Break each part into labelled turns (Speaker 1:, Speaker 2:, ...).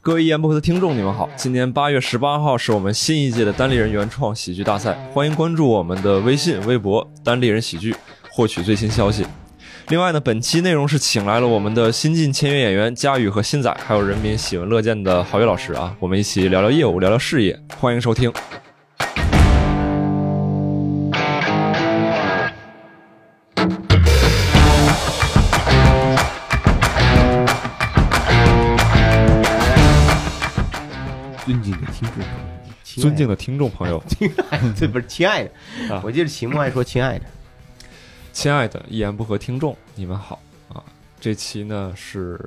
Speaker 1: 各位一言不合的听众，你们好！今年八月十八号是我们新一届的单立人原创喜剧大赛，欢迎关注我们的微信、微博“单立人喜剧”，获取最新消息。另外呢，本期内容是请来了我们的新晋签约演员佳宇和新仔，还有人民喜闻乐见的郝宇老师啊，我们一起聊聊业务，聊聊事业，欢迎收听。
Speaker 2: 尊敬的听众朋友，
Speaker 1: 尊敬的听众朋友，
Speaker 3: 亲爱的，这不是亲爱的
Speaker 1: 啊，
Speaker 3: 我记得秦牧爱说亲爱的，
Speaker 1: 亲爱的，一言不合听众，你们好啊！这期呢是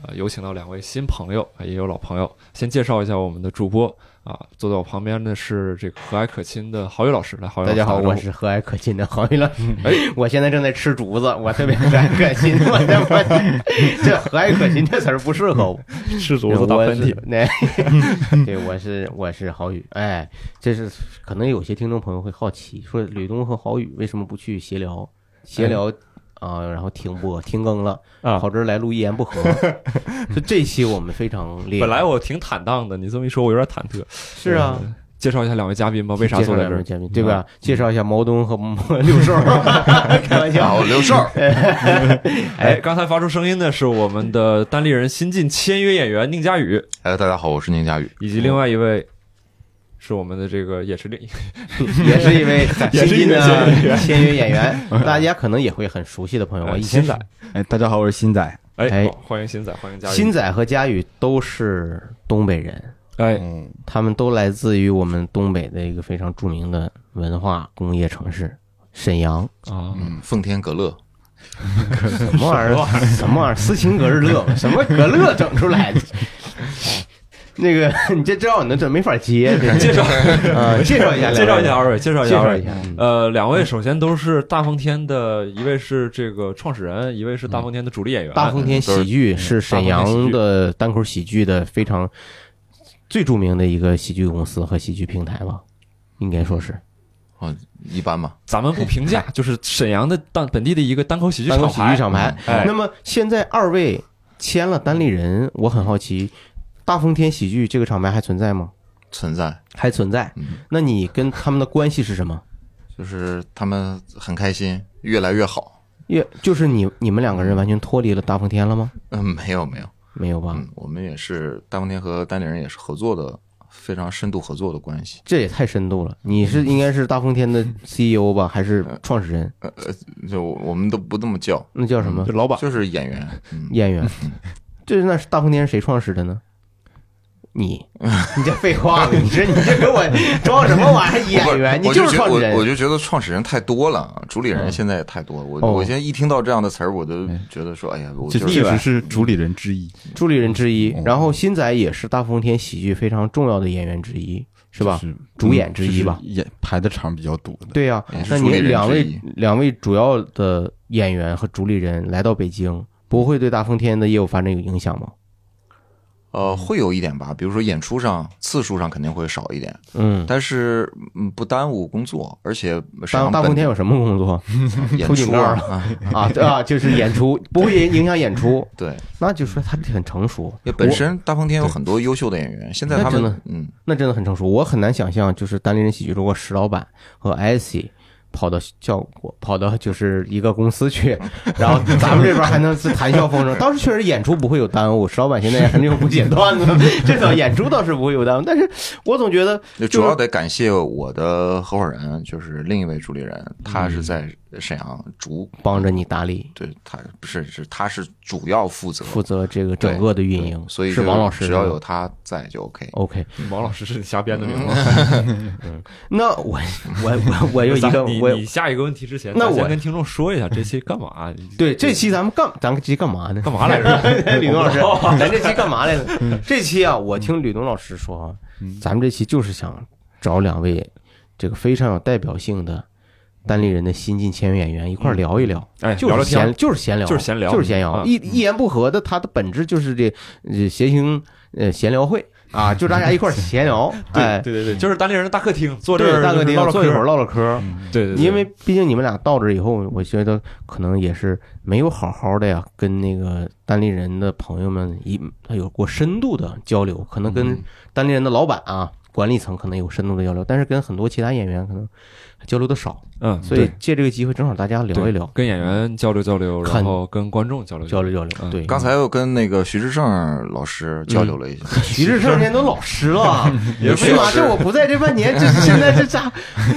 Speaker 1: 呃有请到两位新朋友，啊也有老朋友。先介绍一下我们的主播啊，坐在我旁边的是这个和蔼可亲的郝宇老师，来，郝宇老
Speaker 3: 大
Speaker 1: 师
Speaker 3: 家好，
Speaker 1: 打个招
Speaker 3: 我
Speaker 1: 呼
Speaker 3: 是和蔼可亲的郝宇老师
Speaker 1: 哎。
Speaker 3: 我现在正在吃竹子，我特别和蔼可亲。我这我 这和蔼可亲这词儿不适合我，
Speaker 1: 吃竹子打
Speaker 3: 我
Speaker 1: 喷
Speaker 3: 是
Speaker 1: 嚏。。
Speaker 3: 那 对，我是我是郝宇。哎，这是可能有些听众朋友会好奇，说吕东和郝宇为什么不去闲聊？闲聊啊、然后停播停更了，
Speaker 1: 啊
Speaker 3: 跑这儿来录一言不合。所以这期我们非常厉害。
Speaker 1: 本来我挺坦荡的，你这么一说，我有点忐忑。
Speaker 3: 是啊。
Speaker 1: 呃介绍一下两位嘉宾嗯吧，为啥
Speaker 3: 介绍
Speaker 1: 坐在
Speaker 3: 两
Speaker 1: 这
Speaker 3: 位
Speaker 1: 儿？
Speaker 3: 嘉宾对吧？介绍一下毛东和 六兽， 开玩笑。
Speaker 2: 刘少，
Speaker 1: 哎，刚才发出声音的是我们的单立人新晋签约演员宁佳宇，
Speaker 2: 哎，大家好，我是宁佳宇，
Speaker 1: 以及另外一位是我们的这个也是另
Speaker 3: 也是一位
Speaker 1: 也是
Speaker 3: 新
Speaker 1: 一
Speaker 3: 晋
Speaker 1: 位嗯签约
Speaker 3: 的签约演员，大家可能也会很熟悉的朋
Speaker 1: 嗯
Speaker 3: 友。我以前
Speaker 1: 呃新仔，
Speaker 4: 哎，大家好，我是新仔。
Speaker 1: 哎
Speaker 3: 哎，
Speaker 1: 好欢迎新仔，欢迎佳宇。
Speaker 3: 新仔和佳宇都是东北人，
Speaker 1: 哎，
Speaker 4: 嗯，
Speaker 3: 他们都来自于我们东北的一个非常著名的文化工业城市沈阳。
Speaker 1: 啊，
Speaker 2: 嗯，奉天格勒，
Speaker 3: 什么玩意儿？什么玩意儿？斯琴格日 乐吗？什么格勒整出来的？那个，你这这让我那这没法接。这
Speaker 1: 介绍
Speaker 3: 啊，介绍一下，
Speaker 1: 介绍一下，二位，介绍
Speaker 3: 介
Speaker 1: 一下二
Speaker 3: 绍
Speaker 1: 位
Speaker 3: 一。下。
Speaker 1: 呃，两位首先都是大风天的，一位是这个创始人，一位是大风天的主力演员。
Speaker 3: 嗯大风天喜剧是嗯沈阳的单口喜剧的非常最著名的一个喜剧公司和喜剧平台吧，应该说是
Speaker 2: 哦，一般吧，
Speaker 1: 咱们不评价，就是沈阳的当本地的一个单口喜剧
Speaker 3: 单口
Speaker 1: 厂牌。
Speaker 3: 喜剧厂牌。
Speaker 1: 哎
Speaker 3: 那么现在二位签了单立人，我很好奇，大风天喜剧这个厂牌还存在吗？
Speaker 2: 存在，
Speaker 3: 还存在。
Speaker 2: 嗯，
Speaker 3: 那你跟他们的关系是什么？
Speaker 2: 就是他们很开心，越来越好。
Speaker 3: 也就是你你们两个人完全脱离了大风天了吗？
Speaker 2: 嗯，没有没有，
Speaker 3: 没有吧？
Speaker 2: 嗯，我们也是大风天和丹顶人也是合作的，非常深度合作的关系。
Speaker 3: 这也太深度了。你是应该是大风天的 CEO 吧，还是创始人？
Speaker 2: 呃呃，就我们都不这么叫，
Speaker 3: 那叫什么
Speaker 1: 就？老板
Speaker 2: 就是演员。嗯，
Speaker 3: 演员。这那是大风天是谁创始的呢？ 你，你这废话，你这你这给我装什么玩意儿？演员，你
Speaker 2: 我就
Speaker 3: 就是
Speaker 2: 觉
Speaker 3: 创
Speaker 2: 得
Speaker 3: 始
Speaker 2: 我我
Speaker 3: 人。
Speaker 2: 就觉得创始人太多了，主理人现在也太多了。我
Speaker 3: 哦
Speaker 2: 我现在一听到这样的词儿，我都觉得说，哎呀，我
Speaker 4: 这
Speaker 2: 就是
Speaker 4: 确实是主理人之一，
Speaker 3: 主理人之一，
Speaker 2: 嗯
Speaker 3: 然后新仔也是大风天喜剧非常重要的演员之一，是吧？
Speaker 4: 就是
Speaker 3: 主演之一吧
Speaker 4: 嗯就是演排的场比较多的。
Speaker 3: 对呀、
Speaker 2: 也是
Speaker 3: 那
Speaker 2: 主
Speaker 3: 你
Speaker 2: 理人
Speaker 3: 两
Speaker 2: 之
Speaker 3: 位
Speaker 2: 一
Speaker 3: 两位主要的演员和主理人来到北京，不会对大风天的业务发展有影响吗？
Speaker 2: 呃，会有一点吧，比如说演出上次数上肯定会少一点，
Speaker 3: 嗯，
Speaker 2: 但是嗯，不耽误工作，而且沈
Speaker 3: 大
Speaker 2: 阳
Speaker 3: 大
Speaker 2: 本
Speaker 3: 风天有什么工作
Speaker 2: 演
Speaker 3: 出井
Speaker 2: 出
Speaker 3: 盖儿
Speaker 2: 啊，啊
Speaker 3: 啊？对啊，就是演出，不会影响演出，
Speaker 2: 对，
Speaker 3: 那就说他很成熟。
Speaker 2: 也本
Speaker 3: 我
Speaker 2: 身大风天有很多优秀的演员，现在
Speaker 3: 那
Speaker 2: 他
Speaker 3: 真的
Speaker 2: 们嗯，
Speaker 3: 那真的很成熟。我很难想象，就是单立人喜剧如果石老板和艾希跑到效果，跑到就是一个公司去，
Speaker 2: 嗯
Speaker 3: 然后咱们这边还能是谈笑风生。当时确实演出不会有耽误，石老板现在也很久不写段子， 这倒演出倒是不会有耽误。但是我总觉得
Speaker 2: 那主要得感谢我的合伙人，就是另一位主理人，他
Speaker 3: 嗯
Speaker 2: 是在沈阳主，
Speaker 3: 帮着你打理
Speaker 2: 对他不是是他是主要负责
Speaker 3: 负责这个整个的运营，
Speaker 2: 所以
Speaker 3: 是
Speaker 2: 就
Speaker 3: 王老师
Speaker 2: 只要
Speaker 3: 是吧哦
Speaker 2: 有他在就 OK。
Speaker 3: OK。
Speaker 1: 王老师是你瞎编的名
Speaker 3: 嗯
Speaker 1: 字。
Speaker 3: 那我 我我我 有一个
Speaker 1: 咱 你
Speaker 3: 我
Speaker 1: 你下一个问题之前，
Speaker 3: 那
Speaker 1: 咱
Speaker 3: 我
Speaker 1: 先跟听众说一下这期干嘛？啊
Speaker 3: 对这期咱们干咱们这期干嘛 呢？
Speaker 1: 干嘛来 着？
Speaker 3: 哎吕东老师
Speaker 1: 我不知嗯道，
Speaker 3: 咱这 期干嘛来了？这期啊，我听吕东老师说啊，
Speaker 1: 嗯
Speaker 3: 咱们这期就是想找两位这个非常有代表性的单立人的新晋签约演员一块儿聊一聊，
Speaker 1: 哎，
Speaker 3: 就
Speaker 1: 聊聊
Speaker 3: 是
Speaker 1: 天
Speaker 3: 闲，就是闲聊，
Speaker 1: 就
Speaker 3: 就是
Speaker 1: 闲聊
Speaker 3: 是闲聊
Speaker 1: 啊。
Speaker 3: 一一言不合的，它的本质就是这呃谐星呃闲聊会，啊，就大家一块儿闲聊，哎，
Speaker 1: 对对对，就是单立人的大客厅，坐这
Speaker 3: 对，
Speaker 1: 儿
Speaker 3: 大哥
Speaker 1: 就是
Speaker 3: 厅
Speaker 1: 唠唠
Speaker 3: 坐一
Speaker 1: 嗑
Speaker 3: 会儿，唠唠嗑儿。
Speaker 1: 对对，对
Speaker 3: 因为毕竟你们俩到这以后，我觉得可能也是没有好好的呀，跟那个单立人的朋友们一他有过深度的交流，可能跟单立人的老板啊、管理层可能有深度的交流，但是跟很多其他演员可能交流的少，
Speaker 1: 嗯，
Speaker 3: 所以借这个机会正好大家聊一聊，
Speaker 1: 跟演员交流交流，
Speaker 3: 看
Speaker 1: 然后跟观众交流
Speaker 3: 交
Speaker 1: 流。
Speaker 3: 流交流。
Speaker 1: 嗯
Speaker 3: 对，
Speaker 2: 刚才又跟那个徐志胜老师交
Speaker 3: 嗯
Speaker 2: 流了一下，
Speaker 3: 徐志胜现在都老师了，
Speaker 1: 也
Speaker 3: 去马这我不在这半年，这现在这咋？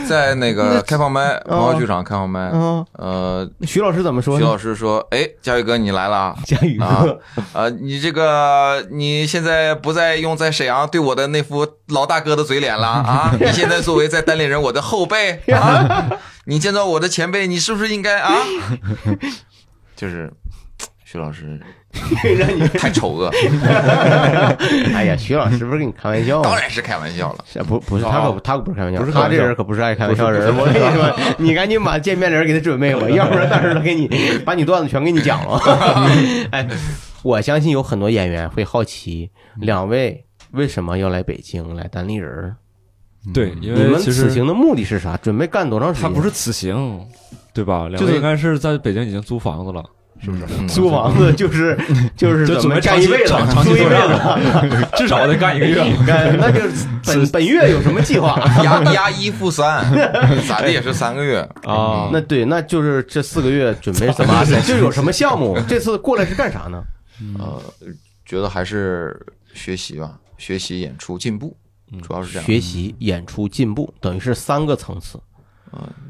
Speaker 2: 在 那个开放麦
Speaker 3: 哦
Speaker 2: 朋友剧场开放麦，
Speaker 3: 嗯，
Speaker 2: 呃，
Speaker 3: 徐老师怎么说
Speaker 2: 徐
Speaker 3: 呢？
Speaker 2: 老师说：“哎，佳宇哥你来了啊。”
Speaker 3: 佳
Speaker 4: 哎
Speaker 3: 宇
Speaker 2: 啊
Speaker 3: 哥，
Speaker 2: 呃，你这个你现在不再用在沈阳对我的那副老大哥的嘴脸了啊！ 你现在作为在单立人我的后辈啊，你见到我的前辈，你是不是应该啊？就是徐老师
Speaker 3: 让你
Speaker 2: 太丑 恶，
Speaker 3: 哎呀，徐老师不是跟你开玩笑吗
Speaker 2: 当？然是开玩 笑了。
Speaker 3: 是不不是他可不他可哦不是开玩笑，
Speaker 1: 不是开
Speaker 3: 他
Speaker 1: 玩
Speaker 3: 这
Speaker 1: 笑
Speaker 3: 人可不是爱开玩笑人。我跟你 说，你赶紧把见面人给他准备好，要不然到时候他给你把你段子全给你讲 了。哎，我相信有很多演员会好奇，两位为什么要来北京来单立人儿？
Speaker 1: 对，因
Speaker 3: 嗯你们
Speaker 1: 为其
Speaker 3: 此
Speaker 1: 实
Speaker 3: 行的目的是啥？准备干多长时
Speaker 1: 他
Speaker 3: 间？
Speaker 1: 不是此行，对吧？两
Speaker 3: 就是
Speaker 1: 位应该是在北京已经租房子了，是不是？
Speaker 2: 嗯
Speaker 3: 租房子， 就是就是
Speaker 1: 就
Speaker 3: 准
Speaker 1: 准
Speaker 3: 备
Speaker 1: 备长
Speaker 3: 干一
Speaker 1: 期
Speaker 3: 辈子，
Speaker 1: 长长
Speaker 3: 租
Speaker 1: 期
Speaker 3: 一
Speaker 1: 作
Speaker 3: 辈
Speaker 1: 战
Speaker 3: 子。
Speaker 1: 至少得干一个 月。啊
Speaker 3: 干 那就是本本月有什么计划？
Speaker 2: 压压一付三， 咋的也是三个月
Speaker 1: 啊
Speaker 3: 那对，那就是这四个月准备 怎么安排？就有什么项目？这次过来是干啥呢？
Speaker 2: 呃，觉得还是学习吧，学习演出进步，主要是这样。
Speaker 3: 学习、演出、进步，等于是三个层次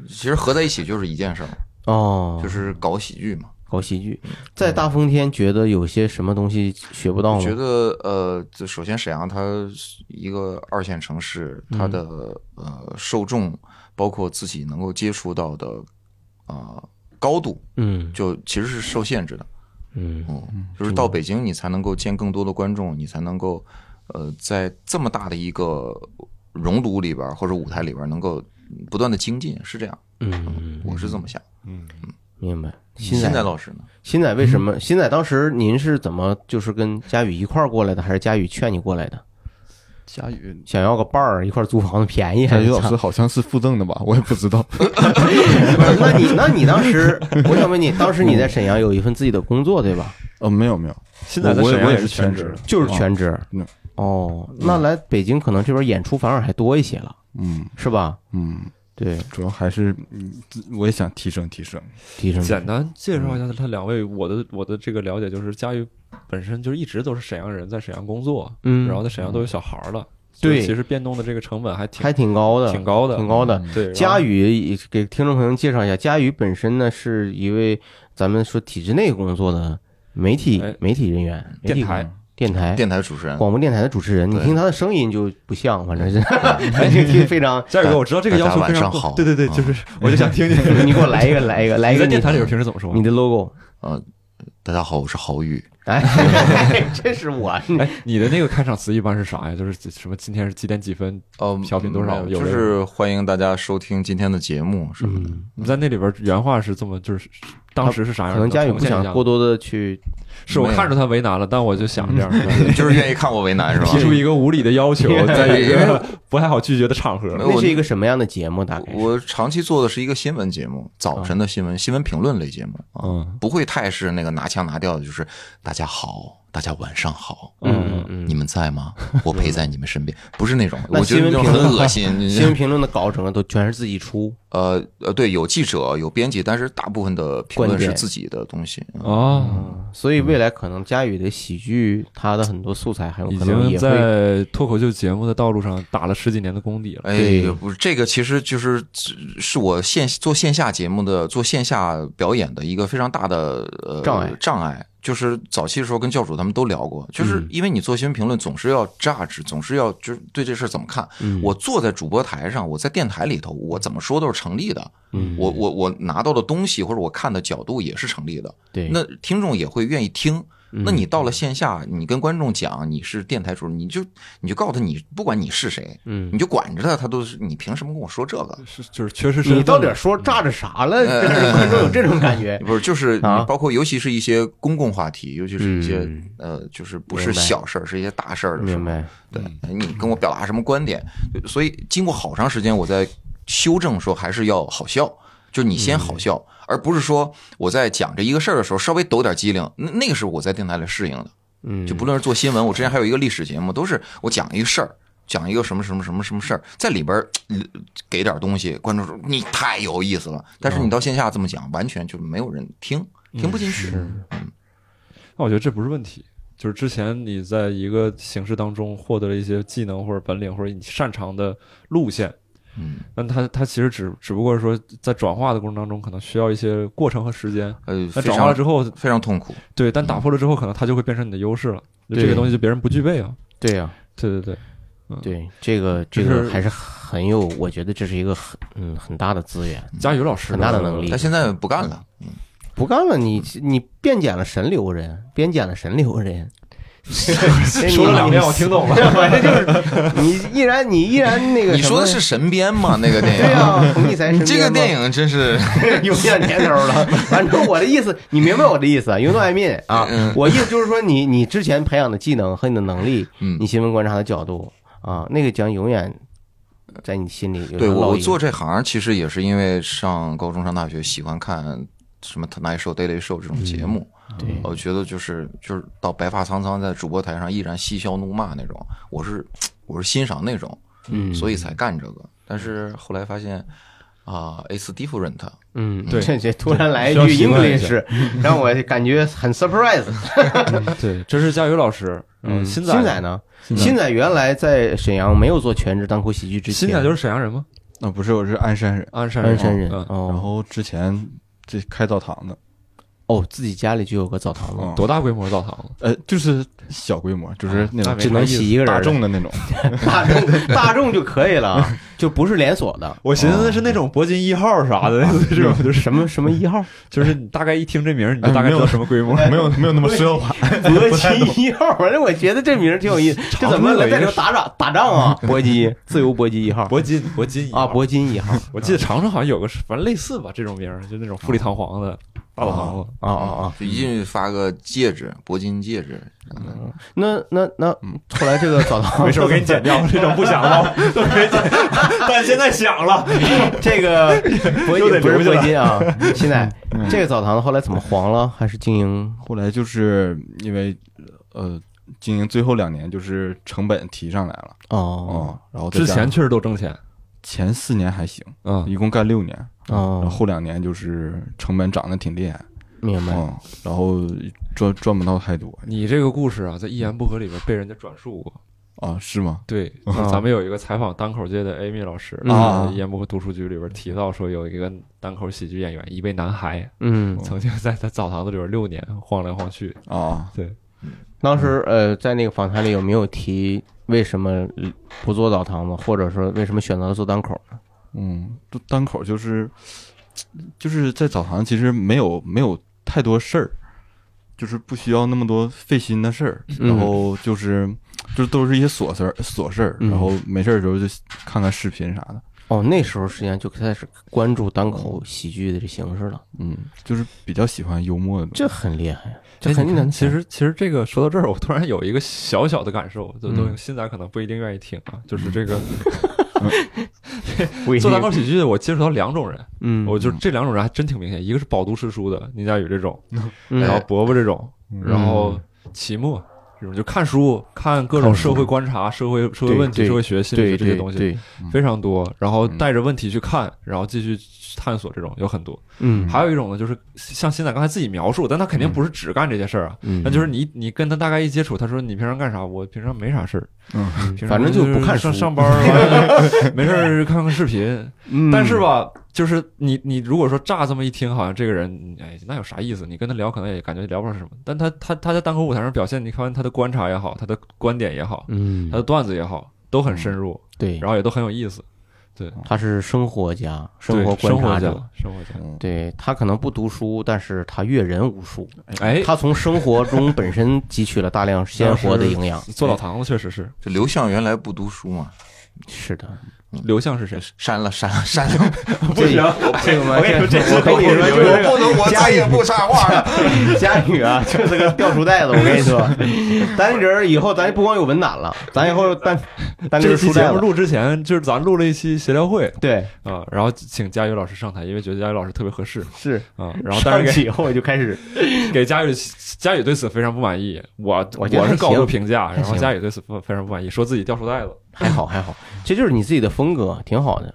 Speaker 2: 其实合在一起就是一件事儿，
Speaker 3: 哦
Speaker 2: 就。是搞喜剧嘛。
Speaker 3: 搞喜剧，在大风天觉得有些什么东西学不到
Speaker 2: 我觉
Speaker 3: 吗？
Speaker 2: 得呃，就首先沈阳它是一个二线城市，它的、呃受众，包括自己能够接触到的啊、呃高度，
Speaker 3: 嗯
Speaker 2: 就其实是受限制的。
Speaker 3: 嗯
Speaker 2: 嗯，就是到北京你才能够见更多的观众，你才能够呃在这么大的一个熔炉里边儿或者舞台里边儿能够不断的精进，是这样，
Speaker 3: 嗯，
Speaker 2: 我是这么想。
Speaker 3: 明白。新
Speaker 2: 现在
Speaker 3: 仔，
Speaker 2: 老师呢？
Speaker 3: 新仔为什么？新仔当时您是怎么就是跟佳宇一块儿过来的，还是佳宇劝你过来的？
Speaker 4: 佳宇，
Speaker 3: 想要个伴儿，一块儿租房子便 宜还
Speaker 4: 佳宇
Speaker 3: 是
Speaker 4: 老
Speaker 3: 咋
Speaker 4: 师好像是附赠的吧？我也不知道。
Speaker 3: 不是那你那你当时， 我想问你，当时你在沈阳有一份自己的工作对吧？
Speaker 4: 哦，没有没有，
Speaker 1: 现在在
Speaker 4: 我
Speaker 1: 沈
Speaker 4: 也
Speaker 1: 阳
Speaker 4: 我也
Speaker 1: 是
Speaker 4: 是
Speaker 1: 全
Speaker 4: 全
Speaker 1: 职
Speaker 4: 职，
Speaker 3: 就是全职
Speaker 4: 嗯。
Speaker 3: 哦，那来北京可能这边演出反而还多一些了，
Speaker 4: 嗯
Speaker 3: 是吧？
Speaker 4: 嗯，
Speaker 3: 对，
Speaker 4: 主要还是嗯，自我也想提升提升。
Speaker 3: 提升
Speaker 1: 简单介绍一下他两位，我的我的这个了解就是佳宇本身就是一直都是沈阳人，在沈阳工作，
Speaker 3: 嗯
Speaker 1: 然后在沈阳都有小孩儿了，所
Speaker 3: 对
Speaker 1: 以其实变动的这个成本还挺
Speaker 3: 还挺高的，
Speaker 1: 挺高的，嗯
Speaker 3: 挺高的。
Speaker 1: 对，
Speaker 3: 佳
Speaker 1: 宇
Speaker 3: 宇给听众朋友们介绍一下，佳宇本身呢是一位咱们说体制内工作的媒体
Speaker 1: 哎
Speaker 3: 媒体人员，媒体
Speaker 1: 电台
Speaker 3: 电台
Speaker 2: 电台主持人，
Speaker 3: 广播电台的主持人，你
Speaker 2: 对
Speaker 3: 听他的声音就不像， 反正是就听非常。
Speaker 1: 佳宇哥，我知道这个要求非
Speaker 2: 大家
Speaker 1: 常
Speaker 2: 晚上好
Speaker 1: 对对对，
Speaker 2: 啊
Speaker 1: 就是我就想 听听
Speaker 3: 你给我来一个，来一个，来一
Speaker 1: 你
Speaker 3: 个
Speaker 1: 在
Speaker 3: 你。
Speaker 1: 电台里边平时怎么说？
Speaker 3: 哎你的 logo，
Speaker 2: 呃，大家好，我是郝宇。
Speaker 3: 哎， 这是我，
Speaker 1: 哎，你的那个开场词一般是啥呀？就是什么今天是几点几分？
Speaker 2: 呃，
Speaker 1: 小品多少
Speaker 2: 没
Speaker 1: 有
Speaker 2: 有就
Speaker 1: 人
Speaker 2: 是欢迎大家收听今天的节目，是吧？
Speaker 3: 嗯，
Speaker 1: 你在那里边原话是这么，就是当时是啥样？
Speaker 3: 可能佳宇不想过，多的去，
Speaker 1: 是我看着他为难了，但我就想这样，
Speaker 3: 嗯
Speaker 1: 是吧
Speaker 2: 就是愿意看我为难是吧？
Speaker 1: 提出一个无理的要求，在一个不太好拒绝的场 合。
Speaker 2: 没有
Speaker 3: 那是一个什么样的节目？大概是
Speaker 2: 我长期做的是一个新闻节
Speaker 3: 嗯
Speaker 2: 目，早晨的新
Speaker 3: 哦
Speaker 2: 闻、新闻评论类节目啊，
Speaker 1: 嗯
Speaker 2: 不会太是那个拿腔拿调的，就是大家好，大家晚上好，
Speaker 3: 嗯嗯
Speaker 2: 你们在 吗？我陪在你们身边，不是那种，
Speaker 3: 那
Speaker 2: 我觉
Speaker 3: 新
Speaker 2: 得
Speaker 3: 闻
Speaker 2: 就
Speaker 3: 评
Speaker 2: 很
Speaker 3: 论呢
Speaker 2: 恶心。
Speaker 3: 新闻评论的稿整个都全是自己出，
Speaker 2: 呃呃，对，有记者有编辑，但是大部分的评
Speaker 3: 观
Speaker 2: 论
Speaker 3: 点
Speaker 2: 是自己的东西。嗯
Speaker 1: 哦，
Speaker 3: 所以未来可能佳宇的喜剧，他的很多素材很有
Speaker 1: 已
Speaker 3: 嗯可能
Speaker 1: 经
Speaker 3: 也会
Speaker 1: 在脱口秀节目的道路上打了十几年的功底了。
Speaker 2: 哎
Speaker 3: 对，
Speaker 2: 不是这个，其实就是是我线做线下节目的做线下表演的一个非常大的呃
Speaker 3: 障碍
Speaker 2: 障碍。就是早期的时候跟教主他们都聊过，就是
Speaker 3: 嗯
Speaker 2: 因为你做新闻评论总是要 judge，总是要就是对这事儿怎么看。
Speaker 3: 嗯
Speaker 2: 我坐在主播台上，我在电台里头，我怎么说都是成立的。
Speaker 3: 嗯
Speaker 2: 我我我拿到的东西或者我看的角度也是成立的。
Speaker 3: 对嗯
Speaker 2: 那听众也会愿意听。那你到了线下，你跟观众讲你是电台主，你就你就告诉他，你不管你是谁，
Speaker 3: 嗯
Speaker 2: 你就管着他，他都是你凭什么跟我说这个？
Speaker 1: 是就是缺失身份
Speaker 3: 你到底说炸着啥了？
Speaker 2: 嗯
Speaker 3: 这是观众有这种感觉
Speaker 2: 不是，就是你
Speaker 3: 啊
Speaker 2: 包括尤其是一些公共话题，尤其是一些
Speaker 3: 嗯
Speaker 2: 呃，就是不是
Speaker 3: 明白
Speaker 2: 小事儿，是一些大事儿的时候
Speaker 3: 明，白？
Speaker 2: 对你跟我表达什么观点，所以经过好长时间，我在修正说还是要好笑，就你先
Speaker 3: 嗯
Speaker 2: 好笑，而不是说我在讲这一个事儿的时候稍微抖点机灵，那那个是我在电台里适应的。
Speaker 3: 嗯，
Speaker 2: 就不论是做新闻，我之前还有一个历史节目，都是我讲一个事儿，讲一个什么什么什么什么事儿，在里边儿呃给点东西，观众说你太有意思了，但
Speaker 3: 嗯
Speaker 2: 是你到线下这么讲，完全就没有人听，听不进
Speaker 3: 嗯
Speaker 2: 去。
Speaker 1: 那我觉得这不是问题，就是之前你在一个形式当中获得了一些技能或者本领或者你擅长的路线，
Speaker 2: 嗯，
Speaker 1: 但它它其实只只不过是说在转化的过程当中可能需要一些过程和时间。
Speaker 2: 呃，
Speaker 1: 那
Speaker 2: 非
Speaker 1: 转化了
Speaker 2: 常
Speaker 1: 之后，嗯
Speaker 2: 非常痛苦。
Speaker 1: 对，但打破了之后，可能它就会变成你的优势了。就
Speaker 3: 对
Speaker 1: 这个东西就别人不具备啊。
Speaker 3: 对呀，
Speaker 1: 对对对，
Speaker 3: 对这个
Speaker 1: 这
Speaker 3: 这
Speaker 1: 是
Speaker 3: 个还是很有，我觉得这是一个很嗯很大的资源，
Speaker 1: 佳宇老师
Speaker 3: 很大的能力
Speaker 2: 但现在不干了，
Speaker 3: 不干了，你你变减了神留人，编减了神留 人。说
Speaker 1: 说了两遍我听懂了，
Speaker 3: 反正就是你依然你依然那个
Speaker 2: 你
Speaker 3: 什
Speaker 2: 说
Speaker 3: 么
Speaker 2: 的是神鞭吗？那个电
Speaker 3: 对
Speaker 2: 影，
Speaker 3: 啊，冯骥才
Speaker 2: 你
Speaker 3: 身
Speaker 2: 这个
Speaker 3: 边吗
Speaker 2: 电影真是，
Speaker 3: 有点年头了。反正我的意思，你明白我的意思啊，You know what I mean 啊
Speaker 2: 嗯？
Speaker 3: 我意思就是说你，你之前培养的技能和你的能力，
Speaker 2: 嗯
Speaker 3: 你，新闻观察的角度啊，那个将永远在你心里有
Speaker 2: 对我
Speaker 3: 烙
Speaker 2: 我
Speaker 3: 印
Speaker 2: 做这行其实也是因为上高中上大学喜欢看什么 Tonight Show、Daily Show 这种节目，
Speaker 3: 嗯对
Speaker 2: 我觉得就是就是到白发苍苍在主播台上依然嬉笑怒骂那种，我是我是欣赏那种，
Speaker 3: 嗯
Speaker 2: 所以才干这个。但是后来发现啊、i t s different，
Speaker 3: 嗯，
Speaker 1: 对
Speaker 3: 这这突然来一句
Speaker 1: 需要习惯一
Speaker 3: English，让我感觉 很 surprise。
Speaker 1: 对，这是佳宇老师，嗯，
Speaker 3: 新
Speaker 1: 新
Speaker 3: 仔
Speaker 1: 仔，
Speaker 3: 呢？
Speaker 4: 新仔
Speaker 3: 新仔原来在沈阳没有做全职单口喜剧之前，
Speaker 1: 新仔就是沈阳人吗？
Speaker 4: 啊，不是，我是鞍山人，
Speaker 1: 鞍山人，
Speaker 3: 鞍山人
Speaker 1: 嗯，
Speaker 4: 然
Speaker 3: 哦
Speaker 4: 后之前这开澡堂的，
Speaker 3: 哦，自己家里就有个澡堂子，
Speaker 4: 嗯
Speaker 1: 多大规模的澡堂子？
Speaker 4: 呃，就是小规模，就是那
Speaker 1: 啊那
Speaker 4: 种
Speaker 1: 没
Speaker 3: 只能洗一个人
Speaker 4: 大
Speaker 3: 的，
Speaker 4: 众的那种，
Speaker 3: 大众大众就可以了，啊 就不是连锁的。
Speaker 1: 我寻思的是那种铂金一号啥的，这种就是哎
Speaker 3: 什么什么一号？
Speaker 1: 啊 就是你大概一听这名儿，你就大概知道什么规模。
Speaker 4: 没有没有那么奢华，
Speaker 3: 搏击一号，反正我觉得这名儿挺 有意思。这怎么能在这打仗打仗啊？搏击自由搏击 一号
Speaker 1: 铂金，铂金一
Speaker 3: 啊，
Speaker 1: 号
Speaker 3: 铂 金一号
Speaker 1: 我记得长春好像有个是，反正类似吧，这种名儿，就那种富丽堂皇的大澡堂子。
Speaker 3: 啊啊啊！
Speaker 2: 就一进去发个戒指，铂金戒指，嗯
Speaker 3: 那那那后来这个澡堂
Speaker 1: 嗯 没事，我给你剪掉，这种不想 了，都给你剪。但现在想了，
Speaker 3: 这个铂
Speaker 1: 又得
Speaker 3: 金不是
Speaker 1: 留下来嗯
Speaker 3: 铂金啊，现在这个澡堂子后来怎么黄了？还是经营？
Speaker 4: 后来就是因为呃，经营最后两年就是成本提上来了，
Speaker 3: 哦
Speaker 4: 哦，然后再
Speaker 1: 之
Speaker 4: 加
Speaker 1: 前确实都挣钱，
Speaker 4: 前四年还行，
Speaker 1: 嗯，
Speaker 3: 啊
Speaker 4: 一共干六年，然后
Speaker 3: 哦，
Speaker 4: 后两年就是成本涨得挺厉害，
Speaker 3: 明白。
Speaker 1: 哦
Speaker 4: 嗯，然后赚赚不到太多
Speaker 1: 你这个故事啊，在《一言不合》里边被人家转述过。
Speaker 4: 啊，是吗？
Speaker 1: 对，就是咱们有一个采访单口界的 Amy 老师，
Speaker 3: 嗯
Speaker 1: 啊，《一言不合》读书局里边提到说，有一个单口喜剧演员，一位男孩，
Speaker 3: 嗯，
Speaker 1: 曾经在在澡堂子里边六年晃来晃去。
Speaker 4: 啊，
Speaker 1: 对，
Speaker 3: 当时呃，在那个访谈里有没有提为什么不做澡堂子，或者说为什么选择了做单口？
Speaker 4: 嗯，就单口就是就是在澡堂，其实没有没有太多事儿，就是不需要那么多费心的事儿，
Speaker 3: 嗯
Speaker 4: 然后就是就是都是一些琐事儿琐事儿，
Speaker 3: 嗯
Speaker 4: 然后没事儿的时候就看看视频啥的，
Speaker 3: 哦，那时候实际上就开始关注单口喜剧的这形式了，
Speaker 4: 嗯，就是比较喜欢幽默的东西，
Speaker 3: 这很厉害呀，这
Speaker 1: 哎
Speaker 3: 很
Speaker 1: 你
Speaker 3: 厉
Speaker 1: 看
Speaker 3: 害。
Speaker 1: 其实其实这个说到这儿，我突然有一个小小的感受，就都
Speaker 4: 嗯
Speaker 1: 新仔可能不一定愿意听 啊，就是这个
Speaker 3: 不一定
Speaker 1: 做单口喜剧，我接触到两种人，
Speaker 3: 嗯，
Speaker 1: 我就这两种人还真挺明显，一个是饱读诗书的宁佳宇这种，
Speaker 3: 嗯
Speaker 1: 然后伯伯这种，
Speaker 4: 嗯
Speaker 1: 然后齐墨这种就看书看各种
Speaker 3: 看书
Speaker 1: 社会观察、社会社会问题、
Speaker 3: 对
Speaker 1: 社会学、心理
Speaker 3: 对
Speaker 1: 学这些
Speaker 3: 对
Speaker 1: 东西
Speaker 3: 对，嗯
Speaker 1: 非常多，然后带着问题去看，然后继续探索这种有很多。
Speaker 3: 嗯，
Speaker 1: 还有一种呢，就是像新仔刚才自己描述，但他肯定不是只干这些事儿啊，
Speaker 3: 嗯
Speaker 1: 那就是你你跟他大概一接触，他说你平常干啥？我平常没啥事儿，
Speaker 4: 嗯，
Speaker 1: 平常
Speaker 3: 反正就不看书
Speaker 1: 上上班儿完了， 没事儿看看视频。
Speaker 3: 嗯
Speaker 1: 但是吧，就是你你如果说乍这么一听，好像这个人哎那有啥意思？你跟他聊可能也感觉聊不上什么，但他他他在单口舞台上表现，你看他的观察也好，他的观点也好，
Speaker 3: 嗯
Speaker 1: 他，的段子也好，都很深入，
Speaker 3: 对，
Speaker 1: 然后也都很有意思。对
Speaker 3: 他是生活家、生
Speaker 1: 对
Speaker 3: 活观
Speaker 1: 生活
Speaker 3: 察
Speaker 1: 家
Speaker 3: 者。，
Speaker 1: 生活家，
Speaker 4: 嗯
Speaker 3: 对他可能不读书，但是他阅人无数，
Speaker 1: 哎，
Speaker 3: 他从生活中本身汲取了大量鲜活的营 养。
Speaker 1: 做老堂子确实
Speaker 3: 哎
Speaker 1: 是。
Speaker 2: 这刘向原来不读书嘛，
Speaker 3: 是的，
Speaker 1: 刘向是谁？
Speaker 2: 删了删了删了，
Speaker 3: 不行，这个我跟你说，这 我跟你说，就是
Speaker 2: 我不能，我再也不插话了。
Speaker 3: 佳宇啊，就是个掉书袋子。我跟你说， 单立人以后咱不光有文档了，咱以后单单立
Speaker 1: 这
Speaker 3: 人
Speaker 1: 期
Speaker 3: 书
Speaker 1: 节
Speaker 3: 袋
Speaker 1: 目
Speaker 3: 子。
Speaker 1: 录之前，就是咱录了一期协调会
Speaker 3: 对，
Speaker 1: 啊、然后请佳宇老师上台，因为觉得佳宇老师特别合适
Speaker 3: 是。
Speaker 1: 啊、然后但
Speaker 3: 上去
Speaker 1: 是
Speaker 3: 以后我就开始，
Speaker 1: 给给佳宇佳宇对此非常不满意，我
Speaker 3: 我觉得
Speaker 1: 我是
Speaker 3: 还
Speaker 1: 高度
Speaker 3: 行
Speaker 1: 评价，然后
Speaker 3: 行
Speaker 1: 佳宇对此非非常不满意，说自己掉书袋子。
Speaker 3: 还好还好，这就是你自己的风格，挺好的。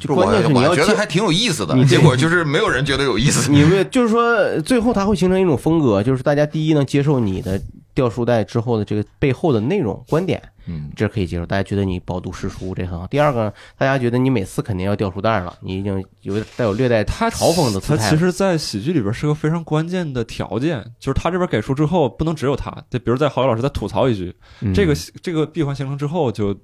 Speaker 3: 就关键是你
Speaker 2: 嗯我
Speaker 3: 要
Speaker 2: 我觉
Speaker 3: 接
Speaker 2: 得还挺有意思的，
Speaker 3: 你
Speaker 2: 结果就是没有人觉得有意思。
Speaker 3: 你嗯们就是说，最后它会形成一种风格，就是大家第一能接受你的掉书袋之后的这个背后的内容观点，
Speaker 2: 嗯，
Speaker 3: 这可以接受，大家觉得你饱读诗书这很好。第二个，大家觉得你每次肯定要掉书袋了，你已经有点带有略带
Speaker 1: 他
Speaker 3: 嘲讽的姿
Speaker 1: 他
Speaker 3: 态
Speaker 1: 其
Speaker 3: 了。
Speaker 1: 实，在喜剧里边是个非常关键的条件，就是他这边给出之后，不能只有他。就比如在郝宇老师再吐槽一句，
Speaker 3: 嗯
Speaker 1: 这个这个闭环形成之后就，就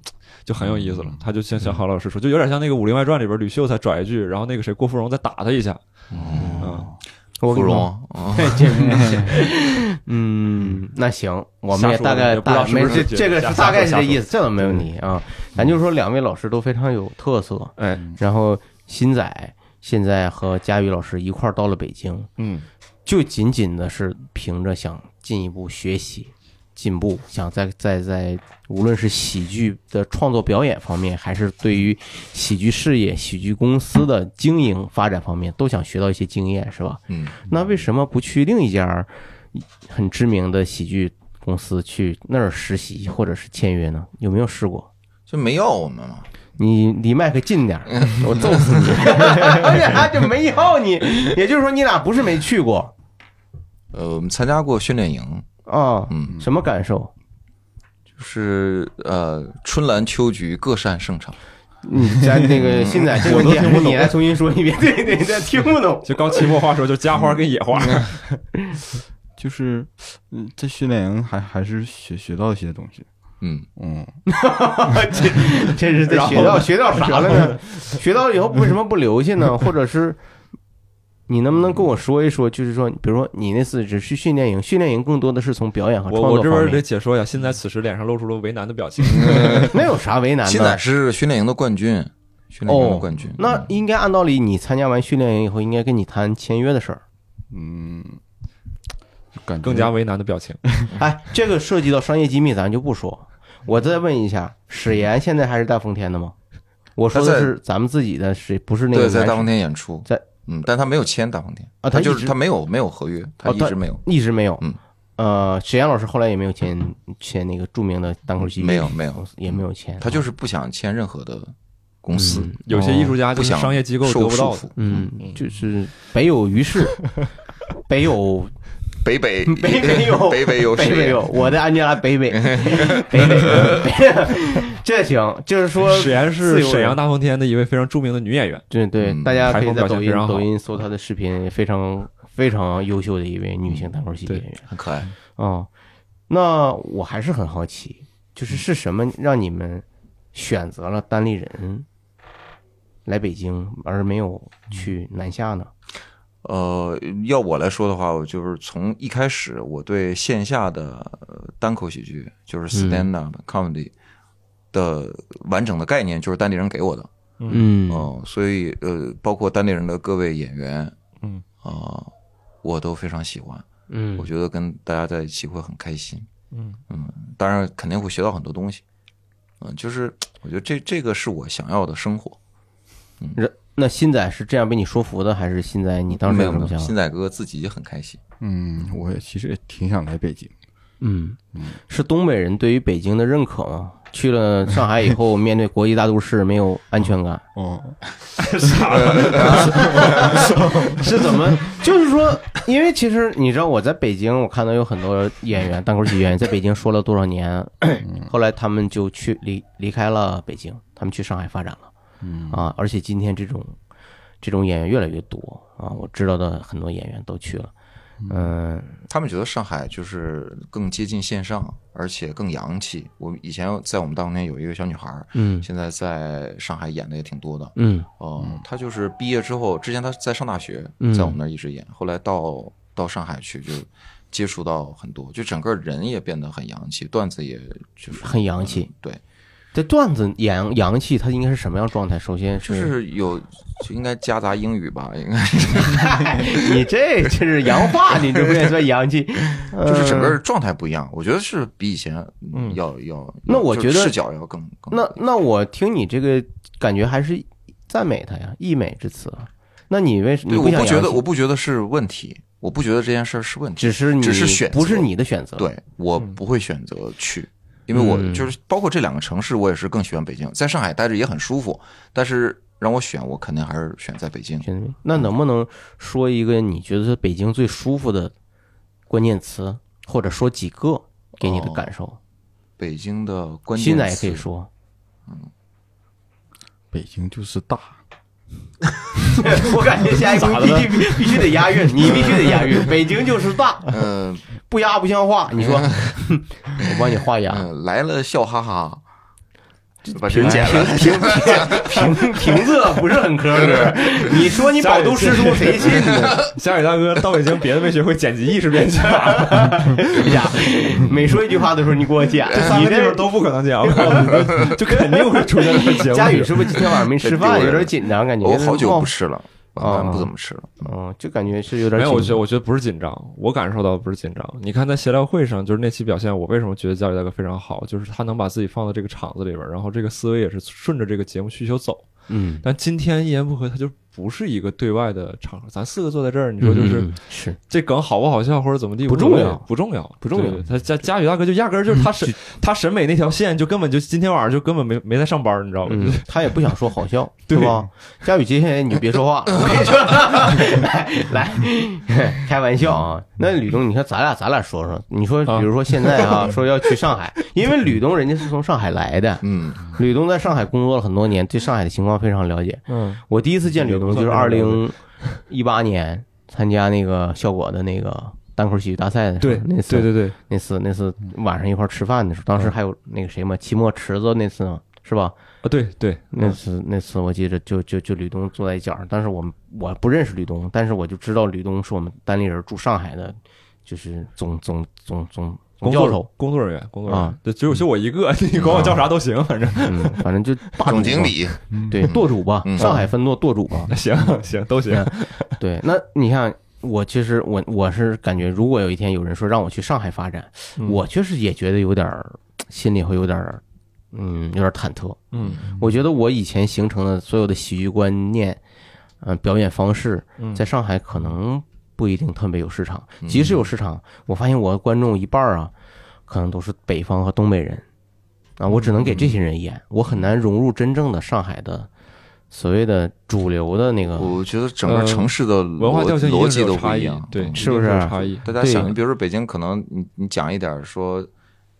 Speaker 1: 很有意思了。他就像像郝老师说，就有点像那个《武林外传》里边吕秀才拽一句，然后那个谁郭芙蓉再打他一下，嗯，
Speaker 3: 我
Speaker 2: 芙
Speaker 3: 跟你说，
Speaker 2: 蓉，嗯
Speaker 3: 嗯，那行，我们也
Speaker 1: 瞎说
Speaker 3: 大
Speaker 1: 的
Speaker 3: 概
Speaker 1: 也不知道
Speaker 3: 大
Speaker 1: 是不
Speaker 3: 没
Speaker 1: 是
Speaker 3: 这
Speaker 1: 觉得
Speaker 3: 这个
Speaker 1: 瞎
Speaker 3: 是
Speaker 1: 说
Speaker 3: 大概是
Speaker 1: 瞎
Speaker 3: 这
Speaker 1: 说嗯
Speaker 3: 意思，这倒没问题啊。咱就说两位老师都非常有特色，
Speaker 1: 哎，
Speaker 3: 然后新仔现在和佳宇老师一块儿到了北京，
Speaker 1: 嗯，
Speaker 3: 就仅仅的是凭着想进一步学习、进步，想在在在无论是喜剧的创作表演方面，还是对于喜剧事业、喜剧公司的经营发展方面，都想学到一些经验，是吧？
Speaker 2: 嗯，
Speaker 3: 那为什么不去另一家很知名的喜剧公司去那儿实习，或者是签约呢？有没有试过？
Speaker 2: 就没要我们嘛。
Speaker 3: 你离麦克近点儿， 我揍死你！而且他就没要你，也就是说你俩不是没去过
Speaker 2: 呃，我们参加过训练营，
Speaker 3: 啊？
Speaker 2: 嗯，
Speaker 3: 什么感受？
Speaker 2: 就是呃，春兰秋菊各擅胜场。
Speaker 3: 你咱那个现在这个点，你来重新说一遍。对对对，听不 懂。
Speaker 1: 就刚期末话说，就是家花跟野花，
Speaker 4: 就是嗯，在训练营还还是学学到一些东西，
Speaker 2: 嗯，
Speaker 4: 嗯，
Speaker 3: 这这是在
Speaker 1: 然后
Speaker 3: 学到学到啥了呢？学到以后为什么不留下呢？或者是你能不能跟我说一说？就是说，比如说你那次只去训练营，训练营更多的是从表演和
Speaker 1: 我嗯
Speaker 3: 创
Speaker 1: 我
Speaker 3: 作
Speaker 1: 这
Speaker 3: 方
Speaker 1: 边得
Speaker 3: 面，
Speaker 1: 解说一下，现在此时脸上露出了为难的表情。
Speaker 3: 那有啥为难
Speaker 2: 新仔
Speaker 3: 的？
Speaker 2: 是训练营的冠军，训练营的冠军。嗯
Speaker 3: 那应该按道理，你参加完训练营以后，应该跟你谈签约的事儿。
Speaker 4: 嗯，就感觉
Speaker 1: 更加为难的表情，
Speaker 3: 哎，这个涉及到商业机密，咱就不说。我再问一下，史岩现在还是大风天的吗？我说
Speaker 2: 他
Speaker 3: 的
Speaker 2: 在
Speaker 3: 是咱们自己的，是不是那个
Speaker 2: 对，在大
Speaker 3: 男
Speaker 2: 风
Speaker 3: 生
Speaker 2: 天演出，
Speaker 3: 在
Speaker 2: 嗯，但他没有签大风天
Speaker 3: 啊他
Speaker 2: 他就
Speaker 3: 一
Speaker 2: 是
Speaker 3: 直
Speaker 2: 他没有没有合约，他
Speaker 3: 哦
Speaker 2: 一
Speaker 3: 他
Speaker 2: 直没有，
Speaker 3: 一直没有。
Speaker 2: 嗯，
Speaker 3: 呃，史岩老师后来也没有签签那个著名的单口喜剧，
Speaker 2: 没有没有，
Speaker 3: 哦也没有嗯签。
Speaker 2: 他就是不想签任何的公司，
Speaker 1: 有些艺术家就
Speaker 2: 哦不
Speaker 1: 是
Speaker 2: 想
Speaker 1: 商业机构得
Speaker 2: 受
Speaker 1: 不
Speaker 2: 束
Speaker 1: 到
Speaker 2: 缚
Speaker 1: 的。。
Speaker 3: 嗯，就是北有于适， 北有
Speaker 2: 北北
Speaker 3: 北北有
Speaker 2: 北北有
Speaker 3: 北北
Speaker 2: 谁？
Speaker 3: 有我的安吉拉北 北北北， 这行就是说
Speaker 1: 史岩
Speaker 3: 自
Speaker 1: 是
Speaker 3: 由人
Speaker 1: 沈阳大风天的一位非常著名的女演员，
Speaker 3: 对对，
Speaker 2: 嗯
Speaker 3: 大家
Speaker 1: 台
Speaker 3: 可以
Speaker 1: 风
Speaker 3: 在
Speaker 1: 表现
Speaker 3: 抖
Speaker 1: 非
Speaker 3: 音
Speaker 1: 常好
Speaker 3: 抖音搜她的视频，也非常非常优秀的一位女
Speaker 2: 嗯
Speaker 3: 性单口喜剧演员
Speaker 2: 很可爱。
Speaker 3: 啊、那我还是很好奇，就是是什么让你们选择了单立人来北京，而没有
Speaker 2: 嗯
Speaker 3: 去南下呢？
Speaker 2: 呃，要我来说的话，我就是从一开始我对线下的呃单口喜剧，就是
Speaker 3: 嗯
Speaker 2: stand up comedy 的完整的概念，就是单立人给我的。
Speaker 3: 嗯
Speaker 2: 哦，所以呃，包括单立人的各位演员，
Speaker 1: 嗯
Speaker 2: 啊、我都非常喜欢，
Speaker 3: 嗯
Speaker 2: 我觉得跟大家在一起会很开心，
Speaker 1: 嗯
Speaker 2: 当然肯定会学到很多东西，嗯、就是我觉得这这个是我想要的生活。
Speaker 3: 人那新仔是这样被你说服的，还是新仔你当时
Speaker 2: 没
Speaker 3: 有
Speaker 2: 有
Speaker 3: 什么
Speaker 2: 没有，
Speaker 3: 想法
Speaker 2: 新？仔哥自己也很开心，
Speaker 4: 嗯，我也其实也挺想来北京，
Speaker 3: 嗯，是东北人对于北京的认可吗？去了上海以 后，面对国际大都市没有安全感，
Speaker 4: 哦，
Speaker 3: 是怎么？就是说，因为其实你知道，我在北京，我看到有很多演员，单口喜剧演员在北京说了多少年，
Speaker 2: 嗯
Speaker 3: 后来他们就去离离开了北京，他们去上海发展了。
Speaker 4: 嗯
Speaker 3: 啊，而且今天这种这种演员越来越多啊，我知道的很多演员都去了。嗯，
Speaker 2: 他们觉得上海就是更接近线上，而且更洋气。我以前在我们当年有一个小女孩儿，
Speaker 3: 嗯
Speaker 2: 现在在上海演的也挺多的。
Speaker 3: 嗯
Speaker 2: 哦、她就是毕业之后，之前她在上大学
Speaker 3: 嗯，
Speaker 2: 在我们那儿一直演，后来到到上海去就接触到很多，就整个人也变得很洋气，段子也就是嗯
Speaker 3: 很洋气。
Speaker 2: 对，
Speaker 3: 这段子洋洋气，它应该是什么样状态？首先
Speaker 2: 就是是有就应该夹杂英语吧，应该
Speaker 3: 你这这是洋话， 你这不也算洋气？呃
Speaker 2: 就是整个状态不一样。我觉得是比以前要、要，
Speaker 3: 那我
Speaker 2: 就是
Speaker 3: 觉得
Speaker 2: 视角要更更
Speaker 3: 那那我听你这个感觉还是赞美他呀，溢美之词啊。那你为什
Speaker 2: 对，
Speaker 3: 你
Speaker 2: 我
Speaker 3: 想
Speaker 2: 不觉
Speaker 3: 洋
Speaker 2: 得，
Speaker 3: 气
Speaker 2: 我不觉得是问题，我不觉得这件事儿是问题，
Speaker 3: 只是你
Speaker 2: 只是选择
Speaker 3: 不是你的选择。，
Speaker 2: 对我不会选择去，因为我
Speaker 3: 嗯
Speaker 2: 就是包括这两个城市，我也是更喜欢北京，在上海待着也很舒服，但是让我选，我肯定还是选在北京。
Speaker 3: 选择那能不能说一个你觉得北京最舒服的关键词，或者说几个给你的感受？
Speaker 2: 北京的关键
Speaker 3: 现在也可
Speaker 2: 词
Speaker 3: 以说，
Speaker 4: 北京就是大，
Speaker 3: 我感觉下一个必须必须得押韵，你必须得押 韵。北京就是大，
Speaker 2: 嗯
Speaker 3: 不押不像话。你说， 我帮你画押。
Speaker 2: 嗯，来了笑哈哈，把这
Speaker 3: 平
Speaker 2: 个
Speaker 3: 平
Speaker 2: 剪 了
Speaker 3: 平平平平仄不是很科学。你说你饱读诗书谁信 呢？
Speaker 1: 小雨大哥到北京，别的没学会，剪辑意识变 强，
Speaker 3: 哎呀，每说一句话都说你给我剪，
Speaker 1: 三
Speaker 3: 你
Speaker 1: 个地
Speaker 3: 这
Speaker 1: 方。都不可能 剪，我告诉你，就肯定会出现 在节目里。
Speaker 3: 佳宇是不是今天晚上没吃饭，有点紧张，感觉
Speaker 2: 我好久不
Speaker 3: 吃，
Speaker 2: 吃了，
Speaker 3: 哦
Speaker 2: 晚饭不怎么吃了。
Speaker 3: 嗯，就感觉是有点
Speaker 1: 没有，我
Speaker 3: 紧
Speaker 1: 觉得
Speaker 3: 张。
Speaker 1: 我觉得不是紧张，我感受到的不是紧张。你看在协调会上，就是那期表现，我为什么觉得教育大哥非常好，就是他能把自己放到这个场子里边儿，然后这个思维也是顺着这个节目需求走。
Speaker 3: 嗯，
Speaker 1: 但今天一言不合，他就不是一个对外的场合，咱四个坐在这儿，你
Speaker 3: 你
Speaker 1: 说就是、
Speaker 3: 嗯是
Speaker 1: 这梗好不好笑或者怎么地
Speaker 3: 不
Speaker 1: 无所谓
Speaker 3: 重要
Speaker 1: 不重要，
Speaker 3: 不重要嗯
Speaker 1: 对他佳佳宇大哥就压根儿就是他审他审美那条线，就根本就今天晚上就根本没没在上班儿，你知道吗？
Speaker 3: 嗯，他也不想说好笑，
Speaker 1: 对
Speaker 3: 是吧？佳宇，接下来你就别说话了，我跟你说， 来来，开玩笑啊。那吕东，你看咱俩，咱俩说说，你说，
Speaker 1: 啊
Speaker 3: 比如说现在 啊，说要去上海，因为吕东人家是从上海来的，
Speaker 2: 嗯，
Speaker 3: 吕东在上海工作了很多年，对上海的情况非常了解。
Speaker 1: 嗯，
Speaker 3: 我第一次见吕东就是
Speaker 1: 嗯
Speaker 3: 二零一八年参加那个效果的那个单口喜剧大赛的时候，
Speaker 1: 对，
Speaker 3: 那
Speaker 1: 对嗯
Speaker 3: 次
Speaker 1: 对对，
Speaker 3: 那次那次晚上一块儿吃饭的时候，当时还有那个谁嘛，期末池子那次嘛，是吧？
Speaker 1: 啊对对，
Speaker 3: 那次那次我记得就就就吕东坐在一角儿，但是我们我不认识吕东，但是我就知道吕东是我们单立人驻上海的，就是总总总总总
Speaker 1: 工
Speaker 3: 教
Speaker 1: 作
Speaker 3: 头，
Speaker 1: 工作人员工作人
Speaker 3: 啊
Speaker 1: 员，对，只有就我一个，你管我叫啥都行，反正。
Speaker 3: 嗯，反正就霸主
Speaker 2: 总经
Speaker 3: 嘛，
Speaker 2: 理，
Speaker 3: 对，舵主吧，
Speaker 2: 嗯
Speaker 3: 上海分舵舵主吧，
Speaker 1: 行行都行，
Speaker 3: 对，那你看，我其实我我是感觉，如果有一天有人说让我去上海发展，
Speaker 1: 嗯
Speaker 3: 我确实也觉得有点儿，心里会有点儿，嗯，有点儿忐忑。
Speaker 1: 嗯
Speaker 3: 我觉得我以前形成的所有的喜剧观念，嗯、表演方式，
Speaker 1: 嗯
Speaker 3: 在上海可能不一定特别有市场。
Speaker 2: 嗯
Speaker 3: 即使有市场，我发现我的观众一半儿啊，可能都是北方和东北人，啊，我只能给这些人
Speaker 2: 嗯
Speaker 3: 演，我很难融入真正的上海的所谓的主流的那个。
Speaker 2: 我觉得整
Speaker 3: 嗯
Speaker 2: 个城市的
Speaker 1: 嗯文化
Speaker 2: 逻
Speaker 1: 调性一
Speaker 2: 逻
Speaker 1: 定是
Speaker 2: 辑
Speaker 1: 有
Speaker 2: 都不
Speaker 1: 差
Speaker 2: 一
Speaker 1: 异
Speaker 2: 样，，
Speaker 1: 对，
Speaker 2: 嗯
Speaker 3: 是不是
Speaker 1: 一定有差异？
Speaker 2: 大家
Speaker 3: 对
Speaker 2: 想，你比如说北京，可能你你讲一点儿说，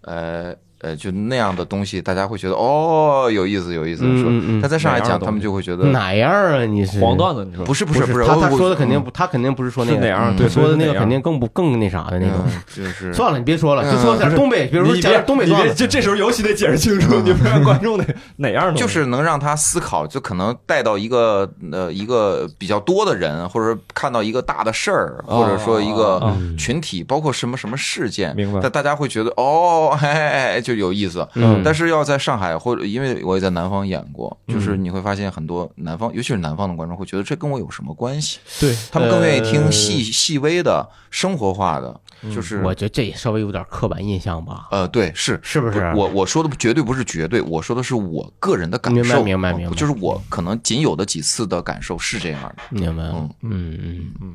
Speaker 2: 呃呃，就那样的东西，大家会觉得哦有意思有意思。
Speaker 3: 嗯嗯嗯
Speaker 2: 说，但在上海
Speaker 1: 哪样的
Speaker 2: 讲，
Speaker 1: 东西
Speaker 2: 他们就会觉得
Speaker 3: 哪样啊？你是
Speaker 1: 黄段子，你说
Speaker 2: 不是不
Speaker 3: 不
Speaker 2: 不是，哦
Speaker 3: 他
Speaker 2: 我
Speaker 3: 他
Speaker 2: 我
Speaker 3: 说的肯定不，他肯定不是说那
Speaker 1: 是
Speaker 3: 个
Speaker 1: 哪样？
Speaker 2: 嗯
Speaker 1: 对，
Speaker 3: 说的那
Speaker 1: 是
Speaker 3: 个
Speaker 1: 哪
Speaker 3: 肯定
Speaker 1: 样
Speaker 3: 更不更那啥的那
Speaker 2: 嗯
Speaker 3: 种。
Speaker 2: 就是
Speaker 3: 算了，你别 说了，
Speaker 2: 嗯
Speaker 3: 就说点东北，比如说
Speaker 1: 你
Speaker 3: 讲
Speaker 1: 别
Speaker 3: 点东北
Speaker 1: 你
Speaker 3: 段
Speaker 1: 别
Speaker 3: 子。
Speaker 1: 这这时候尤其得解释清 楚，你不然观众得哪样的
Speaker 2: 就
Speaker 1: 东西
Speaker 2: 是能让他思考，就可能带到一个呃一个比较多的人，或者看到一个大的事儿，
Speaker 1: 哦
Speaker 2: 或者说一个
Speaker 1: 哦
Speaker 2: 群体，包括什么什么事件，
Speaker 1: 明白
Speaker 2: 但大家会觉得哦，哎哎哎，就有意思。
Speaker 3: 嗯
Speaker 2: 但是要在上海或者因为我也在南方演过，就是你会发现很多南方，尤其是南方的观众会觉得这跟我有什么关系？
Speaker 1: 对
Speaker 2: 他们更愿意听
Speaker 3: 呃
Speaker 2: 细细微的、生活化的，就是
Speaker 3: 嗯我觉得这也稍微有点刻板印象吧，
Speaker 2: 呃，对，是
Speaker 3: 是不是？
Speaker 2: 我我说的绝对不是绝对，我说的是我个人的感
Speaker 3: 明白
Speaker 2: 受，
Speaker 3: 明白
Speaker 2: 嗯
Speaker 3: 明白
Speaker 2: 就是我可能仅有的几次的感受是这样的。
Speaker 3: 明白
Speaker 2: 嗯
Speaker 3: 了。嗯嗯嗯。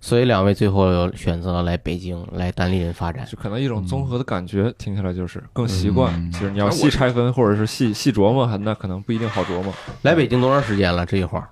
Speaker 3: 所以两位最后选择了来北京，来单立人发
Speaker 2: 嗯
Speaker 3: 展。
Speaker 1: 就可能一种综合的感觉，听下来就是更习惯。
Speaker 4: 嗯
Speaker 1: 其实你要
Speaker 2: 我
Speaker 1: 细拆分，或者是细细琢磨，还那可能不一定好琢磨。
Speaker 3: 来北京多长时间了？这一会儿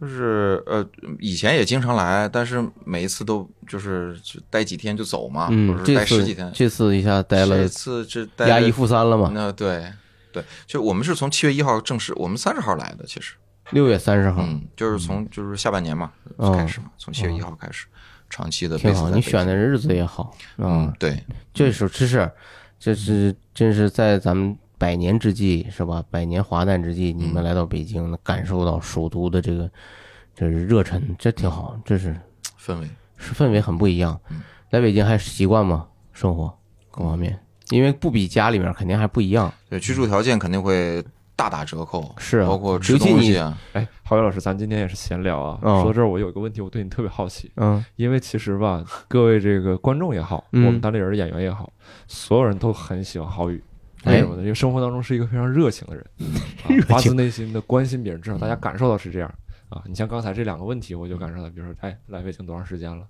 Speaker 2: 就是呃，以前也经常来，但是每一次都就是就待几天就走嘛，或
Speaker 3: 嗯，
Speaker 2: 啊者是
Speaker 3: 这
Speaker 2: 待十
Speaker 3: 次
Speaker 2: 几天。
Speaker 3: 这次一下待
Speaker 2: 这
Speaker 3: 了
Speaker 2: 次这待嗯
Speaker 3: 压
Speaker 2: 了
Speaker 3: 一负三了嘛？
Speaker 2: 那对对，就我们是从七月一号正式，我们三十号来的，其实，
Speaker 3: 六月三十号，
Speaker 2: 嗯，就是从就是下半年嘛
Speaker 3: 啊哦
Speaker 2: 开始嘛，从七月一号开始，长期的
Speaker 3: 挺
Speaker 2: base
Speaker 3: 好，
Speaker 2: 在
Speaker 3: 你
Speaker 2: 北
Speaker 3: 选
Speaker 2: 京
Speaker 3: 的日子也好
Speaker 2: 嗯
Speaker 3: 啊，，
Speaker 2: 对，
Speaker 1: 嗯
Speaker 3: 这时候这是这是真是在咱们百年之际是吧？百年华诞之际，你
Speaker 1: 嗯
Speaker 3: 们来到北京，能感受到首都的这个这是热忱，这挺好，这是
Speaker 2: 氛围
Speaker 3: 是氛围很不一样。
Speaker 1: 嗯
Speaker 3: 来北京还习惯吗？生活各方面，因为不比家里面肯定还不一样。
Speaker 2: 对居住条件肯定会大打折扣，
Speaker 3: 嗯是啊
Speaker 2: 包括吃
Speaker 3: 尤其
Speaker 2: 东
Speaker 3: 你
Speaker 2: 西啊，
Speaker 1: 哎，郝宇老师，咱今天也是闲聊啊。
Speaker 3: 哦
Speaker 1: 说到这儿，我有一个问题，我对你特别好奇，
Speaker 3: 嗯，
Speaker 1: 因为其实吧，各位这个观众也好，
Speaker 3: 嗯
Speaker 1: 我们单立人的演员也好，所有人都很喜欢郝宇。
Speaker 3: 哎嗯
Speaker 1: 为什么呢？因为生活当中是一个非常热情的人， 啊、发自内心的关心别人，至少大家感受到是这样啊。你像刚才这两个问题，我就感受到，比如说，哎，来北京多长时间了？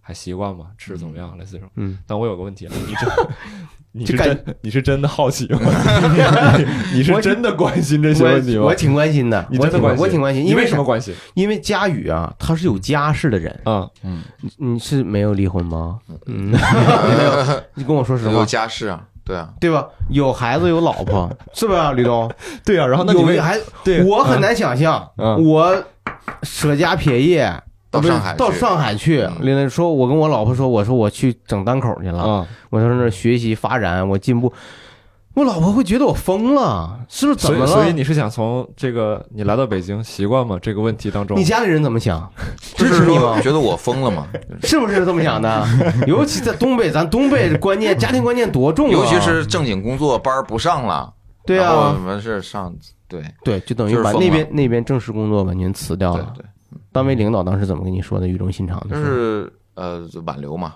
Speaker 1: 还习惯吗？吃得怎么样？类似这种。
Speaker 3: 嗯。
Speaker 1: 但我有个问题啊，你这 你是
Speaker 3: 这感
Speaker 1: 真你是真的好奇 吗？你你是真的关心这些问题
Speaker 3: 我
Speaker 1: 吗
Speaker 3: 我？挺关心的，
Speaker 1: 你
Speaker 3: 我
Speaker 1: 真的
Speaker 3: 挺
Speaker 1: 关心？
Speaker 3: 我挺关心，
Speaker 1: 你
Speaker 3: 因
Speaker 1: 为
Speaker 3: 为
Speaker 1: 什
Speaker 3: 啥
Speaker 1: 么？关心？
Speaker 3: 因为佳宇啊，他是有家室的人，
Speaker 1: 啊，
Speaker 3: 你是没有离婚吗？嗯，没有， 你跟我说实话
Speaker 2: 有，家室啊，对啊，
Speaker 3: 对吧？有孩子，有老婆，是不是啊，吕东？
Speaker 1: 对啊，然后那你
Speaker 3: 有一
Speaker 1: 为
Speaker 3: 个孩子，
Speaker 1: 对啊
Speaker 3: 我很难想象，
Speaker 1: 嗯
Speaker 3: 我舍家撇业
Speaker 2: 到
Speaker 3: 不是
Speaker 2: 上海
Speaker 3: 到
Speaker 2: 去
Speaker 3: 上海去，林林说，我跟我老婆说，我说我去整单口去了，
Speaker 1: 啊，
Speaker 3: 我说那儿学习发展，我进步。我老婆会觉得我疯了，是不是？怎
Speaker 1: 所
Speaker 3: 么
Speaker 1: 以
Speaker 3: 了？
Speaker 1: 所以你是想从这个你来到北京习惯吗这个问题当中
Speaker 3: 你，家里人怎么想？
Speaker 2: 就
Speaker 3: 支
Speaker 2: 是
Speaker 3: 持你
Speaker 2: 说
Speaker 3: 吗？
Speaker 2: 觉得我 疯了嘛，
Speaker 3: 是不是这么想的？ 尤其在东北，咱东北观念、家庭观念多重啊！
Speaker 2: 尤其是正经工作班儿不上了，
Speaker 3: 对
Speaker 2: 然后什
Speaker 3: 啊，
Speaker 2: 么事上对
Speaker 3: 对，就等于
Speaker 2: 就是
Speaker 3: 把
Speaker 2: 疯了
Speaker 3: 那边那边正式工作完全辞掉
Speaker 2: 对
Speaker 3: 了。
Speaker 2: 对，
Speaker 3: 单位领导当时怎么跟你说的？语重心长的
Speaker 2: 就
Speaker 3: 说，
Speaker 2: 是呃挽留嘛，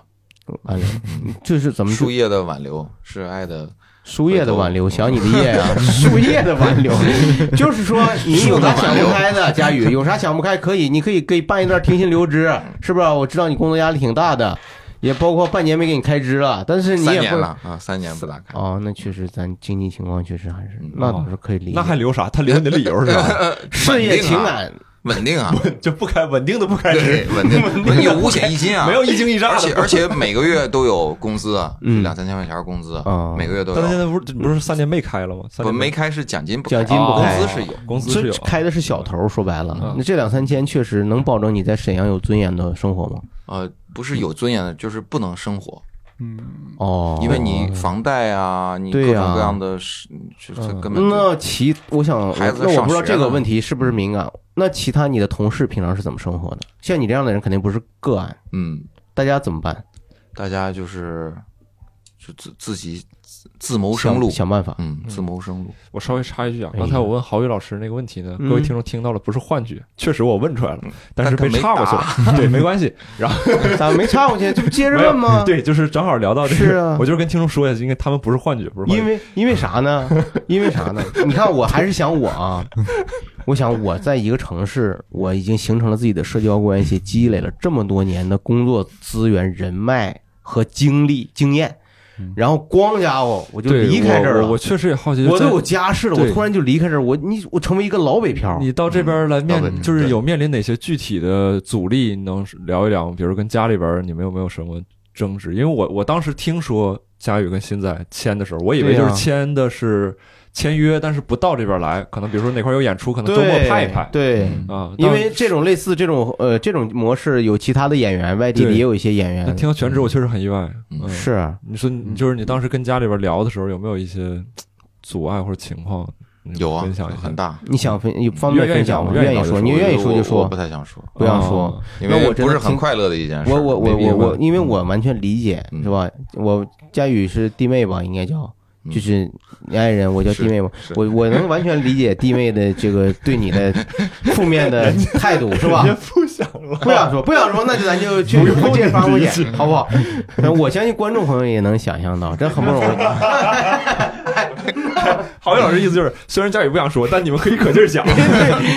Speaker 3: 完了，嗯就是怎么
Speaker 2: 输
Speaker 3: 输
Speaker 2: 液的挽留是爱的，
Speaker 3: 输液的挽留，想你的液啊，输液的挽留， 就是说你有啥想不开的，佳宇有啥想不开可以，你可以可以办一段停薪留职，是不是？啊我知道你工作压力挺大的，也包括半年没给你开支了，但是你
Speaker 2: 三
Speaker 3: 也
Speaker 2: 年
Speaker 3: 不
Speaker 2: 了啊，三年不打开，
Speaker 3: 哦，那确实咱经济情况确实还是
Speaker 2: 嗯，
Speaker 3: 那倒是可以理解。
Speaker 1: 那还留啥？他留你的理由是 啥？
Speaker 2: 呃
Speaker 3: 事业情感，
Speaker 2: 啊稳 定啊，
Speaker 1: 就不开稳定的不开
Speaker 2: 对，
Speaker 1: 支，
Speaker 2: 稳定，稳定有五险一金啊，
Speaker 1: 没有一惊一 乍
Speaker 2: 而且
Speaker 1: 的。
Speaker 2: 而且每个月都有工资啊，
Speaker 3: 嗯
Speaker 2: 两三千块钱工资啊
Speaker 3: 哦，
Speaker 2: 每个月都
Speaker 1: 但他现
Speaker 2: 有。
Speaker 1: 在不是不是三年没开了吗？三
Speaker 2: 不
Speaker 1: 年
Speaker 2: 没开是奖金不
Speaker 3: 奖
Speaker 2: 开，
Speaker 3: 金不
Speaker 1: 哦
Speaker 3: 开
Speaker 2: 工资是有。
Speaker 1: 公司是
Speaker 3: 这
Speaker 1: 有
Speaker 3: 开的是小头，说白了
Speaker 1: 嗯，
Speaker 3: 那这两三千确实能保证你在沈阳有尊严的生活吗？
Speaker 2: 呃，不是有尊严的，就是不能生活，
Speaker 1: 嗯
Speaker 3: 哦，
Speaker 2: 因为你房贷啊，你
Speaker 3: 对
Speaker 2: 各
Speaker 3: 呀
Speaker 2: 种各样的事，就是
Speaker 1: 嗯
Speaker 2: 根本就
Speaker 3: 那其我想，
Speaker 2: 孩子
Speaker 3: 那我不知道
Speaker 2: 上学
Speaker 3: 这个
Speaker 2: 了
Speaker 3: 问题是不是敏感。那其他你的同事平常是怎么生活的？像你这样的人肯定不是个案，
Speaker 2: 嗯，
Speaker 3: 大家怎么办？
Speaker 2: 大家就是就自自己自自谋生路
Speaker 3: 想，想办 法。
Speaker 2: 嗯，自谋生路。
Speaker 1: 我稍微插一句啊，
Speaker 3: 哎呀
Speaker 1: 刚才我问郝宇老师那个问题呢，
Speaker 3: 嗯
Speaker 1: 各位听众听到了不是幻觉， 确实我问出来了，但是被
Speaker 2: 但他没
Speaker 1: 岔过去了。 对，没关系。然后
Speaker 3: 咋没插过去？这不接着问吗？
Speaker 1: 对，就是正好聊到这
Speaker 3: 是
Speaker 1: 个
Speaker 3: 啊，
Speaker 1: 我就是跟听众说一下，因为他们不是幻觉，不是幻觉
Speaker 3: 因为因为 啥呢？因为啥呢？你看，我还是想我啊，我想我在一个城市，我已经形成了自己的社交关系，积累了这么多年的工作资源、人脉和经历经验，然后光家伙我就
Speaker 1: 对
Speaker 3: 离开这
Speaker 1: 我
Speaker 3: 儿
Speaker 1: 我嗯我
Speaker 3: 了。
Speaker 1: 确实也好奇，
Speaker 3: 我
Speaker 1: 就
Speaker 3: 都
Speaker 1: 在
Speaker 3: 有家室了，我
Speaker 1: 对
Speaker 3: 突然就离开这儿，我你我成为一个老北漂。
Speaker 1: 你到这边来面，
Speaker 2: 嗯到北
Speaker 1: 就是有面临哪些具体的阻力？你能聊一聊吗？比如跟家里边儿，你们有没有什么争执？因为我我当时听说佳宇跟新仔签的时候，我以为
Speaker 3: 对
Speaker 1: 就
Speaker 3: 啊
Speaker 1: 是签的是签约，但是不到这边来，可能比如说哪块有演出，可能周末
Speaker 3: 对
Speaker 1: 派一派
Speaker 3: 对，
Speaker 2: 嗯
Speaker 1: 啊。
Speaker 3: 因为这种类似这种呃这种模式，有其他的演员，外地的
Speaker 1: 对
Speaker 3: 也有一些演
Speaker 1: 但但
Speaker 3: 员
Speaker 1: 听到全职，我确实很意外。
Speaker 2: 嗯
Speaker 1: 嗯，
Speaker 3: 是啊
Speaker 1: 你说你就是你当时跟家里边聊的时候，有没有一些阻碍或者情况？你
Speaker 2: 有啊，
Speaker 1: 分享一下。
Speaker 2: 很大。
Speaker 3: 你想分你方便
Speaker 1: 愿意
Speaker 3: 分享
Speaker 1: 讲
Speaker 3: 吗？
Speaker 1: 我愿意讲
Speaker 3: 愿意
Speaker 1: 就
Speaker 3: 说，
Speaker 1: 说
Speaker 3: 你
Speaker 2: 我
Speaker 3: 愿意说就
Speaker 2: 我
Speaker 3: 说
Speaker 2: 我不，太想说，
Speaker 3: 不要
Speaker 1: 哦
Speaker 3: 说。
Speaker 2: 因
Speaker 3: 那
Speaker 2: 为
Speaker 3: 我真
Speaker 2: 不是
Speaker 3: 的
Speaker 2: 很
Speaker 3: 挺
Speaker 2: 快乐的一件事。
Speaker 3: 我我我
Speaker 2: 没必
Speaker 3: 我
Speaker 2: 要
Speaker 3: 我，因为我完全理解，
Speaker 2: 嗯
Speaker 3: 是吧？我佳宇是弟妹吧，应该叫，
Speaker 2: 嗯
Speaker 3: 就是你爱人，我叫
Speaker 2: 是
Speaker 3: 弟妹嘛。
Speaker 2: 是
Speaker 3: 我我能完全理解弟妹的这个对你的负面的态度，是吧？
Speaker 4: 啊
Speaker 1: 不想了，
Speaker 3: 不想说，不想说，那就咱 就去
Speaker 1: 不用
Speaker 3: 不见发过
Speaker 1: 理
Speaker 3: 去，好不好？那我相信观众朋友也能想象到，这很不容易。
Speaker 1: 郝宇老师意思就是，虽然佳宇不想说，但你们可以可劲儿讲，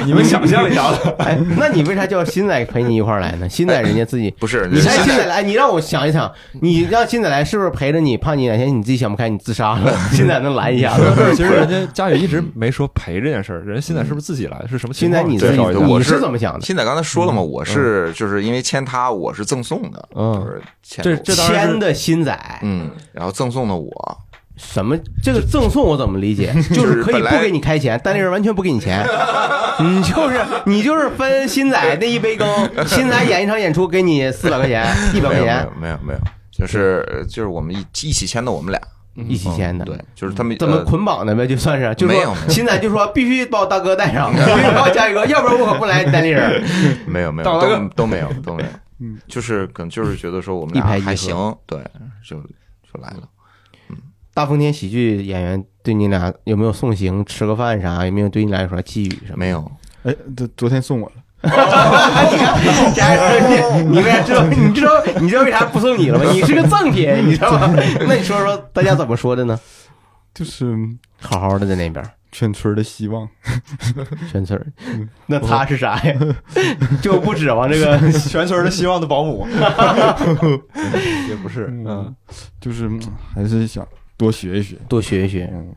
Speaker 1: 你们想象一下子。
Speaker 3: 哎，那你为啥叫新仔陪你一块儿来呢？新仔人家自己。
Speaker 2: 不哎是
Speaker 3: 你
Speaker 2: 人
Speaker 3: 让
Speaker 2: 现
Speaker 3: 新仔
Speaker 2: 在
Speaker 3: 来，你让我想一想，你让新仔来是不是陪着你？怕你哪天你自己想不开，你自杀了， 新仔能来一下 子。
Speaker 1: 不啊是，其实人家佳宇一直没说赔这件事儿，人家现在是不是自己来？是什么
Speaker 3: 现
Speaker 1: 情
Speaker 3: 在
Speaker 1: 况？
Speaker 3: 你
Speaker 1: 介
Speaker 3: 自己
Speaker 1: 绍一下
Speaker 2: 对。我
Speaker 3: 你
Speaker 2: 是
Speaker 3: 是怎么想的？
Speaker 2: 现在刚才说了嘛，我是就是因为签他，我是赠送的，
Speaker 3: 嗯
Speaker 2: 就是签嗯
Speaker 1: 这
Speaker 2: 我
Speaker 1: 这当然是
Speaker 3: 签的新仔，
Speaker 2: 嗯，然后赠送的我，
Speaker 3: 什么这个赠送我怎么理 解？就是可以
Speaker 2: 本来
Speaker 3: 不给你开钱，单立人完全不给你钱， 你就是你就是分新仔那一杯羹，新仔演一场演出给你四百块钱，一百
Speaker 2: 没
Speaker 3: 块
Speaker 2: 有没
Speaker 3: 钱
Speaker 2: 有没有没有，就是呃就是我们一一起签的，我们俩
Speaker 3: 一起签的，
Speaker 2: 嗯对，就是他们
Speaker 3: 怎么
Speaker 2: 呃
Speaker 3: 捆绑的呗，就算是，就
Speaker 2: 没有
Speaker 3: 说
Speaker 2: 没有
Speaker 3: 新仔就说必须把我大哥带上，必 须把我加一个，要不然我可不来单立人。
Speaker 2: 呃没有没
Speaker 3: 大
Speaker 2: 有
Speaker 3: 哥
Speaker 2: 都都没有都 没有，就是可能就是觉得说我们
Speaker 3: 嗯一拍
Speaker 2: 俩
Speaker 3: 即合
Speaker 2: 还行，对，就就来了。
Speaker 3: 大风天喜剧演员对你俩有没有送行、吃个饭啥，有没有对你俩有啥寄语什么？
Speaker 2: 没有，
Speaker 4: 哎，昨昨天送我了，
Speaker 3: 你看，家人，你你为啥知道？你知道你知道为啥不送你了吗？你是个赠品，你知道吗？那你说说大家怎么说的呢？
Speaker 4: 就是
Speaker 3: 好好的在那边
Speaker 4: 全村的希望。
Speaker 3: 圈村儿，那他是啥呀？就不指望这个
Speaker 1: 全村的希望的保姆， 也不是，
Speaker 4: 嗯，就是嗯还是想多学一学。
Speaker 3: 多学一学。
Speaker 4: 嗯，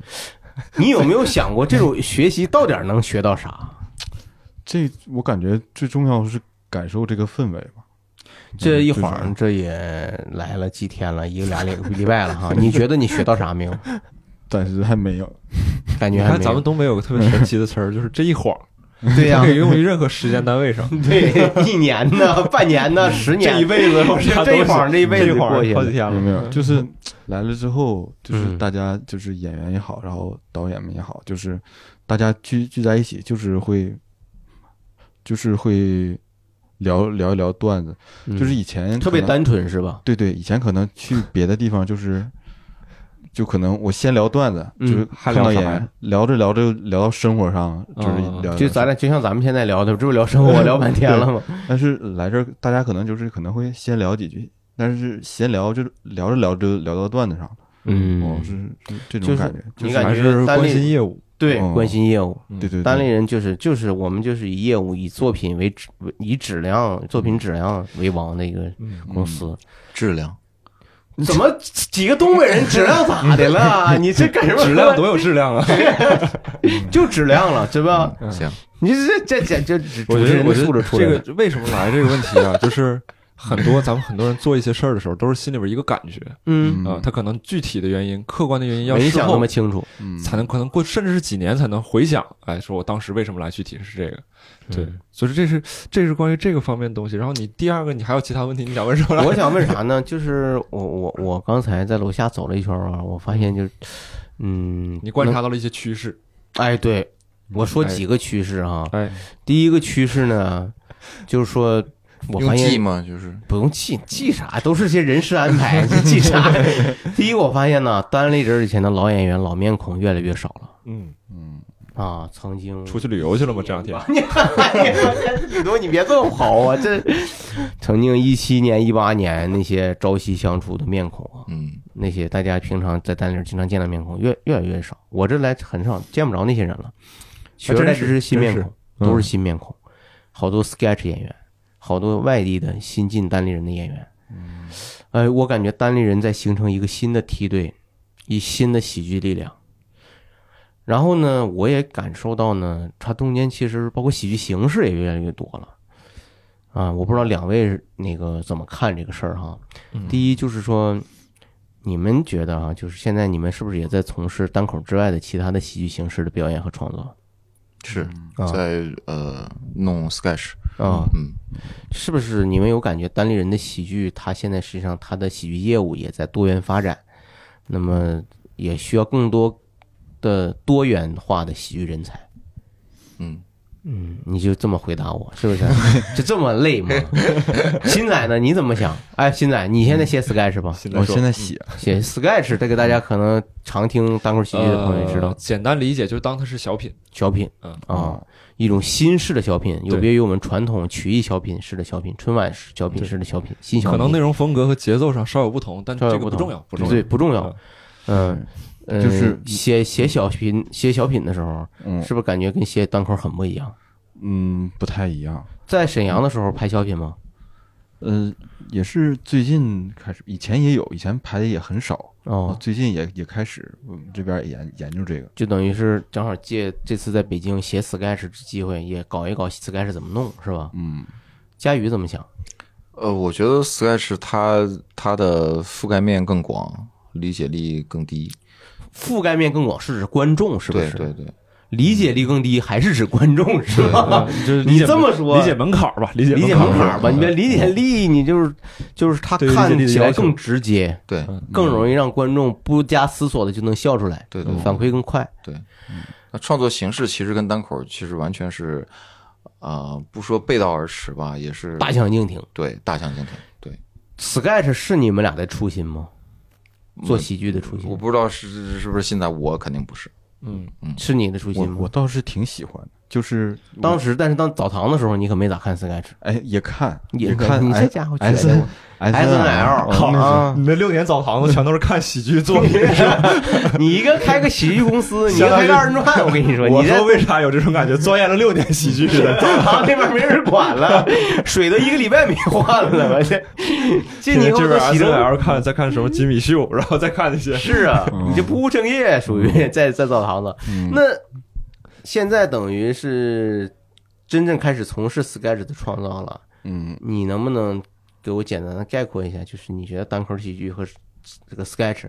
Speaker 3: 你有没有想过，这种学习到点儿能学到啥？
Speaker 4: 这我感觉最重要是感受这个氛围吧。
Speaker 3: 这一
Speaker 4: 嗯
Speaker 3: 晃，这也来了几天了，一个俩礼礼拜了哈。你觉得你学到啥没有？
Speaker 4: 暂时还没有。
Speaker 3: 感
Speaker 1: 你
Speaker 3: 觉还
Speaker 1: 看
Speaker 3: 没
Speaker 1: 咱们
Speaker 3: 有。
Speaker 1: 东北有个特别神奇的词儿，就是这一晃，
Speaker 3: 对呀
Speaker 1: 可以用于任何时间单 位上，
Speaker 3: 对，一年呢，半年呢，十年，
Speaker 1: 这一辈子，
Speaker 3: 这这一晃这一辈子
Speaker 1: 这一晃
Speaker 3: 过去了
Speaker 1: 好几天
Speaker 4: 没有
Speaker 1: 了，
Speaker 4: 没有，就是 来了之后，就是
Speaker 3: 嗯
Speaker 4: 大家就是演员也好，然后导演们也好，就是大家聚聚在一起，就是会，就是会聊聊一聊段子。
Speaker 1: 嗯
Speaker 4: 就是以前
Speaker 3: 特别
Speaker 4: 可能，
Speaker 3: 单纯是吧？
Speaker 4: 对对，以前可能去别的地方就是。就可能我先聊段子，
Speaker 3: 嗯
Speaker 4: 就是
Speaker 1: 还
Speaker 4: 看
Speaker 1: 聊
Speaker 4: 到
Speaker 1: 啥
Speaker 4: 演
Speaker 1: 呀
Speaker 4: 员聊着聊着聊到生活上，就是
Speaker 1: 哦
Speaker 4: 聊
Speaker 3: 就咱俩就像咱们现在聊的，这不聊生活聊半天了吗？
Speaker 4: 但是来这儿，大家可能就是可能会先聊几句，但是闲聊就是聊着聊着聊到段子上了，哦，
Speaker 3: 嗯，
Speaker 4: 是是这
Speaker 3: 就
Speaker 4: 种
Speaker 3: 是
Speaker 4: 感觉，就
Speaker 3: 你
Speaker 4: 是
Speaker 3: 感
Speaker 1: 还
Speaker 3: 觉
Speaker 1: 是
Speaker 3: 单
Speaker 1: 关
Speaker 3: 立
Speaker 1: 心业务，
Speaker 3: 对，
Speaker 4: 哦
Speaker 3: 关心业务。
Speaker 4: 对对
Speaker 3: 单立
Speaker 4: 对，
Speaker 3: 人就是就是我们就是以业务以作品为质为以质量作品质量为王的一个
Speaker 1: 嗯
Speaker 4: 嗯
Speaker 3: 公司，
Speaker 2: 质量
Speaker 3: 嗯怎么几个东北人质量咋的 了？你这干什么？
Speaker 1: 质量多有质量 啊！
Speaker 3: 就质量了，是吧？
Speaker 2: 嗯行，
Speaker 3: 你这这这这这
Speaker 1: 我
Speaker 3: 主
Speaker 1: 觉得，
Speaker 3: 持人
Speaker 1: 我
Speaker 3: 的
Speaker 1: 觉
Speaker 3: 素
Speaker 1: 得
Speaker 3: 质出来
Speaker 1: 这
Speaker 3: 了，
Speaker 1: 个为什么来这个问题啊，就是很多咱们很多人做一些事儿的时候，都是心里边一个感觉
Speaker 3: 嗯，
Speaker 1: 啊，他可能具体的原因、客观的原因要
Speaker 3: 没
Speaker 1: 事
Speaker 3: 想那
Speaker 1: 后
Speaker 3: 么清 楚，
Speaker 4: 嗯
Speaker 1: 才能可能过，甚至是几年才能回想，哎，说我当时为什么来，具体是这个。对，
Speaker 3: 嗯
Speaker 1: 所以这是这是关于这个方面的东西。然后你第二个，你还有其他问题，你想问什么来？
Speaker 3: 我想问啥呢？就是我我我刚才在楼下走了一圈啊，我发现就是，嗯，
Speaker 1: 你观察到了一些趋势，
Speaker 3: 那？哎，对，我说
Speaker 1: 哎
Speaker 3: 几个趋势哈。
Speaker 1: 哎，
Speaker 3: 第一个趋势呢，就是说，我
Speaker 2: 用
Speaker 3: 发
Speaker 2: 记
Speaker 3: 现
Speaker 2: 嘛，就是
Speaker 3: 不用记记啥，都是些人事安 排，这记啥？第一个我发现呢，单立人以前的老演员、老面孔越来越少了
Speaker 1: 嗯，
Speaker 4: 嗯
Speaker 3: 啊。曾经
Speaker 1: 出去旅游去了吗？这两
Speaker 3: 啊
Speaker 1: 天，
Speaker 3: 吕东，你别这么好啊！这曾经一七年、一八年那些朝夕相处的面孔啊，
Speaker 2: 嗯，
Speaker 3: 那些大家平常在单立人经常见的面孔，越越来越少。我这来很少见不着那些人了，全
Speaker 1: 啊真
Speaker 3: 来
Speaker 1: 是嗯
Speaker 3: 只是新面
Speaker 1: 真
Speaker 3: 孔，都是新面孔，好多 sketch 演员，好多外地的新进单立人的演员。
Speaker 1: 嗯
Speaker 3: 哎，我感觉单立人在形成一个新的梯队，以新的喜剧力量。然后呢，我也感受到呢，它中间其实包括喜剧形式也越来越多了。啊，我不知道两位那个怎么看这个事儿哈。
Speaker 1: 嗯
Speaker 3: 第一就是说，你们觉得啊，就是现在你们是不是也在从事单口之外的其他的喜剧形式的表演和创作？
Speaker 2: 是
Speaker 3: 啊
Speaker 2: 在呃弄 sketch，
Speaker 3: 啊，
Speaker 2: 嗯，
Speaker 3: 是不是你们有感觉单立人的喜剧，它现在实际上它的喜剧业务也在多元发展，那么也需要更多的多元化的喜剧人才。
Speaker 2: 嗯，
Speaker 3: 嗯，你就这么回答我，是不是？就这么累吗？新仔呢？你怎么想？哎，新仔，你现在写 sketch 吧，
Speaker 1: 现
Speaker 4: 我
Speaker 1: 说
Speaker 4: 现在嗯写，
Speaker 3: 写 sketch 这个大家可能常听单口喜剧的朋友也知道
Speaker 1: 呃，简单理解就是当它是小品，
Speaker 3: 小品
Speaker 1: 嗯
Speaker 3: 啊，一种新式的小品，有
Speaker 1: 对
Speaker 3: 别于我们传统曲艺小品式的小品、春晚式小品式的小品，新小
Speaker 1: 可能内
Speaker 3: 品
Speaker 1: 容风格和节奏上稍有不同，但
Speaker 3: 稍有
Speaker 1: 这个
Speaker 3: 不
Speaker 1: 不
Speaker 3: 同
Speaker 1: 重要，不重要。
Speaker 3: 对不重要
Speaker 1: 嗯。
Speaker 3: 嗯，呃
Speaker 4: 就是
Speaker 3: 写写小品、写小品的时候，
Speaker 4: 嗯
Speaker 3: 是不是感觉跟写单口很不一样？
Speaker 4: 嗯，不太一样。
Speaker 3: 在沈阳的时候拍小品吗？
Speaker 4: 呃，也是最近开始，以前也有，以前排的也很少，
Speaker 3: 哦，
Speaker 4: 最近也也开始，我们这边也研研究这个。
Speaker 3: 就等于是正好借这次在北京写 sketch 的机会，也搞一搞 sketch 怎么弄，是吧？
Speaker 4: 嗯，
Speaker 3: 佳宇怎么想？
Speaker 2: 呃，我觉得 sketch 它它的覆盖面更广，理解力更低。
Speaker 3: 覆盖面更广是指观众是不
Speaker 2: 对
Speaker 3: 是？
Speaker 2: 对对，
Speaker 3: 理解力更低还是指观众是吧？
Speaker 1: 就是
Speaker 3: 你这么说
Speaker 1: 理解门槛儿吧，理解
Speaker 3: 理解
Speaker 1: 槛
Speaker 3: 门
Speaker 1: 儿
Speaker 3: 槛儿 吧，你别理解力，你就是就是他
Speaker 1: 嗯对理解
Speaker 3: 看
Speaker 1: 力的
Speaker 3: 起来
Speaker 1: 要求嗯
Speaker 3: 更直接，
Speaker 2: 对
Speaker 3: 更容易让观众不加思索的就能笑出来，
Speaker 2: 对对对
Speaker 3: 反馈更快。
Speaker 2: 那创作形式其实跟单口其实完全是，啊，不说背道而驰吧，也是
Speaker 3: 大相径庭。
Speaker 2: 对大相径庭。对，
Speaker 3: Sketch 是你们俩的初心吗？做喜剧的初
Speaker 2: 我
Speaker 3: 心
Speaker 2: 不知道是是不是现在我肯定不是。
Speaker 3: 是你的初
Speaker 4: 我
Speaker 3: 心
Speaker 4: 我
Speaker 3: 吗？
Speaker 4: 倒是挺喜欢的，就是我
Speaker 3: 当时，但是当澡堂的时候，你可没咋看 Sketch，
Speaker 4: 哎也看
Speaker 3: 也
Speaker 4: 看，
Speaker 3: 你这
Speaker 1: 哎
Speaker 4: S-
Speaker 3: 家伙卷
Speaker 4: S
Speaker 3: 的
Speaker 4: S
Speaker 3: L
Speaker 1: 靠
Speaker 3: 啊！
Speaker 1: 哦你那六年澡堂子全都是看喜剧作品，是吧
Speaker 3: 你一个开个喜剧公司，你一个开个二人转，我跟你说，
Speaker 1: 我
Speaker 3: 你这
Speaker 1: 说为啥有这种感觉？钻研了六年喜剧的，
Speaker 3: 澡堂那边没人管 了，水都一个礼拜没换了，我 这进去以后
Speaker 1: 这
Speaker 3: 都
Speaker 1: 边 S
Speaker 3: 洗成
Speaker 1: L 看，再看什么吉米秀，然后再看那些
Speaker 3: 是啊，
Speaker 4: 嗯
Speaker 3: 你这不务正业，属于在在澡堂子。那现在等于是真正开始从事 Sketch 的创造了，
Speaker 4: 嗯，
Speaker 3: 你能不能给我简单的概括一下？就是你觉得单口喜剧和这个 Sketch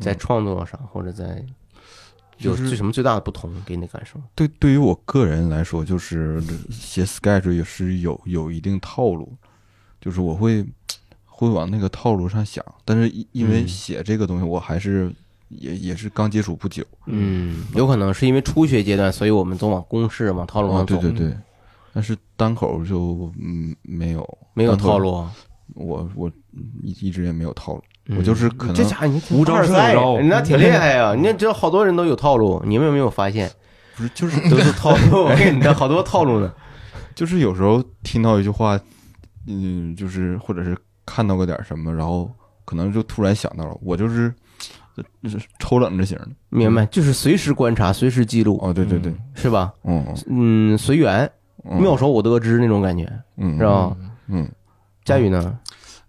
Speaker 3: 在创作上或者在有
Speaker 4: 嗯就是
Speaker 3: 最什么最大的不同？给你的感受？
Speaker 4: 对，对于我个人来说，就是写 sketch 也是有有一定套路，就是我会会往那个套路上想，但是因因为
Speaker 3: 嗯
Speaker 4: 写这个东西，我还是也也是刚接触不久
Speaker 3: 嗯，有可能是因为初学阶段，所以我们总往公式往套路
Speaker 4: 啊，
Speaker 3: 上走，
Speaker 4: 对对对，但是单口就嗯没有
Speaker 3: 没有
Speaker 4: 单口
Speaker 3: 套路啊。
Speaker 4: 我我嗯一一直也没有套路，
Speaker 3: 嗯
Speaker 4: 我就是可
Speaker 3: 这
Speaker 4: 能
Speaker 3: 家伙你挺
Speaker 1: 无招
Speaker 3: 二
Speaker 1: 胜
Speaker 3: 赛
Speaker 1: 招
Speaker 3: 你那挺厉害呀、
Speaker 4: 嗯
Speaker 3: 你这好多人都有套路，你们有没有发现？
Speaker 4: 不是就是
Speaker 3: 都是套路，我跟你的好多套路呢。
Speaker 4: 就是有时候听到一句话，嗯，就是或者是看到个点儿什么，然后可能就突然想到了，我就是呃就是抽冷子型的。
Speaker 3: 明白，就是随时观察，随时记录，
Speaker 4: 哦，对对对，
Speaker 3: 是吧？
Speaker 4: 嗯
Speaker 3: 嗯，随缘，
Speaker 4: 嗯，
Speaker 3: 妙手我得之那种感觉，
Speaker 4: 嗯，
Speaker 3: 是吧？
Speaker 4: 嗯
Speaker 3: 佳宇呢？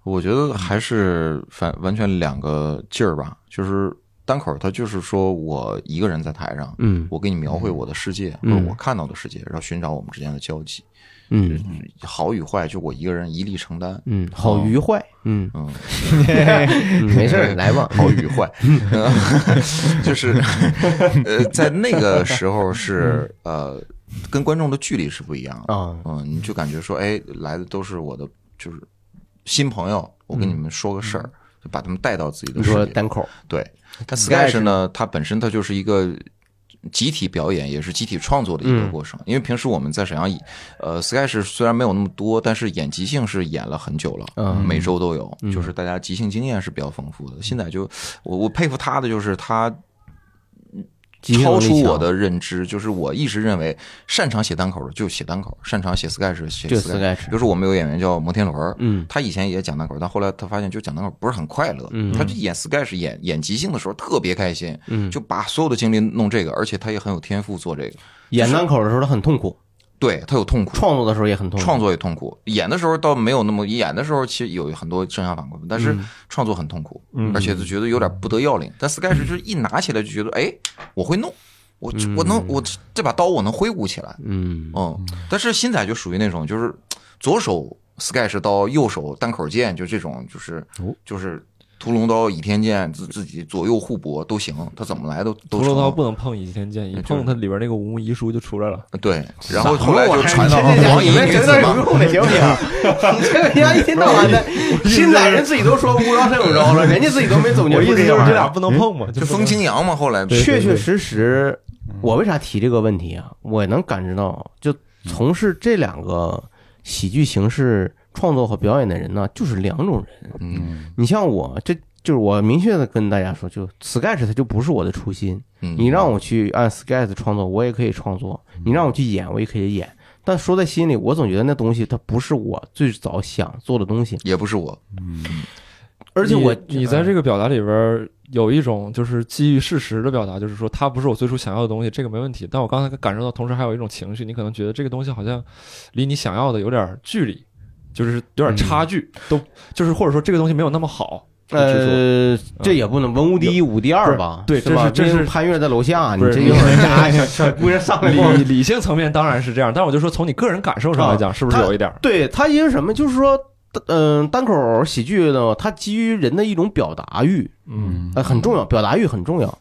Speaker 2: 我觉得还是反完全两个劲儿吧，就是单口，它就是说我一个人在台上，
Speaker 3: 嗯
Speaker 2: 我给你描绘我的世界，或
Speaker 3: 嗯
Speaker 2: 者我看到的世界，然后寻找我们之间的交集，
Speaker 3: 嗯
Speaker 2: 好与坏就我一个人一力承担。
Speaker 3: 嗯，好愉快，嗯
Speaker 2: 嗯，
Speaker 3: 嗯没事 儿，来吧。
Speaker 2: 好 与坏，就是呃，在那个时候是呃，跟观众的距离是不一样的。
Speaker 3: 啊，
Speaker 2: 嗯，你就感觉说，哎，来的都是我的就是新朋友，我跟你们说个事儿，就把他们带到自己
Speaker 3: 嗯你
Speaker 2: 的世
Speaker 3: 说
Speaker 2: 界。
Speaker 3: 单口，
Speaker 2: 对，但
Speaker 3: Sketch
Speaker 2: Sketch 呢，它本身它就是一个集体表演，也是集体创作的一个
Speaker 3: 嗯
Speaker 2: 过程。因为平时我们在沈阳以，呃，Sketch 虽然没有那么多，但是演即兴是演了很久了，
Speaker 3: 嗯
Speaker 2: 每周都有，就是大家即兴经验是比较丰富的。现在就我我佩服他的就是他。
Speaker 3: 即兴能
Speaker 2: 超
Speaker 3: 力
Speaker 2: 出我
Speaker 3: 强
Speaker 2: 的认知，就是我一直认为擅长写单口的就写单口，擅长写 sketch 写
Speaker 3: 就 sketch
Speaker 2: 比如说我们有演员叫摩天轮儿，
Speaker 3: 嗯
Speaker 2: 他以前也讲单口，但后来他发现就讲单口不是很快乐，
Speaker 3: 嗯
Speaker 2: 他就演 sketch 演演即兴的时候特别开心，
Speaker 3: 嗯，
Speaker 2: 就把所有的精力弄这个，而且他也很有天赋做这个，
Speaker 3: 演单口的时候他很痛苦，
Speaker 2: 对他有痛苦，
Speaker 3: 创作的时候也很痛苦。
Speaker 2: 创作也痛苦，演的时候倒没有那么，演的时候其实有很多正向反馈，但是
Speaker 3: 嗯
Speaker 2: 创作很痛苦，而且就觉得有点不得要领。但 Sketch 就是一拿起来就觉得，哎，我会弄，我我能我这把刀我能挥舞起来，
Speaker 3: 嗯
Speaker 2: 嗯。但是新仔就属于那种就是左手 Sketch 刀，右手单口剑，就这种就是
Speaker 3: 哦
Speaker 2: 就是。屠龙刀、倚天剑，自自己左右互搏都行，他怎么来都都
Speaker 1: 葫芦
Speaker 2: 成
Speaker 1: 刀不能碰倚天剑，一
Speaker 2: 就是
Speaker 1: 碰它里边那个无名遗书就出来了。
Speaker 2: 对。然后后来就传到
Speaker 3: 这
Speaker 2: 黄
Speaker 3: 你
Speaker 2: 衣
Speaker 3: 们
Speaker 2: 女
Speaker 3: 整
Speaker 2: 子
Speaker 3: 点
Speaker 2: 嘛
Speaker 3: 有，用的行不行？你这个家一天到晚的，新仔人自己都说无招胜有招了，人家自己都没总结
Speaker 1: 我意思
Speaker 3: 出
Speaker 1: 就
Speaker 3: 个
Speaker 1: 是
Speaker 3: 玩意
Speaker 1: 这
Speaker 3: 儿
Speaker 1: 俩不能碰嘛，
Speaker 2: 就风清扬嘛。后来
Speaker 1: 对
Speaker 3: 确确实实，我为啥提这个问题啊？我能感知到，就从事这两个喜剧形式创作和表演的人呢，就是两种人。
Speaker 2: 嗯
Speaker 3: 你像我，这就是我明确的跟大家说，就 Sketch 它就不是我的初心。
Speaker 2: 嗯，
Speaker 3: 你让我去按 Sketch 创作，我也可以创作；你让我去演，我也可以演。但说在心里，我总觉得那东西它不是我最早想做的东西，
Speaker 2: 也不是我，
Speaker 3: 而且我
Speaker 1: 你你在这个表达里边儿有一种就是基于事实的表达，就是说它不是我最初想要的东西，这个没问题。但我刚才感受到，同时还有一种情绪，你可能觉得这个东西好像离你想要的有点儿距离，就是有点儿差距，都就是或者说这个东西没有那么好。就是
Speaker 3: 呃，这也不能文无第一，武无第二吧？
Speaker 1: 不是对
Speaker 3: 吧？
Speaker 1: 这是这是
Speaker 3: 因为潘越在楼下，你
Speaker 1: 不是
Speaker 3: 这一会儿 家小小姑娘上来跟 我啊
Speaker 1: 理理性层面当然是这样，但我就说从你个人感受上来讲，是不是有一点儿？
Speaker 3: 对他因为什么？就是说嗯、单口喜剧呢，它基于人的一种表达欲，
Speaker 4: 嗯
Speaker 3: 呃，很重要，表达欲很重要。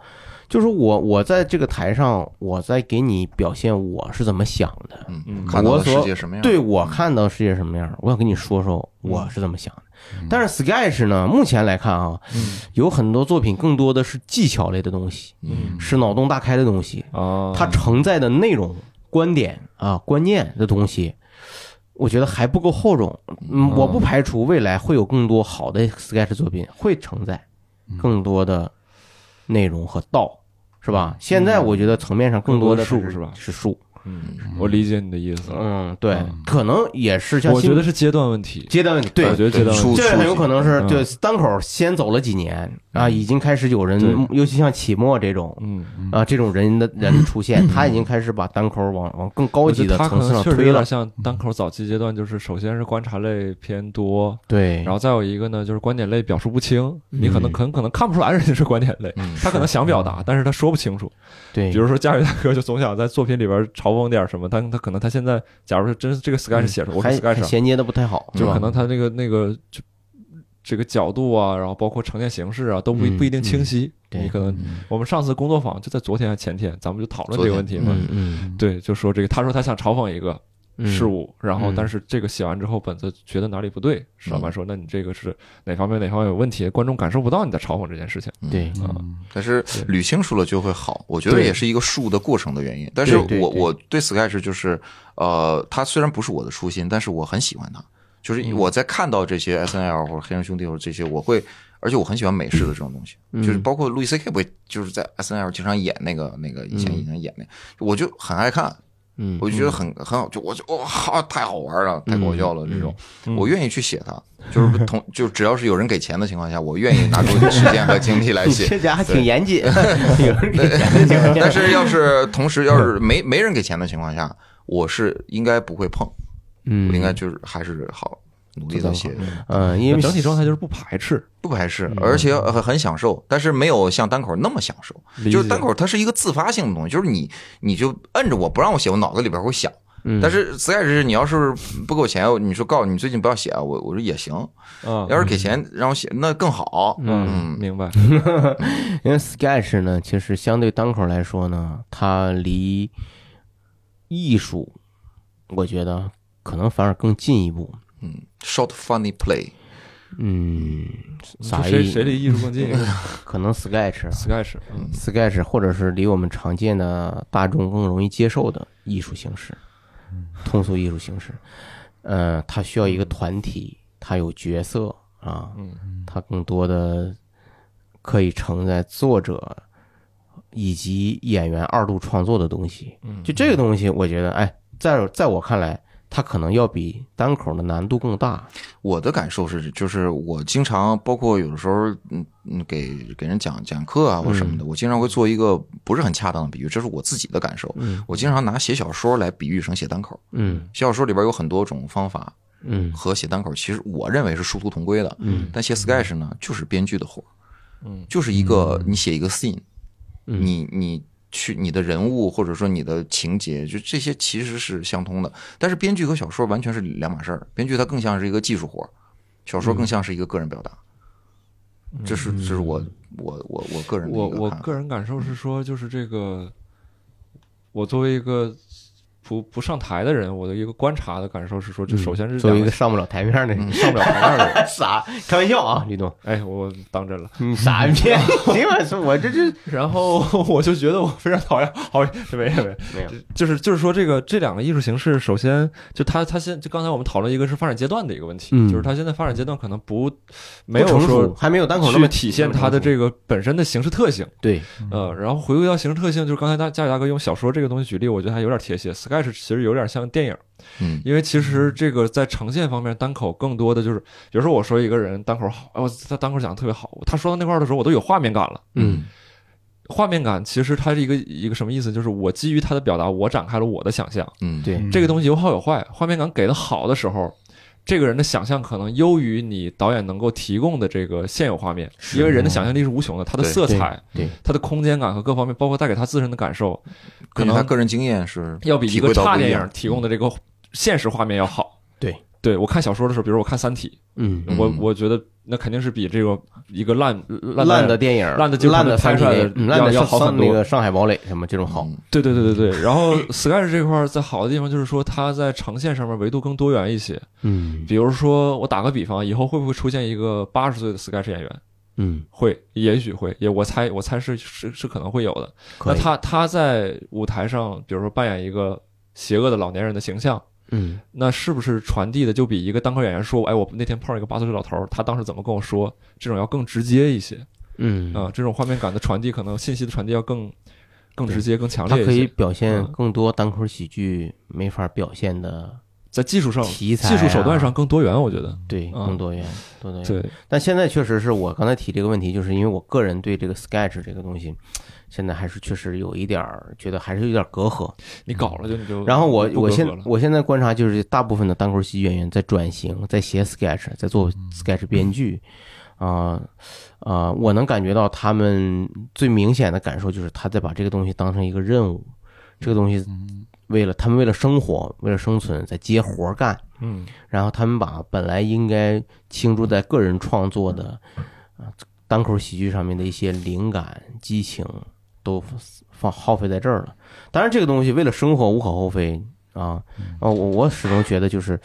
Speaker 3: 就是我，我在这个台上，我在给你表现我是怎么想的，
Speaker 1: 嗯
Speaker 2: 嗯，看到了世界什么样？
Speaker 3: 对我看到世界什么样，我想跟你说说我是怎么想的。
Speaker 4: 嗯
Speaker 3: 但是 Sketch 呢，目前来看啊，
Speaker 1: 嗯
Speaker 3: 有很多作品更多的是技巧类的东西，
Speaker 2: 嗯，
Speaker 3: 是脑洞大开的东西，
Speaker 1: 啊，
Speaker 3: 它承载的内容、观点啊、观念的东西，我觉得还不够厚重。嗯，我不排除未来会有更多好的 Sketch 作品会承载
Speaker 1: 嗯
Speaker 3: 更多的内容和道。是吧？现在我觉得层面上更多的
Speaker 1: 嗯更多的术是吧
Speaker 3: 是术，
Speaker 1: 嗯，我理解你的意思了，
Speaker 3: 嗯，对
Speaker 4: 嗯，
Speaker 3: 可能也是像
Speaker 1: 我
Speaker 3: 新
Speaker 1: 觉得是阶段问呃题，
Speaker 3: 阶段问题，对
Speaker 1: 我，觉得阶段问题
Speaker 2: 初
Speaker 3: 这很有可能是
Speaker 1: 嗯
Speaker 3: 对单口先走了几年啊，已经开始有人，
Speaker 1: 对
Speaker 3: 尤其像起末这种
Speaker 1: 嗯，
Speaker 3: 啊这种人的人的 出现，他已经开始把单口往往更高
Speaker 1: 我
Speaker 3: 级
Speaker 1: 觉得
Speaker 3: 的
Speaker 1: 他可
Speaker 3: 层次
Speaker 1: 能
Speaker 3: 上
Speaker 1: 确实
Speaker 3: 推
Speaker 1: 有点
Speaker 3: 了。
Speaker 1: 像单口早期阶段，就是首先是观察类偏多，
Speaker 3: 对
Speaker 1: 然，后再有一个呢，就是观点类表述不清，你可能
Speaker 3: 嗯
Speaker 1: 很可能看不出来人家是观点类，
Speaker 2: 嗯
Speaker 1: 他可能想表达，但是他说不清楚。
Speaker 3: 对，
Speaker 1: 比如说佳宇大哥就总想在作品里边嘲讽点什么，但他可能他现在，假如说真是这个 sketch 写出，我是
Speaker 3: 嗯还还
Speaker 1: sketch，
Speaker 3: 衔接的不太好，
Speaker 1: 就是
Speaker 3: 吧
Speaker 1: 可能他那个那个就这个角度啊，然后包括呈现形式啊，都不一
Speaker 3: 嗯
Speaker 1: 不一定清晰。
Speaker 3: 对嗯
Speaker 1: 你可
Speaker 2: 嗯
Speaker 1: 能我们上次工作坊就在昨天还前天，咱们就讨论
Speaker 2: 昨
Speaker 1: 这
Speaker 2: 天
Speaker 1: 个问题嘛。
Speaker 3: 嗯嗯
Speaker 1: 对，就说这个，他说他想嘲讽一个
Speaker 3: 嗯
Speaker 1: 事物，然后
Speaker 3: 嗯
Speaker 1: 但是这个写完之后，本子觉得哪里不对，石老板说，那你这个是哪方面哪方面有问题，观众感受不到你在嘲讽这件事情。
Speaker 3: 对，
Speaker 2: 但是捋清楚了就会好，我觉得
Speaker 1: 对
Speaker 2: 也是一个术的过程的原因。但是
Speaker 3: 对对
Speaker 2: 我
Speaker 3: 对
Speaker 2: 我对 Sketch 就是，呃，它虽然不是我的初心，但是我很喜欢它。
Speaker 3: 嗯
Speaker 2: 就是我在看到这些 S N L 或者黑人兄弟或者这些，我会，而且我很喜欢美式的这种东西，
Speaker 3: 嗯
Speaker 2: 就是包括路易 C K 不会就是在 S N L 经常演那个那个以前以前演那，我就很爱看，
Speaker 3: 嗯
Speaker 2: 我就觉得很很好，就我就哇、哈太好玩了，太搞笑了这种，
Speaker 4: 嗯
Speaker 2: 我愿意去写它，就是不同就只要是有人给钱的情况下，我愿意拿出时间和精力来
Speaker 3: 你
Speaker 2: 写。
Speaker 3: 这家还挺 严谨，有人给钱的情况下
Speaker 2: 但是要是同时要是没没人给钱的情况下，我是应该不会碰，
Speaker 3: 嗯
Speaker 2: 我应该就是还是好努力的写，
Speaker 3: 嗯，因为
Speaker 1: 整体状态就是不排斥，
Speaker 2: 不排斥，而且很很享受，但是没有像单口那么享受。
Speaker 1: 理解
Speaker 2: 就是单口它是一个自发性的东西，就是你你就摁着我不让我写，我脑子里边会想。
Speaker 3: 嗯
Speaker 2: 但是实在是你要是不给我钱，你说告诉你最近不要写啊，我我说也行，
Speaker 1: 啊，
Speaker 2: 要是给钱让我写那更好。
Speaker 1: 嗯，明白，
Speaker 3: 因为 sketch 呢，其实相对单口来说呢，它离艺术，我觉得可能反而更进一步。
Speaker 2: 嗯，short funny play，
Speaker 3: 嗯，啥
Speaker 1: 谁
Speaker 3: 意
Speaker 1: 谁离艺术 更近
Speaker 3: 可能 sketch
Speaker 1: ？sketch，嗯
Speaker 3: sketch 或者是离我们常见的大众更容易接受的艺术形式，通俗艺术形式，呃，它需要一个团体，它有角色啊，它更多的可以承载作者以及演员二度创作的东西。
Speaker 1: 嗯
Speaker 3: 就这个东西，我觉得，哎，在在我看来，它可能要比单口的难度更大。
Speaker 2: 我的感受是，就是我经常包括有的时候，嗯嗯，给给人讲讲课啊或什么的，我经常会做一个不是很恰当的比喻，这是我自己的感受。我经常拿写小说来比喻成写单口，
Speaker 3: 嗯
Speaker 2: 写小说里边有很多种方法
Speaker 3: 嗯
Speaker 2: 和写单口，其实我认为是殊途同归的。
Speaker 3: 嗯，
Speaker 2: 但写 sketch 呢，就是编剧的活嗯，就是一个你写一个 scene，你
Speaker 1: 嗯
Speaker 2: 你去你的人物或者说你的情节，就这些其实是相通的。但是编剧和小说完全是两码事儿，编剧它更像是一个技术活儿，小说
Speaker 1: 嗯
Speaker 2: 更像是一个个人表达。这是这是我我我我个人
Speaker 1: 嗯
Speaker 2: 的
Speaker 1: 我
Speaker 2: 一
Speaker 1: 我
Speaker 2: 看法
Speaker 1: 个人感受是说，就是这个，我作为一个不不上台的人，我的一个观察的感受是说，就首先是
Speaker 3: 嗯作为一
Speaker 1: 两嗯
Speaker 3: 个上不了台面的人，上不 了台面的人，傻，开玩笑啊，吕东。
Speaker 1: 哎，我当真了。
Speaker 3: 你傻逼！今晚是我这这
Speaker 1: 然后 我就觉得我非常讨厌，好，没没没，
Speaker 3: 没有
Speaker 1: 就是就是说这个这两个艺术形式，首先就它它现就刚才我们讨论一个是发展阶段的一个问题，
Speaker 3: 嗯
Speaker 1: 就是它现在发展阶段可能不没有
Speaker 3: 不成熟
Speaker 1: 说
Speaker 3: 还没有单口那
Speaker 1: 去
Speaker 3: 么
Speaker 1: 体现它的这个本身的形式特性。
Speaker 3: 对，嗯
Speaker 1: 呃，然后回归到形式特性，就是刚才大佳宇大哥用小说这个东西举例，我觉得还有点贴切。Sketch 其实有点像电影，
Speaker 2: 嗯
Speaker 1: 因为其实这个在呈现方面，单口更多的就是，比如说我说一个人单口好，哎，我他单口讲的特别好，他说到那块儿的时候，我都有画面感了。
Speaker 3: 嗯
Speaker 1: 画面感其实它是一个一个什么意思？就是我基于他的表达，我展开了我的想象。
Speaker 2: 嗯
Speaker 3: 对
Speaker 1: 这个东西有好有坏，画面感给的好的时候，这个人的想象可能优于你导演能够提供的这个现有画面，因为人的想象力是无穷的，他的
Speaker 2: 对
Speaker 1: 色彩、
Speaker 3: 对
Speaker 1: 他的空间感和各方面，包括带给他自身的感受，可
Speaker 2: 根据他
Speaker 1: 能
Speaker 2: 个人经验是
Speaker 1: 要比一
Speaker 2: 体
Speaker 1: 个
Speaker 2: 会到
Speaker 1: 差
Speaker 2: 不一
Speaker 1: 电影
Speaker 2: 样嗯
Speaker 1: 提供的这个现实画面要好。
Speaker 3: 对，
Speaker 1: 对我看小说的时候，比如我看《三体》，
Speaker 3: 嗯，
Speaker 1: 我
Speaker 2: 嗯
Speaker 1: 我觉得那肯定是比这个一个烂烂
Speaker 3: 烂
Speaker 1: 的
Speaker 3: 的电影，
Speaker 1: 烂的就
Speaker 3: 烂
Speaker 1: 可能
Speaker 3: 的
Speaker 1: 拍出来的
Speaker 3: 三体嗯烂
Speaker 1: 要
Speaker 3: 的
Speaker 1: 要
Speaker 3: 上
Speaker 1: 好很
Speaker 3: 上那
Speaker 1: 多
Speaker 3: 个上海堡垒什么这种好，
Speaker 2: 嗯
Speaker 1: 对对对对对。然后 Sky 这块儿在好的地方就是说，它在长线上面维度更多元一些。
Speaker 3: 嗯
Speaker 1: 比如说，我打个比方，以后会不会出现一个八十岁的 Sky 演员？
Speaker 3: 嗯，
Speaker 1: 会，也许会，也我猜，我猜是是是可能会有的。
Speaker 3: 可
Speaker 1: 那
Speaker 3: 以，
Speaker 1: 他他在舞台上，比如说扮演一个邪恶的老年人的形象，
Speaker 3: 嗯
Speaker 1: 那是不是传递的就比一个单口演员说，哎，我那天碰上一个八十岁老头儿，他当时怎么跟我说，这种要更直接一些
Speaker 3: 嗯
Speaker 1: 啊、这种画面感的传递，可能信息的传递要更更直接、更强
Speaker 3: 它
Speaker 1: 烈
Speaker 3: 可
Speaker 1: 一
Speaker 3: 以
Speaker 1: 些。
Speaker 3: 表现
Speaker 1: 嗯
Speaker 3: 更多单口喜剧没法表现的，
Speaker 1: 在技术上、
Speaker 3: 题材啊嗯
Speaker 1: 技术手段上更多元，我觉得。
Speaker 3: 对，
Speaker 1: 嗯
Speaker 3: 更多元，多多元。
Speaker 1: 对，
Speaker 3: 但现在确实是我刚才提这个问题，就是因为我个人对这个 sketch 这个东西，现在还是确实有一点儿觉得还是有点儿隔阂。
Speaker 1: 你搞了就你就
Speaker 3: 然后我
Speaker 1: 不
Speaker 3: 我
Speaker 1: 隔
Speaker 3: 现
Speaker 1: 阂了
Speaker 3: 我现在观察就是大部分的单口喜剧演员在转型，在写 sketch，在做
Speaker 1: 嗯
Speaker 3: sketch 编剧，啊、啊、我能感觉到他们最明显的感受就是他在把这个东西当成一个任务，这个东西
Speaker 1: 嗯
Speaker 3: 为了他们为了生活，为了生存在接活儿干，
Speaker 1: 嗯
Speaker 3: 然后他们把本来应该倾注在个人创作的啊单口喜剧上面的一些灵感、激情都放耗费在这儿了。当然，这个东西为了生活无可厚非啊。
Speaker 2: 嗯
Speaker 3: 哦，我我始终觉得就是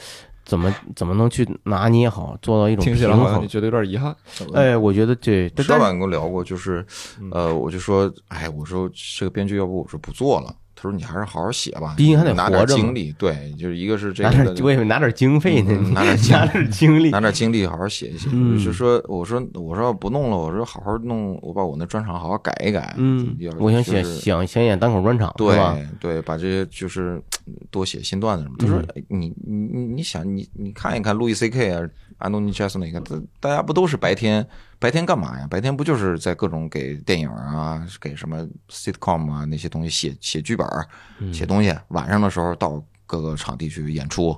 Speaker 3: 怎么怎么能去拿捏好，做到一种
Speaker 1: 听起
Speaker 3: 平
Speaker 1: 来好像你
Speaker 3: 衡。
Speaker 1: 觉得有点遗憾。
Speaker 3: 哎，我觉得对，但嗯
Speaker 2: 老
Speaker 3: 但
Speaker 2: 板跟我聊过，就是，呃，我就说，哎，我说这个编剧，要不我说不做了。他说你还是好好写吧，
Speaker 3: 毕竟还得
Speaker 2: 拿
Speaker 3: 活
Speaker 2: 点
Speaker 3: 着嘛
Speaker 2: 精力，对，就是一个是这
Speaker 3: 拿
Speaker 2: 个
Speaker 3: 点，我以为拿点经费呢，
Speaker 2: 嗯拿
Speaker 3: 拿
Speaker 2: 点精力
Speaker 3: 点精力
Speaker 2: 拿，点精力好好写一写。
Speaker 3: 嗯
Speaker 2: 我就说，我说我说不弄了，我说好好弄，我把我那专场好好改一改。
Speaker 3: 嗯
Speaker 2: 要，
Speaker 3: 我想
Speaker 2: 就是
Speaker 3: 想想想演单口专场，是吧？
Speaker 2: 对对，把这些就是嗯多写新段子什么。他说哎
Speaker 3: 嗯
Speaker 2: 你你你你想你你看一看路易 C K 啊，安东尼·杰森那个，大大家不都是白天白天干嘛呀？白天不就是在各种给电影啊、给什么 sitcom 啊那些东西写写剧本儿、
Speaker 3: 嗯
Speaker 2: 写东西，晚上的时候到各个场地去演出。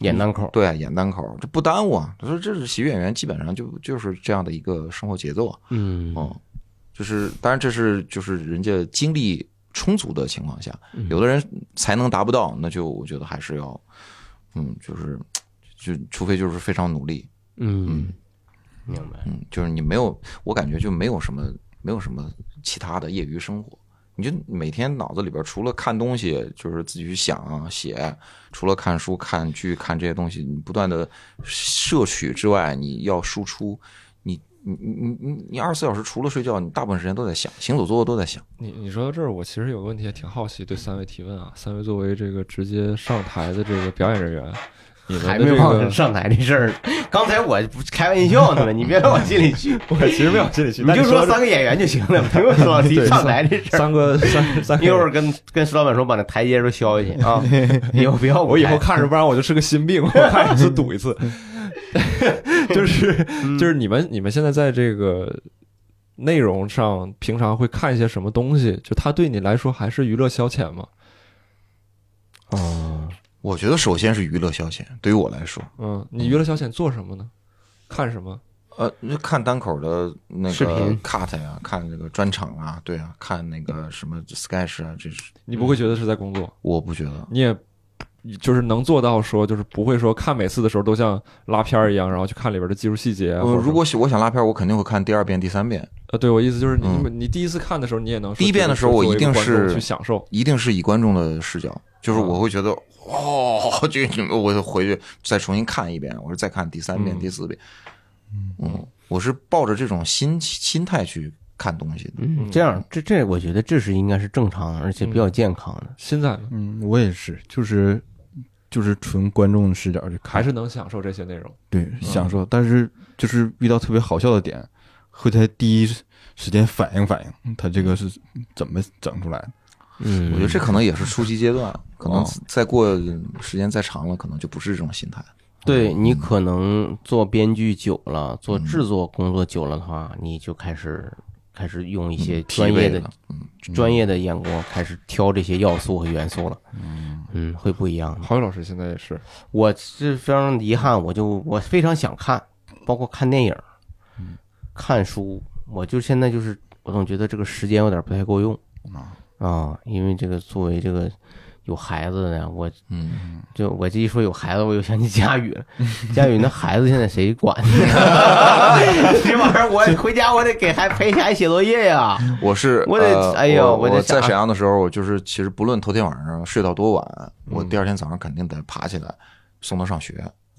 Speaker 3: 演单口，
Speaker 2: 对，啊演单口这不耽误啊。他说这是喜剧演员基本上就就是这样的一个生活节奏。
Speaker 3: 嗯
Speaker 2: 嗯，就是当然这是就是人家精力充足的情况下，有的人才能达不到，那就我觉得还是要，嗯，就是就除非就是非常努力，
Speaker 3: 嗯，明白。
Speaker 2: 嗯，就是你没有，我感觉就没有什么没有什么其他的业余生活。你就每天脑子里边除了看东西，就是自己去想啊写，除了看书、看剧、看这些东西，你不断的摄取之外，你要输出。你你你你你二十四小时除了睡觉，你大部分时间都在想，行走坐卧都在想。
Speaker 1: 你你说到这儿，我其实有个问题也挺好奇，对三位提问啊，三位作为这个直接上台的这个表演人员，你们
Speaker 3: 还
Speaker 1: 的
Speaker 3: 没
Speaker 1: 这
Speaker 3: 忘
Speaker 1: 个
Speaker 3: 了上台这事儿，刚才我不是开玩笑呢嘛，你别往心里 去，
Speaker 1: 我其实没往心里去，
Speaker 3: 你
Speaker 1: 但
Speaker 3: 就
Speaker 1: 说
Speaker 3: 说三个演员就行了，不用说提上台这事儿。
Speaker 1: 三个三三个，
Speaker 3: 一会儿跟跟石老板说，把那台阶都削下去啊！以后不要
Speaker 1: 我以后
Speaker 3: 看
Speaker 1: 看着，不然我就是个心病，我看一 次赌一次。就是
Speaker 2: 嗯
Speaker 1: 就是你们你们现在在这个内容上，平常会看一些什么东西？就它对你来说还是娱乐消遣吗？
Speaker 3: 哦，
Speaker 2: 我觉得首先是娱乐消遣，对于我来说，
Speaker 1: 嗯，你娱乐消遣做什么呢？看什么？
Speaker 2: 呃，那看单口的那
Speaker 3: 视
Speaker 2: 个
Speaker 3: 频
Speaker 2: cut 呀、看这个专场啊，对啊，看那个什么 sketch 啊，这是
Speaker 1: 你不会觉得是在工作，
Speaker 2: 我不觉得，
Speaker 1: 你也。就是能做到说，就是不会说看每次的时候都像拉片儿一样，然后去看里边的技术细节啊。或者
Speaker 2: 呃，
Speaker 1: 什么
Speaker 2: 如果喜我想拉片儿，我肯定会看第二遍、第三遍，
Speaker 1: 呃，对我意思就是你、
Speaker 2: 嗯
Speaker 1: 你第一次看的时候，你也能说
Speaker 2: 第一遍的时候
Speaker 1: 这个
Speaker 2: 我一定
Speaker 1: 作为观众
Speaker 2: 是
Speaker 1: 去享受，
Speaker 2: 一定是以观众的视角，就是
Speaker 1: 嗯
Speaker 2: 我会觉得哇，就我就回去再重新看一遍，我是再看第三遍、
Speaker 1: 嗯
Speaker 2: 第四遍，嗯，我是抱着这种心心态去看东西的，
Speaker 3: 嗯，这样这这，我觉得这是应该是正常而且比较健康的。
Speaker 1: 现在呢
Speaker 4: 嗯，我也是，就是就是纯观众视角去看，
Speaker 1: 还是能享受这些内容。
Speaker 4: 对享受，但是就是遇到特别好笑的点，会在第一时间反应反应，他这个是怎么整出来的？
Speaker 3: 嗯
Speaker 2: 我觉得这可能也是初级阶段，可能
Speaker 4: 哦
Speaker 2: 再过时间再长了，可能就不是这种心态嗯了。
Speaker 3: 对你可能做编剧久了，做制作工作久了的话，你就开始开始用一些
Speaker 2: 疲
Speaker 3: 专业
Speaker 2: 惫
Speaker 3: 的
Speaker 2: 了嗯，
Speaker 3: 专业的眼光开始挑这些要素和元素了。嗯，会不一样的。
Speaker 1: 郝宇老师现在也是，
Speaker 3: 我是非常遗憾，我就我非常想看，包括看电影、看书，我就现在就是我总觉得这个时间有点不太够用啊，因为这个作为这个。有孩子的呢？我
Speaker 2: 嗯，
Speaker 3: 就我这一说有孩子，我又想起佳宇了。佳宇那孩子现在谁管？ 这玩意儿我回家我得给孩陪孩子写作业呀。
Speaker 2: 我是
Speaker 3: 我得
Speaker 2: 呃
Speaker 3: 哎呦
Speaker 2: 我
Speaker 3: 我得
Speaker 2: 在
Speaker 3: 想
Speaker 2: 沈阳的时候，我就是其实不论头天晚上睡到多晚，我第二天早上肯定得爬起来送他上学。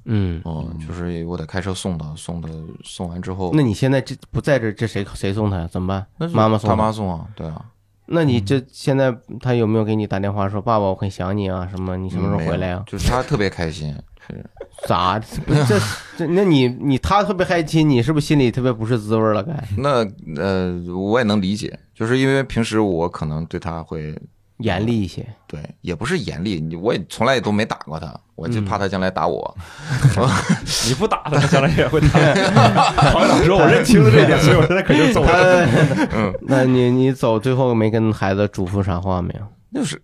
Speaker 3: 嗯，
Speaker 2: 嗯，就是我得开车送他，送他送完之后，
Speaker 3: 那你现在这不在这儿，这谁谁送他呀？怎么
Speaker 2: 那
Speaker 3: 办？
Speaker 2: 就
Speaker 3: 妈妈送
Speaker 2: 他妈送啊，对啊，
Speaker 3: 那你这现在他有没有给你打电话说爸爸我很想你啊什么你
Speaker 2: 你
Speaker 3: 什么时候回来呀、
Speaker 2: 就是他特别开心，
Speaker 3: 咋 这这那你你他特别开心，你是不是心里特别不是滋味儿了？该
Speaker 2: 那呃，我也能理解，就是因为平时我可能对他会
Speaker 3: 严厉一些，
Speaker 2: 对，也不是严厉，你我也从来都没打过他，我
Speaker 3: 嗯
Speaker 2: 就怕他将来打我。
Speaker 1: 你不打他，他将来也会打 你。唐导说：“我认清了这一点，所以我现在肯定走了。
Speaker 2: 嗯
Speaker 3: 那你你走最后没跟孩子嘱咐啥话没有？
Speaker 2: 就是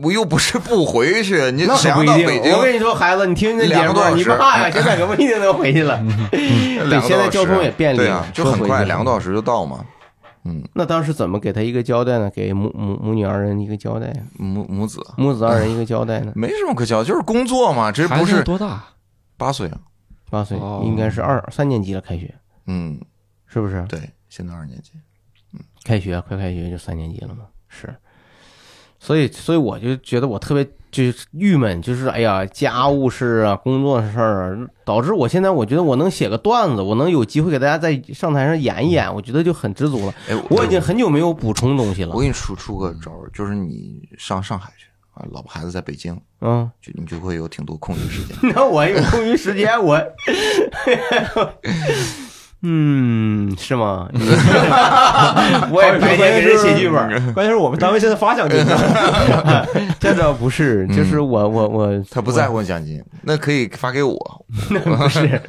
Speaker 2: 我又不是不回去，你
Speaker 3: 那
Speaker 2: 沈
Speaker 3: 可不
Speaker 2: 阳
Speaker 3: 一
Speaker 2: 到
Speaker 3: 定
Speaker 2: 北。京
Speaker 3: 我跟你说，孩子，你听这节
Speaker 2: 两个
Speaker 3: 目
Speaker 2: 多小，
Speaker 3: 你
Speaker 2: 时嗯
Speaker 3: 爸呀，现在可不一定能回去了。对，
Speaker 2: 两
Speaker 3: 现
Speaker 2: 个多小
Speaker 3: 在
Speaker 2: 时
Speaker 3: 交通也便利，
Speaker 2: 对啊，就很快，两个多
Speaker 3: 道。
Speaker 2: 小时就到嘛。嗯
Speaker 3: 那当时怎么给他一个交代呢？给母母母女二人一个交代呀，
Speaker 2: 母母子？
Speaker 3: 母子二人一个交代呢
Speaker 2: 没什么可教，就是工作嘛，”这不是
Speaker 1: 多大？
Speaker 2: 八岁啊，
Speaker 3: 八岁
Speaker 1: 哦
Speaker 3: 应该是二三年级了，开学
Speaker 2: 嗯，
Speaker 3: 是不是？
Speaker 2: 对，现在二年级，
Speaker 3: 开学快开学就三年级了嘛，是。所以，所以我就觉得我特别就是郁闷，就是哎呀，家务事啊，工作事儿啊，导致我现在我觉得我能写个段子，我能有机会给大家在上台上演一演，我觉得就很知足了。
Speaker 2: 哎，
Speaker 3: 我已经很久没有补充东西了
Speaker 2: 我，给你出出个招儿，就是你上上海去啊，老婆孩子在北京，
Speaker 3: 嗯，
Speaker 2: 就你就会有挺多空余时间。
Speaker 3: 那我有空余时间，我， 嗯，是吗？ 我也白天给人写剧本，
Speaker 1: 关键是我们单位现在发奖金嗯呢。
Speaker 3: 这倒不是，就是我我我
Speaker 2: 他不在乎奖金，那可以发给我。
Speaker 3: 不是，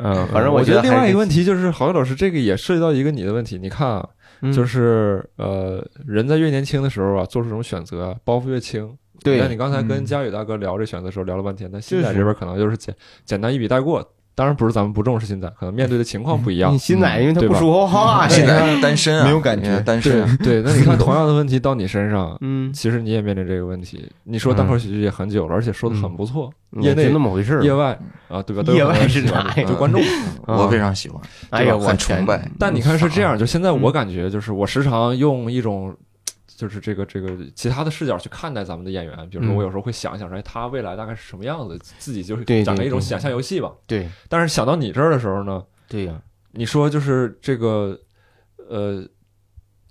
Speaker 3: 嗯，反正
Speaker 1: 我
Speaker 3: 觉
Speaker 1: 得另
Speaker 3: 还
Speaker 1: 外
Speaker 3: 是
Speaker 1: 一个问题就是，郝宇老师这个也涉及到一个你的问题。你看啊，
Speaker 3: 嗯
Speaker 1: 就是呃，人在越年轻的时候啊，做出这种选择包袱越轻。
Speaker 3: 对
Speaker 1: 像你刚才跟
Speaker 4: 嗯
Speaker 1: 佳宇大哥聊这选择的时候聊了半天，但现
Speaker 3: 就
Speaker 1: 在
Speaker 3: 是
Speaker 1: 这边可能就是简简单一笔带过。当然不是咱们不重视现在，可能面对的情况不一样
Speaker 3: 你。新仔，因为他
Speaker 1: 对
Speaker 3: 不
Speaker 1: 吧
Speaker 3: 说话哎呀，
Speaker 2: 现在单身啊，
Speaker 4: 没有感觉
Speaker 2: 单身
Speaker 1: 对
Speaker 2: 啊。
Speaker 1: 对，那你 看同样的问题到你身上，啊
Speaker 3: 嗯，
Speaker 1: 其实你也面临这个问题。你说单口喜剧也很久了，而且说的很不错，业
Speaker 3: 也
Speaker 1: 内
Speaker 3: 就那么回事儿
Speaker 1: 业。外啊，对吧？都
Speaker 3: 业
Speaker 1: 有很多
Speaker 3: 嗯外
Speaker 1: 人
Speaker 3: 是
Speaker 1: 喜欢
Speaker 3: 哪
Speaker 1: 这个
Speaker 3: 呀
Speaker 1: 就观众。
Speaker 3: 嗯
Speaker 2: 我非常喜欢，
Speaker 3: 哎呀，
Speaker 2: 对吧
Speaker 3: 我
Speaker 2: 很
Speaker 3: 全
Speaker 2: 崇拜。
Speaker 1: 但你看是这样，就现在我
Speaker 3: 嗯
Speaker 1: 感觉就是我时常用一种。就是这个这个其他的视角去看待咱们的演员，比如说
Speaker 3: 嗯
Speaker 1: 我有时候会想一想说，哎，他未来大概是什么样子，自己就是
Speaker 3: 对对
Speaker 1: 展开一种
Speaker 3: 对
Speaker 1: 想象游戏吧。
Speaker 3: 对
Speaker 1: 但是想到你这儿的时候呢，
Speaker 3: 对呀，
Speaker 1: 你说就是这个，呃，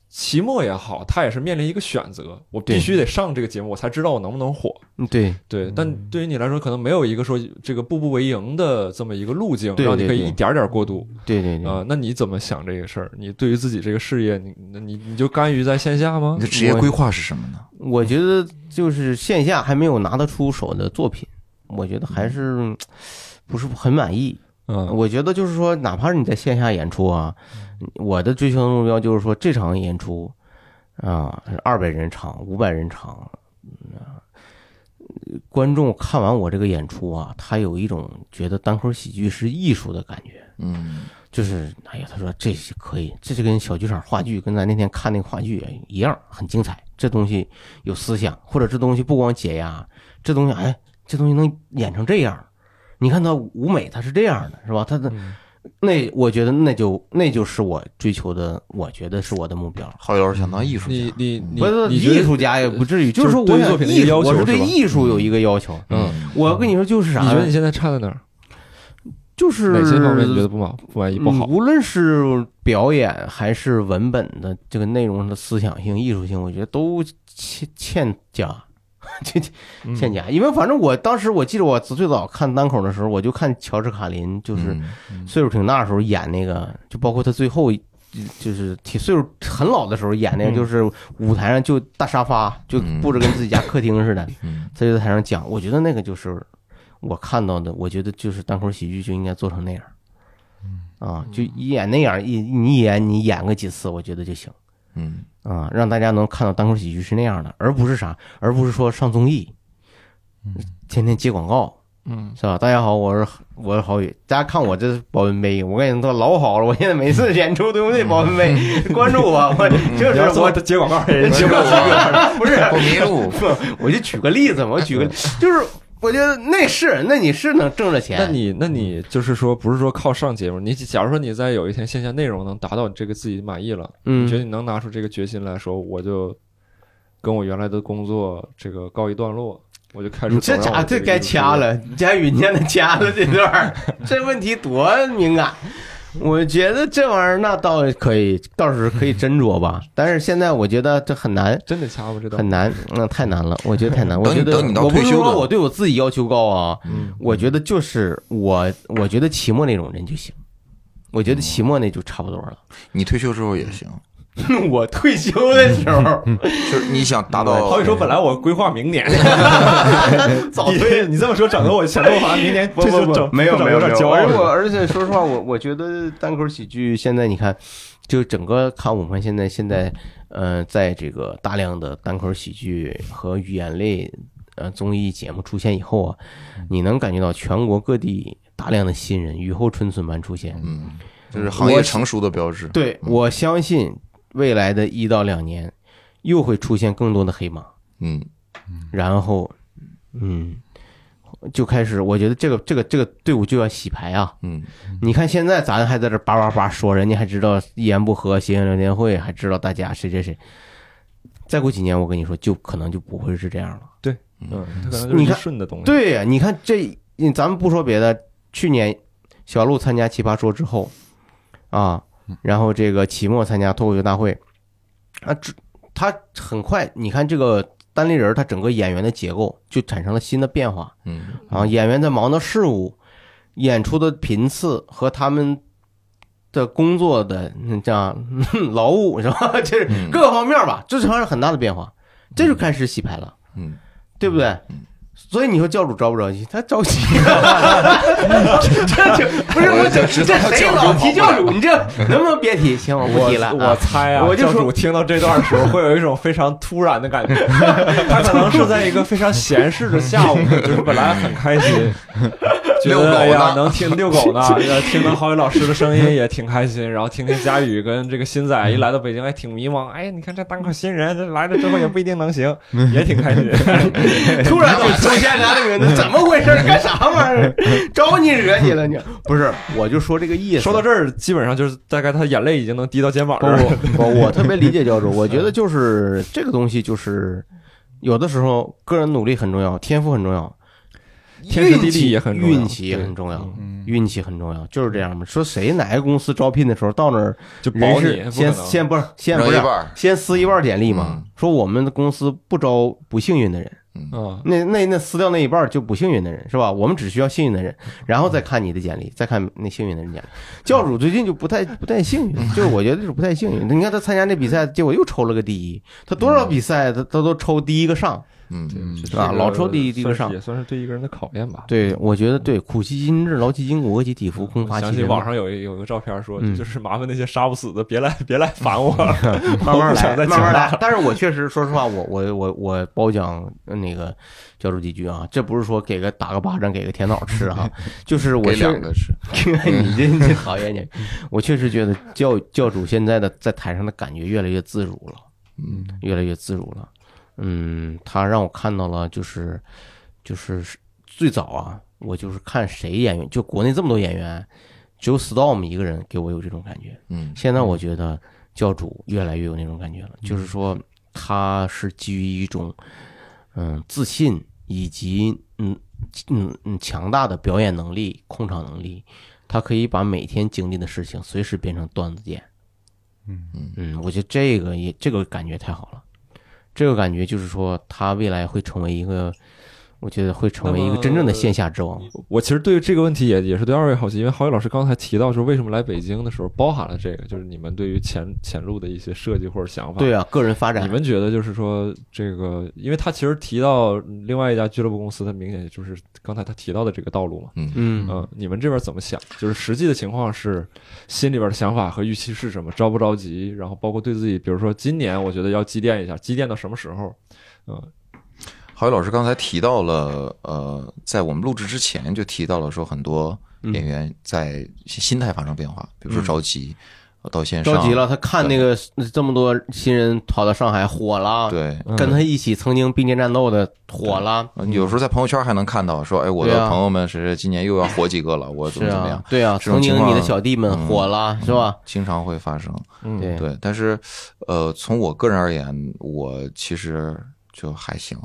Speaker 1: 期末也好，他也是面临一个选择，我必
Speaker 3: 对
Speaker 1: 须得上这个节目，我才知道我能不能火。
Speaker 3: 嗯对
Speaker 1: 对，但对于你来说，可能没有一个说这个步步为营的这么一个路径，
Speaker 3: 对
Speaker 1: 让你
Speaker 3: 对
Speaker 1: 可以
Speaker 3: 对嗯
Speaker 1: 一点儿点儿过渡
Speaker 3: 对对对，
Speaker 1: 啊、那你怎么想这个事儿？你对于自己这个事业，你那你你就甘于在线下吗
Speaker 3: 嗯
Speaker 2: 你的？职业规划是什么呢？
Speaker 3: 我觉得就是线下还没有拿得出手的作品，我觉得还是嗯不是很满意。
Speaker 1: 嗯
Speaker 3: 我觉得就是说，哪怕是你在线下演出啊，我的追求的目标就是说，这场演出啊，二百人场、五百人场，嗯观众看完我这个演出啊，他有一种觉得单口喜剧是艺术的感觉，
Speaker 2: 嗯，
Speaker 3: 就是哎呀，他说这是可以，这就跟小剧场话剧跟咱那天看那个话剧一样，很精彩。这东西有思想，或者这东西不光解压，这东西哎，这东西能演成这样。你看他舞美，他是这样的，是吧？他的那我觉得那就那就是我追求的，我觉得是我的目标。
Speaker 2: 好友想当艺术
Speaker 1: 你
Speaker 3: 嗯
Speaker 2: 家，
Speaker 1: 你你
Speaker 3: 不是
Speaker 1: 你觉得
Speaker 3: 艺术家也不至于，
Speaker 1: 就是
Speaker 3: 说
Speaker 1: 对
Speaker 3: 我
Speaker 1: 于
Speaker 3: 想
Speaker 1: 作品的一
Speaker 3: 艺
Speaker 1: 个
Speaker 3: 术，
Speaker 1: 要求
Speaker 3: 我是对
Speaker 1: 是吧
Speaker 3: 艺术有一个要求。
Speaker 1: 嗯，
Speaker 3: 我跟你说就是啥
Speaker 1: 你觉得
Speaker 3: 呢
Speaker 1: 你？现在差在哪儿？
Speaker 3: 就是
Speaker 1: 哪些方面你觉得不满不满意不好
Speaker 3: 嗯？无论是表演还是文本的这个内容的思想性、艺术性，我觉得都欠欠佳，欠
Speaker 1: 嗯
Speaker 3: 欠佳。因为反正我当时我记得我最早看单口的时候，我就看乔治卡林，就是
Speaker 2: 嗯
Speaker 3: 岁数挺大的时候演那个，就包括他最后一就是挺岁数很老的时候演那个，
Speaker 1: 嗯
Speaker 3: 就是舞台上就大沙发，就
Speaker 2: 嗯
Speaker 3: 布置跟自己家客厅似的，
Speaker 2: 嗯
Speaker 3: 在这台上讲，我觉得那个就是我看到的，我觉得就是单口喜剧就应该做成那样，啊，就演那样，一你演你演个几次，我觉得就行
Speaker 2: 嗯，
Speaker 3: 啊，让大家能看到单口喜剧是那样的，而不是啥，而不是说上综艺，天天接广告，
Speaker 2: 嗯，
Speaker 3: 是吧？大家好，我是我是郝宇，大家看我这是保温杯，我跟你说老好了，我现在每次演出都用这保温杯，关注 我，我就是我
Speaker 1: 接广告，
Speaker 2: 结 果
Speaker 3: 不是
Speaker 2: 我迷路，
Speaker 3: 我就举个例子嘛，我举个就是，我觉得那是，那你是能挣着钱。
Speaker 1: 那你那你就是说，不是说靠上节目，你假如说你在有一天线下内容能达到你这个自己满意了，你觉得
Speaker 3: 嗯，
Speaker 1: 你能拿出这个决心来说，我就跟我原来的工作这个告一段落，我就开始
Speaker 3: 你这
Speaker 1: 走上我
Speaker 3: 家伙这
Speaker 1: 个
Speaker 3: 该
Speaker 1: 艺术之
Speaker 3: 掐
Speaker 1: 路。
Speaker 3: 了，佳宇，你现在掐了这段 儿，这问题多敏感。我觉得这玩意儿那倒可以，倒是可以斟酌吧。但是现在我觉得这很难，
Speaker 1: 真得掐吗？这段
Speaker 3: 很难，那、太难了，我觉得太 难。我
Speaker 2: 等你
Speaker 3: 觉得
Speaker 2: 等你到
Speaker 3: 我不是
Speaker 2: 退休
Speaker 3: 说
Speaker 2: 了
Speaker 3: 我对我自己要求高啊，
Speaker 1: 嗯
Speaker 3: 我觉得就是我，我觉得期末那种人就行。我觉得期末那就差不多了。
Speaker 2: 你退休之后也行，
Speaker 3: 我退休的时候，
Speaker 2: 就是你想达到
Speaker 1: 好，宇说，本来我规划明 年，
Speaker 3: 早退
Speaker 1: 你你这么说，整的我 显得我好像明年
Speaker 3: 不不不，没有没有没有。而且我
Speaker 1: 了。
Speaker 3: 而且说实话，我我觉得单口喜剧现在你看，就整个看我们现在现在，呃，在这个大量的单口喜剧和语言类呃综艺节目出现以后啊，你能感觉到全国各地大量的新人雨后春笋般出现。
Speaker 2: 嗯，就是行业成熟的标志。
Speaker 3: 对，我相信未来的一到两年，又会出现更多的黑马。
Speaker 2: 嗯，
Speaker 3: 然后，嗯，就开始，我觉得这个这个这个队伍就要洗牌啊！
Speaker 2: 嗯，
Speaker 3: 你看现在咱还在这叭叭叭说，人家还知道一言不合谐星聊天会，还知道大家谁谁谁。再过几年，我跟你说，就可能就不会是这样了。
Speaker 1: 嗯，它可能就是
Speaker 3: 你
Speaker 1: 一
Speaker 3: 看
Speaker 1: 瞬的东西。
Speaker 3: 对呀，你看这，你咱们不说别的，去年小鹿参加奇葩说之后，啊，然后这个期末参加脱口秀大会，啊，这他很快，你看这个单立人儿，他整个演员的结构就产生了新的变化。
Speaker 2: 嗯，
Speaker 3: 啊，演员在忙的事物、演出的频次和他们的工作的嗯这样 劳务是吧？ 就是
Speaker 2: 嗯
Speaker 3: 各个方面吧，这是发生很大的变化，这就开始洗牌了，
Speaker 2: 嗯，
Speaker 3: 对不对？所以你说教主着不着急？他着急，这就不是
Speaker 2: 我
Speaker 3: 我
Speaker 2: 就
Speaker 3: 这
Speaker 2: 知
Speaker 3: 这
Speaker 2: 道
Speaker 3: 谁
Speaker 2: 教主
Speaker 3: 老提
Speaker 2: 跑不
Speaker 3: 教
Speaker 2: 了
Speaker 3: 主？你这能不能别提？行，我不提了啊。
Speaker 1: 我猜啊，
Speaker 3: 我就
Speaker 1: 教
Speaker 3: 说
Speaker 1: 主听到这段的时候，会有一种非常突然的感 觉。他可能是在一个非常闲适的下午，就是本来很开 心，觉
Speaker 2: 遛狗
Speaker 1: 得
Speaker 2: 呢
Speaker 1: 哎呀能听遛狗呢，呃听到郝宇老师的声音也挺开心。然后听听佳宇跟这个新仔一来到北京还挺迷茫，哎，你看这单口新人，这来了之后也不一定能 行，也挺开心。
Speaker 3: 突然就出现俩名字，怎么回事？干啥玩意儿？招你惹你了你？不是，我就说这个意思。
Speaker 1: 说到这儿，基本上就是大概他眼泪已经能滴到肩膀
Speaker 3: 不
Speaker 1: 上了。
Speaker 3: 不不，我特别理解教主，我觉得就是这个东西，就是有的时候个人努力很重要，天赋很重要，
Speaker 1: 天时地利也很重要
Speaker 3: 运气很重要
Speaker 1: 对，
Speaker 4: 嗯
Speaker 3: 运气很重要，就是这样嘛。说谁哪个公司招聘的时候到那儿，
Speaker 1: 就保
Speaker 3: 人
Speaker 1: 你
Speaker 3: 事，先
Speaker 1: 不可能
Speaker 3: 先不是先
Speaker 2: 扔
Speaker 3: 不
Speaker 2: 一
Speaker 3: 是
Speaker 2: 半儿，
Speaker 3: 先撕一半简历嘛
Speaker 2: 嗯，
Speaker 3: 说我们的公司不招不幸运的人。
Speaker 1: 嗯，
Speaker 3: 那那那撕掉那一半儿就不幸运的人是吧？我们只需要幸运的人，然后再看你的简历，再看那幸运的人简历。教主最近就不太不太幸运，就是我觉得就是不太幸运。你看他参加那比赛，结果又抽了个第一，他多少比赛他他都抽第一个上。
Speaker 2: 嗯，
Speaker 4: 嗯
Speaker 1: 这
Speaker 3: 啊
Speaker 1: 个
Speaker 3: 老抽第一第一个
Speaker 1: 算是
Speaker 3: 上
Speaker 1: 也算是对一个人的考验吧。
Speaker 3: 对，我觉得对，苦其心志，劳其筋骨，饿其体肤，空乏
Speaker 1: 我
Speaker 3: 其
Speaker 1: 想起
Speaker 3: 身嘛。
Speaker 1: 网上有一有一个照片说，
Speaker 3: 嗯
Speaker 1: 就是麻烦那些杀不死的，别来别来烦我，
Speaker 3: 慢
Speaker 1: 我
Speaker 3: 慢
Speaker 1: 不想
Speaker 3: 来，
Speaker 1: 再
Speaker 3: 慢慢
Speaker 1: 强大
Speaker 3: 来
Speaker 1: 了。。
Speaker 3: 但是我确实，说实话，我我我我褒奖那个教主几句啊，这不是说给个打个巴掌给个甜枣吃哈、就是我
Speaker 2: 给
Speaker 3: 确
Speaker 2: 两个吃，
Speaker 3: 你这你这讨厌你，嗯我确实觉得教教主现在的在台上的感觉越来越自如了，
Speaker 2: 嗯，
Speaker 3: 越来越自如了。嗯，他让我看到了，就是就是最早啊，我就是看谁演员，就国内这么多演员，只有 Storm 一个人给我有这种感觉。
Speaker 2: 嗯，
Speaker 3: 现在我觉得教主越来越有那种感觉了，就是说他是基于一种嗯自信以及嗯嗯嗯强大的表演能力、控场能力，他可以把每天经历的事情随时变成段子演。
Speaker 2: 嗯
Speaker 3: 嗯，我觉得这个也这个感觉太好了，这个感觉就是说他未来会成为一个，我觉得会成为一个真正的线下之王。
Speaker 1: 我其实对这个问题也也是对二位好奇，因为郝宇老师刚才提到说为什么来北京的时候包含了这个，就是你们对于前前路的一些设计或者想法。
Speaker 3: 对啊，个人发
Speaker 1: 你
Speaker 3: 展，
Speaker 1: 们觉得就是说这个，因为他其实提到另外一家俱乐部公司，他明显就是刚才他提到的这个道路嘛。
Speaker 3: 嗯，
Speaker 1: 嗯，你们这边怎么想？就是实际的情况是，心里边的想法和预期是什么？着不着急？然后包括对自己，比如说今年，我觉得要积淀一下，积淀到什么时候？嗯，
Speaker 2: 郝宇老师刚才提到了，呃，在我们录制之前就提到了说，很多
Speaker 3: 嗯
Speaker 2: 演员在心态发生变化，比如说着急，呃到线上
Speaker 3: 着急了，，他看那个这么多新人跑到上海火了，
Speaker 2: 对，嗯
Speaker 3: 跟他一起曾经并肩战斗的火了，
Speaker 2: 呃有时候在朋友圈还能看到说，哎，我
Speaker 3: 对
Speaker 2: 的
Speaker 3: 啊
Speaker 2: 朋友们谁谁今年又要火几个了，我怎
Speaker 3: 是
Speaker 2: 么怎么样
Speaker 3: 啊，，对啊，
Speaker 2: 这
Speaker 3: 曾
Speaker 2: 种情
Speaker 3: 经
Speaker 2: 况
Speaker 3: 你的小弟们火了，是吧？
Speaker 2: 经常会发生。
Speaker 3: 对，
Speaker 2: 嗯对，但是，呃，从我个人而言，我其实就还行，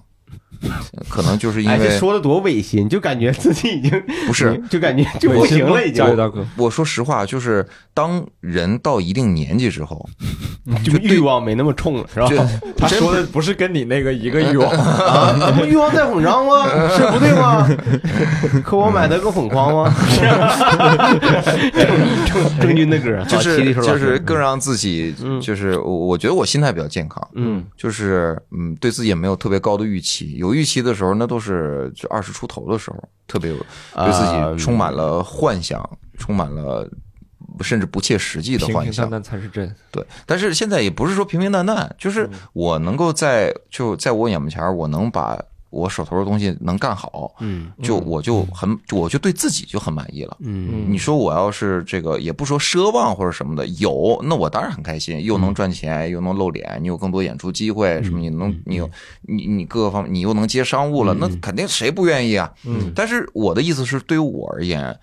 Speaker 2: 可能就是因
Speaker 3: 哎，这
Speaker 2: 为
Speaker 3: 说的多违心，就感觉自己已经嗯
Speaker 2: 不是，
Speaker 3: 就感觉就不行了，已经
Speaker 1: 加油大哥，
Speaker 2: 我说实话，就是当人到一定年 纪之后，
Speaker 3: 就欲望没那么冲了，是吧？
Speaker 2: 就
Speaker 1: 他说的不是跟你那个一个欲望，
Speaker 3: 啊，那不欲望在哄张 吗？是不对吗？可我买的更恐慌 吗？郑郑郑钧的歌，
Speaker 2: 就
Speaker 3: 早期的
Speaker 2: 是
Speaker 3: 时候老
Speaker 2: 就
Speaker 3: 师
Speaker 2: 是更让自己
Speaker 3: 嗯，
Speaker 2: 就是我我觉得我心态比较健康，
Speaker 3: 嗯，
Speaker 2: 就是嗯，对自己也没有特别高的预期，有预期的时候那都是就二十出头的时候，特别有对自
Speaker 3: 啊
Speaker 2: 己充满了幻想，充满了甚至不切实际的
Speaker 1: 平
Speaker 2: 幻
Speaker 1: 平
Speaker 2: 想
Speaker 1: 淡。淡才是真。
Speaker 2: 对，但是现在也不是说平平淡淡，就是
Speaker 3: 嗯
Speaker 2: 我能够在就在我眼门前儿，我能把我手头的东西能干好，
Speaker 3: 嗯，
Speaker 2: 就我就很就我就对自己就很满意了。
Speaker 3: 嗯
Speaker 2: 你说我要是这个，也不说奢望或者什么的，有那我当然很开心，又
Speaker 3: 嗯
Speaker 2: 能赚钱，又能露脸，你有更多演出机会，什么你能
Speaker 3: 嗯
Speaker 2: 你有你你各个方面，你又能接商务了，那肯定谁不愿意啊？嗯，但是我的意思是，对于我而言，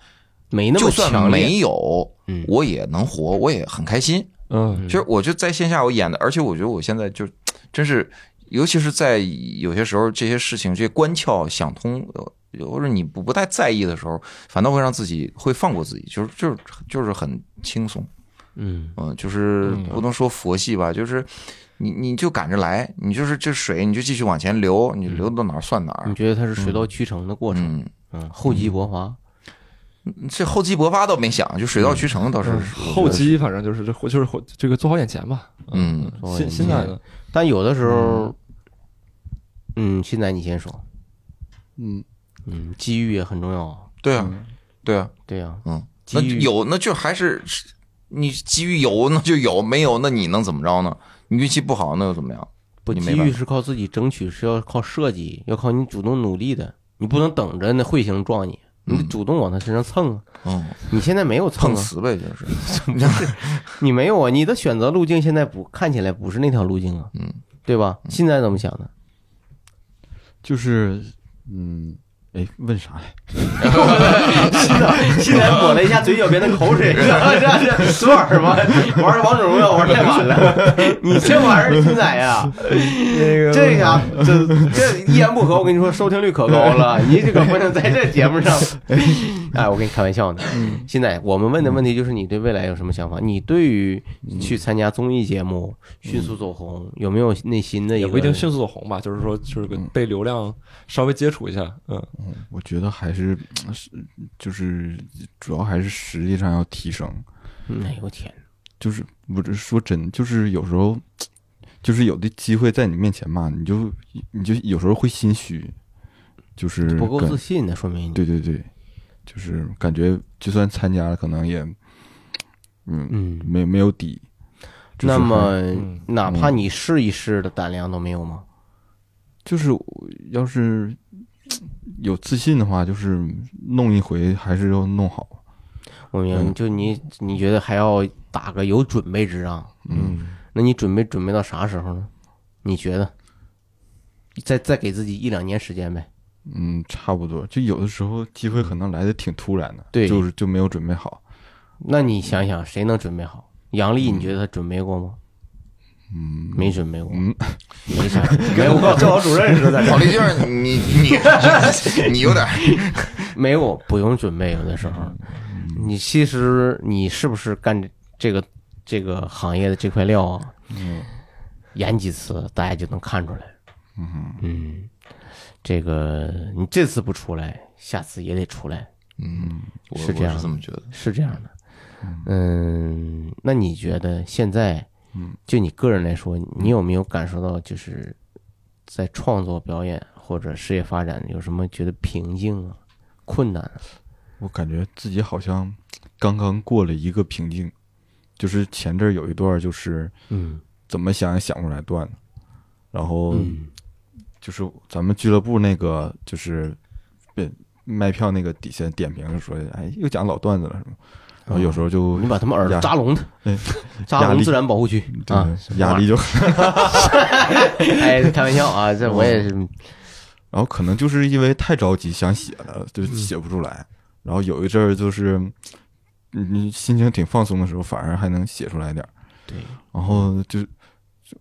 Speaker 3: 没那
Speaker 2: 就
Speaker 3: 么
Speaker 2: 算
Speaker 3: 强烈，嗯
Speaker 2: 没有，我也能活，我也很开心。
Speaker 1: 嗯，
Speaker 2: 其实我就在线下我演的，而且我觉得我现在就真是，尤其是在有些时候这些事情这些关窍想通，呃或者你不不太在意的时候，反倒会让自己会放过自己，就是就是就是很轻松，
Speaker 3: 嗯，
Speaker 2: 嗯、就是不能说佛系吧，就是你你就赶着来，你就是这水你就继续往前流，你流到哪儿算哪
Speaker 3: 你
Speaker 2: 儿，
Speaker 3: 觉得它是水到渠成的过程，
Speaker 2: 嗯。
Speaker 3: 嗯，厚积薄发，
Speaker 2: 这厚积薄发倒没想，就水到渠成倒是
Speaker 1: 后，期反正就是这，就是后这个做好眼前吧。
Speaker 2: 嗯，
Speaker 3: 做好眼
Speaker 1: 心心
Speaker 3: 前
Speaker 1: 态的，
Speaker 3: 但有的时候，嗯，现在你先说，
Speaker 4: 嗯，
Speaker 3: 嗯，机遇也很重要，
Speaker 2: 对啊，对啊，
Speaker 3: 对呀，
Speaker 2: 嗯，
Speaker 3: 机
Speaker 2: 那
Speaker 3: 遇
Speaker 2: 有那就还是你机遇有那就有，没有那你能怎么着呢？你运气不好那又怎么样？
Speaker 3: 不，
Speaker 2: 你
Speaker 3: 机
Speaker 2: 没办
Speaker 3: 遇
Speaker 2: 法
Speaker 3: 是靠自己争取，是要靠设计，要靠你主动努力的，你不能等着那彗星撞你，你得主动往他身上蹭啊！
Speaker 2: 嗯，
Speaker 3: 你现在没有蹭
Speaker 2: 碰
Speaker 3: 啊，
Speaker 2: 瓷呗， 就是。
Speaker 3: 你没有啊，你的选择路径现在不看起来不是那条路径啊，
Speaker 2: 嗯，
Speaker 3: 对吧？现在怎么想的？
Speaker 4: 就是嗯，哎，问啥来？
Speaker 3: 新来抹了一下嘴角边的口水，这这这昨晚吗？玩王者荣耀玩太晚了，你这玩意儿新仔呀，这呀，这这一言不合，我跟你说收听率可高 了，你这可不能在这节目上。哎，我跟你开玩笑呢。
Speaker 4: 嗯
Speaker 3: 现在我们问的问题就是你对未来有什么想法？你对于去参加综艺节目
Speaker 4: 嗯
Speaker 3: 迅速走红，有没有内心的一
Speaker 1: 也
Speaker 3: 个？
Speaker 1: 不一定迅速的红吧，就是说，就是个被流量稍微接触一下，嗯，
Speaker 4: 我觉得还是是就是主要还是实力上要提升，
Speaker 3: 嗯。哎呦我天，
Speaker 4: 就是我这说真，就是有时候，就是有的机会在你面前嘛，你就你就有时候会心虚，就是
Speaker 3: 不够
Speaker 4: 感
Speaker 3: 自信呢，说明你。
Speaker 4: 嗯对对对，就是感觉就算参加了，可能也嗯
Speaker 3: 嗯。
Speaker 4: 没没有底。就是
Speaker 3: 那
Speaker 4: 还
Speaker 3: 么
Speaker 1: 嗯，
Speaker 3: 哪怕你试一试的胆量都没有吗？
Speaker 4: 就是我要是有自信的话，就是弄一回还是要弄好。
Speaker 3: 我明白，就你你觉得还要打个有准备之仗，
Speaker 4: 嗯，
Speaker 3: 那你准备准备到啥时候呢？你觉得？再再给自己一两年时间呗。
Speaker 4: 嗯，差不多。就有的时候机会可能来的挺突然的，
Speaker 3: 对
Speaker 4: 就是就没有准备好。
Speaker 3: 那你想想，谁能准备好？杨笠，你觉得他准备过吗？
Speaker 4: 嗯，
Speaker 3: 没准备过，
Speaker 4: 嗯，
Speaker 3: 没啥，没有过，
Speaker 2: 老主任似的。考虑就是你你 你有点儿
Speaker 3: 没有，不用准备。有的时候，你其实你是不是干这个这个行业的这块料啊？演几次，大家就能看出来。嗯这个你这次不出来，下次也得出来，
Speaker 2: 嗯，我
Speaker 3: 是这
Speaker 2: 我
Speaker 3: 样
Speaker 2: 是这么觉得。
Speaker 3: 是这样的。嗯，那你觉得现在，就你个人来说，你有没有感受到就是在创作、表演或者事业发展有什么觉得瓶颈啊、困难啊？
Speaker 4: 我感觉自己好像刚刚过了一个瓶颈，就是前阵儿有一段儿就是
Speaker 3: 嗯
Speaker 4: 怎么想也想不出来段子，然后
Speaker 3: 嗯
Speaker 4: 就是咱们俱乐部那个就是被卖票那个底下点评就说，哎，又讲老段子了什么，然后有时候就
Speaker 3: 哦你把他们耳朵
Speaker 4: 压
Speaker 3: 扎聋他
Speaker 4: 哎，
Speaker 3: 扎
Speaker 4: 压
Speaker 3: 聋
Speaker 4: 力
Speaker 3: 自然保护区
Speaker 4: 对
Speaker 3: 啊，
Speaker 4: 压力就
Speaker 3: 哎，开玩笑啊，这我也是，
Speaker 4: 然后可能就是因为太着急想写了，就
Speaker 3: 嗯
Speaker 4: 写不出来。然后有一阵儿就是，你你心情挺放松的时候，反而还能写出来点儿。
Speaker 3: 对，
Speaker 4: 然后就就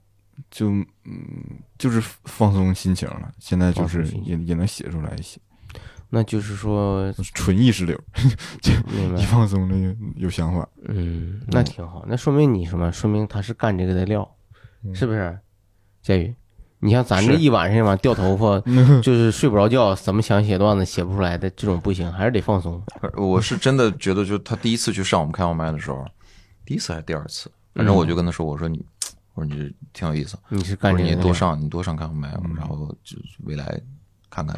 Speaker 4: 就嗯，就是放松心情了。现在就
Speaker 3: 放
Speaker 4: 是
Speaker 3: 松心
Speaker 4: 也也能写出来一些，
Speaker 3: 那就是说
Speaker 4: 纯意识流，
Speaker 3: 明
Speaker 4: 一
Speaker 3: 白，
Speaker 4: 放松了有有 想法。
Speaker 3: 嗯，那挺好，那说明你什么？说明他是干这个的料，
Speaker 4: 嗯
Speaker 3: 是不是？佳宇，你像咱这
Speaker 4: 是
Speaker 3: 一晚上嘛掉头发，就是睡不着觉，怎么想写段子写不出来的这种不行，还是得放松。
Speaker 2: 我是真的觉得，就他第一次去上我们开放麦的时候，第一次还是第二次，反正我就跟他说，我说你，我说你挺有意思，
Speaker 3: 你是
Speaker 2: 我
Speaker 3: 干
Speaker 2: 说
Speaker 3: 这个
Speaker 2: 你
Speaker 3: 的
Speaker 2: 多
Speaker 3: 料，
Speaker 2: 上你多上开放麦，然后就未来看看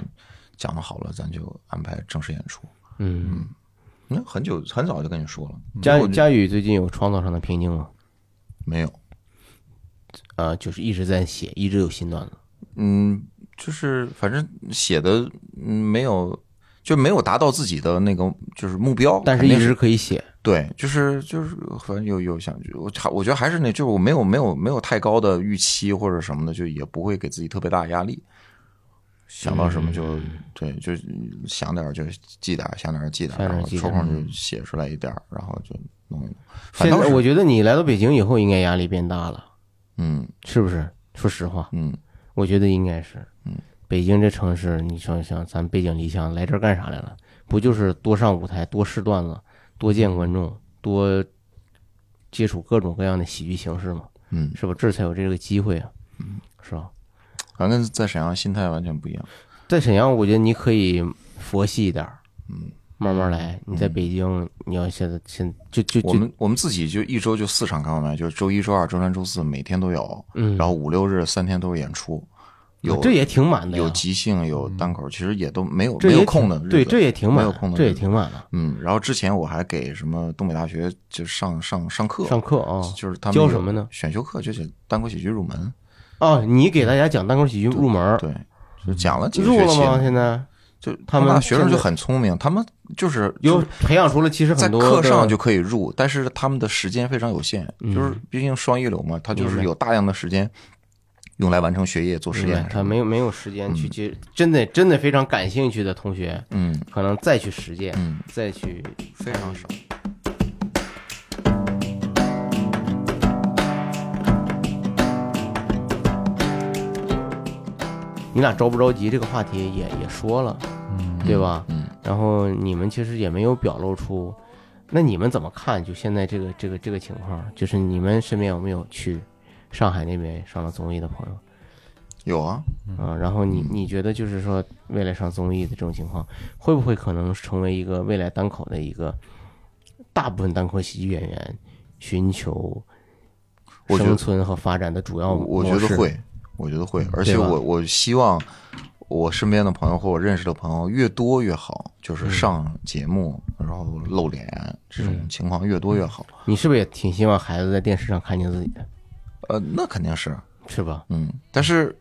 Speaker 2: 讲的好了，咱就安排正式演出。
Speaker 3: 嗯，
Speaker 2: 那很久很早就跟你说了，
Speaker 3: 佳
Speaker 2: 我就
Speaker 3: 佳宇最近有创作上的瓶颈吗？
Speaker 2: 没有，
Speaker 3: 呃，就是一直在写，一直有新段子。
Speaker 2: 嗯，就是反正写的嗯没有，就没有达到自己的那个就是目标，
Speaker 3: 但是
Speaker 2: 肯定
Speaker 3: 一直可以写，
Speaker 2: 对，就是就是，反正有有想，我还我觉得还是那，就是我没有没有没有太高的预期或者什么的，就也不会给自己特别大的压力。想到什么就、
Speaker 3: 嗯
Speaker 2: 对，就想点儿就记点儿，想点儿记点儿，
Speaker 3: 想点儿
Speaker 2: 然后
Speaker 3: 记
Speaker 2: 抽
Speaker 3: 点儿嗯
Speaker 2: 空就写出来一点儿，然后就弄一弄。反
Speaker 3: 现
Speaker 2: 倒
Speaker 3: 在
Speaker 2: 是
Speaker 3: 我觉得你来到北京以后，应该压力变大了，
Speaker 2: 嗯
Speaker 3: 是不是？说实话，
Speaker 2: 嗯，
Speaker 3: 我觉得应该是。
Speaker 2: 嗯，
Speaker 3: 北京这城市，你想想，咱背井离乡来这儿干啥来了？不就是多上舞台，多试段子，多见观众，多接触各种各样的喜剧形式吗？
Speaker 2: 嗯，
Speaker 3: 是吧？这才有这个机会啊，是吧？
Speaker 2: 反正在沈阳心态完全不一样。
Speaker 3: 在沈阳，我觉得你可以佛系一点，嗯，慢慢来。你在北京，你要现在现就就
Speaker 2: 我
Speaker 3: 就
Speaker 2: 们我们自己就一周就四场开放麦，就是周一、周二、周三、周四每天都有，
Speaker 3: 嗯啊
Speaker 2: 然后五六日三天都有演出，有
Speaker 3: 这也挺满的呀，嗯
Speaker 2: 有即兴，有单口，其实也都没有
Speaker 3: 这
Speaker 2: 没
Speaker 3: 也挺
Speaker 2: 有空的日子，
Speaker 3: 对，这也挺
Speaker 2: 没
Speaker 3: 满
Speaker 2: 有
Speaker 3: 的，
Speaker 2: 空的，
Speaker 3: 这也。挺满的。
Speaker 2: 嗯，然后之前我还给什么东北大学就上上上课，
Speaker 3: 上课啊，
Speaker 2: 就是他们
Speaker 3: 教
Speaker 2: 有
Speaker 3: 什么呢？
Speaker 2: 选修课就是单口喜剧入门，
Speaker 3: 哦，你给大家讲单口喜剧入门儿，
Speaker 2: 对，就讲了几个
Speaker 3: 嗯入
Speaker 2: 学
Speaker 3: 了吗？
Speaker 2: 期，
Speaker 3: 现在
Speaker 2: 就
Speaker 3: 他
Speaker 2: 东
Speaker 3: 们
Speaker 2: 大学生
Speaker 3: 现
Speaker 2: 就
Speaker 3: 在
Speaker 2: 很聪明，他们就是
Speaker 3: 有
Speaker 2: 就是
Speaker 3: 培养出了其实
Speaker 2: 在
Speaker 3: 很多
Speaker 2: 课
Speaker 3: 的嗯
Speaker 2: 上就可以入，但是他们的时间非常有限，就是毕竟双一流嘛，他就是有大量的时间用来完成学业、做实
Speaker 3: 明白
Speaker 2: 验什
Speaker 3: 他
Speaker 2: 么的。
Speaker 3: 没有没有时间去接，真的真的非常感兴趣的同学，
Speaker 2: 嗯
Speaker 3: 可能再去实践，
Speaker 2: 嗯，
Speaker 3: 再去
Speaker 2: 非常少。
Speaker 3: 你俩着不着急这个话题也也说了，对吧？
Speaker 2: 嗯
Speaker 3: 然后你们其实也没有表露出，那你们怎么看？就现在这个这个这个情况，就是你们身边有没有去上海那边上了综艺的朋友？
Speaker 2: 有啊，
Speaker 3: 啊，然后
Speaker 1: 嗯
Speaker 3: 你你觉得就是说未来上综艺的这种情况，会不会可能成为一个未来单口的一个大部分单口喜剧演员寻求
Speaker 2: 我觉得
Speaker 3: 生存和发展的主要
Speaker 2: 我我觉
Speaker 3: 模式
Speaker 2: 得，会，我觉得会，而
Speaker 3: 哦
Speaker 2: 且
Speaker 3: 对吧
Speaker 2: 我我希望我身边的朋友或我认识的朋友越多越好，
Speaker 3: 嗯
Speaker 2: 就是上节目、然后露脸这种情况越
Speaker 3: 嗯
Speaker 2: 多越好。
Speaker 3: 你是不是也挺希望孩子在电视上看见自己的，
Speaker 2: 呃，那肯定是，
Speaker 3: 是吧？
Speaker 2: 嗯，但是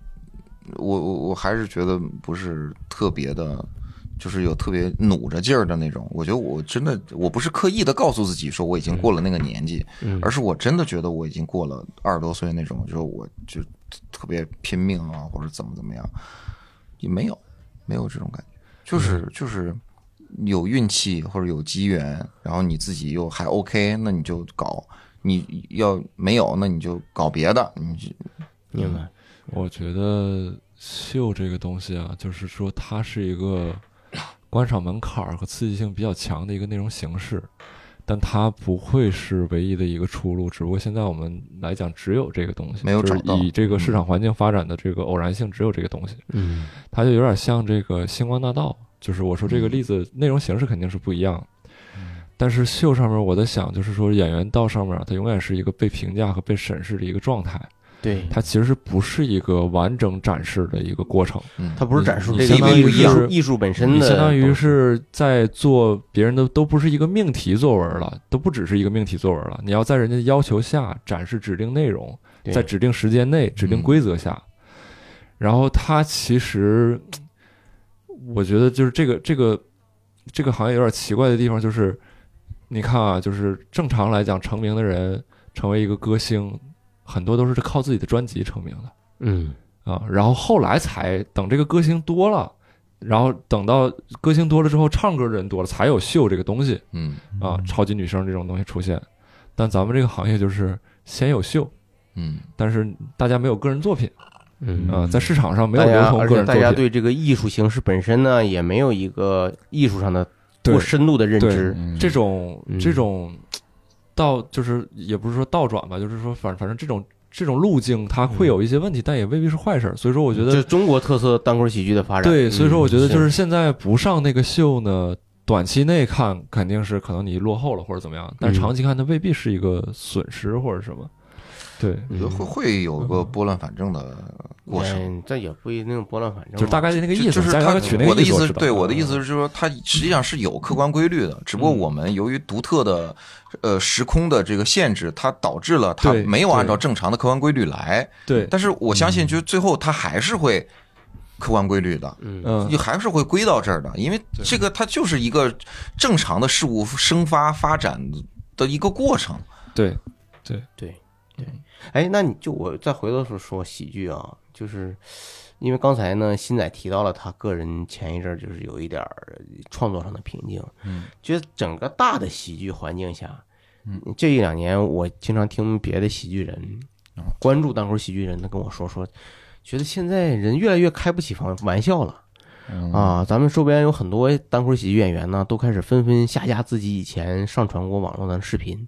Speaker 2: 我我我还是觉得不是特别的，就是有特别努着劲儿的那种。我觉得我真的我不是刻意的告诉自己说我已
Speaker 3: 嗯
Speaker 2: 经过了那个年纪，而是我真的觉得我已经过了二十多岁那种，就是我就特别拼命啊，或者怎么怎么样，也没有没有这种感觉，就是就是。有运气或者有机缘，然后你自己又还 OK，那你就搞；你要没有，那你就搞别的。你就
Speaker 3: 明白？
Speaker 1: 我觉得秀这个东西啊，就是说它是一个观赏门槛儿和刺激性比较强的一个内容形式，但它不会是唯一的一个出路。只不过现在我们来讲，只有这个东西，
Speaker 2: 没有
Speaker 1: 就是
Speaker 2: 找到嗯
Speaker 1: 以这个市场环境发展的这个偶然性，只有这个东西，
Speaker 3: 嗯
Speaker 1: 它就有点像这个星光大道。就是我说这个
Speaker 2: 嗯
Speaker 1: 例子，内容形式肯定是不一样。但是秀上面，我在想，就是说演员到上面啊，他永远是一个被评价和被审视的一个状态。
Speaker 3: 对，
Speaker 1: 它其实不是一个完整展示的一个过程，
Speaker 2: 嗯
Speaker 3: 他不是展示这
Speaker 1: 你
Speaker 3: 个
Speaker 1: 相当于
Speaker 3: 艺术艺术
Speaker 1: 是
Speaker 3: 艺术本身
Speaker 1: 你
Speaker 3: 的，
Speaker 1: 相当于是在做别人的，都不是一个命题作文了，都不只是一个命题作文了。你要在人家要求下展示指定内容，
Speaker 3: 对嗯
Speaker 1: 在指定时间内、指定规则下，然后他其实，我觉得就是这个这个这个行业有点奇怪的地方，就是你看啊，就是正常来讲，成名的人成为一个歌星，很多都是靠自己的专辑成名的
Speaker 3: 嗯
Speaker 1: 啊，然后后来才等这个歌星多了。然后等到歌星多了之后，唱歌的人多了，才有秀这个东西
Speaker 2: 嗯
Speaker 1: 啊，超级女声这种东西出现。但咱们这个行业就是先有秀，
Speaker 2: 嗯
Speaker 1: 但是大家没有个人作品
Speaker 3: 嗯，
Speaker 1: 啊、在市场上没有
Speaker 3: 大
Speaker 1: 流
Speaker 3: 家
Speaker 1: 通
Speaker 3: 而
Speaker 1: 个
Speaker 3: 且
Speaker 1: 人
Speaker 3: 大
Speaker 1: 作
Speaker 3: 家
Speaker 1: 品。
Speaker 3: 对这个艺术形式本身呢，也没有一个艺术上的过深度的认知。
Speaker 4: 嗯
Speaker 1: 这种
Speaker 3: 嗯
Speaker 1: 这种倒就是也不是说倒转吧，就是说反反正这种这种路径它会有一些问题，但也未必是坏事儿。所以说，我觉
Speaker 3: 就
Speaker 1: 得
Speaker 3: 是中国特色单口喜剧的发展，嗯
Speaker 1: 对，所以说我
Speaker 2: 嗯
Speaker 1: 觉得就是是现在不上那个秀呢，短期内看肯定是可能你落后了或者怎么样，但
Speaker 3: 嗯
Speaker 1: 长期看它未必是一个损失或者什么。对，
Speaker 2: 我觉得会会有个拨乱反正的过程。
Speaker 3: 嗯，这也不一定拨乱反正嘛，
Speaker 1: 就是大概那个
Speaker 2: 就
Speaker 1: 意思，
Speaker 2: 就是
Speaker 1: 加
Speaker 2: 他
Speaker 1: 上取那
Speaker 2: 我
Speaker 1: 个
Speaker 2: 的
Speaker 1: 思嗯
Speaker 2: 思
Speaker 1: 我
Speaker 2: 是
Speaker 1: 知道，
Speaker 2: 对我的意思是说，它实际上是有客观规律的，只不
Speaker 1: 嗯
Speaker 2: 过我们由于独特的呃时空的这个限制，它导致了它
Speaker 1: 对
Speaker 2: 没有按照
Speaker 1: 对
Speaker 2: 正常的客观规律来。
Speaker 1: 对，
Speaker 2: 但是我相信，就是最后它还是会客观规律的。
Speaker 1: 嗯
Speaker 2: 就还是会归到这儿的，因为这个它就是一个正常的事物生发发展的一个过程。
Speaker 1: 对，
Speaker 3: 对对，哎，那你就我再回头说说喜剧啊，就是因为刚才呢，新仔提到了他个人前一阵儿就是有一点儿创作上的瓶颈，嗯，就是整个大的喜剧环境下，嗯，这一两年我经常听别的喜剧人关注单口喜剧人，他跟我说说，觉得现在人越来越开不起玩玩笑了。啊，咱们周边有很多单口喜剧演员呢，都开始纷纷下架自己以前上传过网络的视频，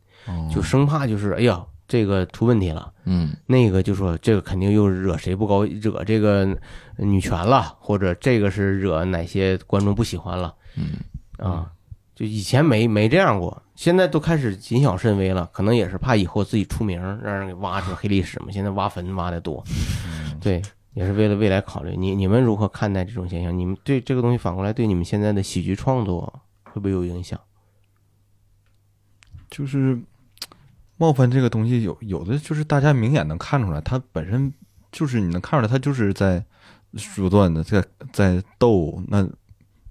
Speaker 3: 就生怕就是哎呀这个出问题了，
Speaker 2: 嗯
Speaker 3: 那个就说这个肯定又惹谁不高，惹这个女权了，或者这个是惹哪些观众不喜欢了
Speaker 2: 嗯，
Speaker 3: 啊。就以前没没这样过，现在都开始谨小慎微了，可能也是怕以后自己出名，让人给挖出黑历史嘛。现在挖坟挖的多，对，也是为了未来考虑。你你们如何看待这种现象？你们对这个东西反过来对你们现在的喜剧创作会不会有影响？
Speaker 4: 就是冒犯这个东西有有的就是大家明显能看出来，他本身就是你能看出来，他就是在说段子，在在逗。那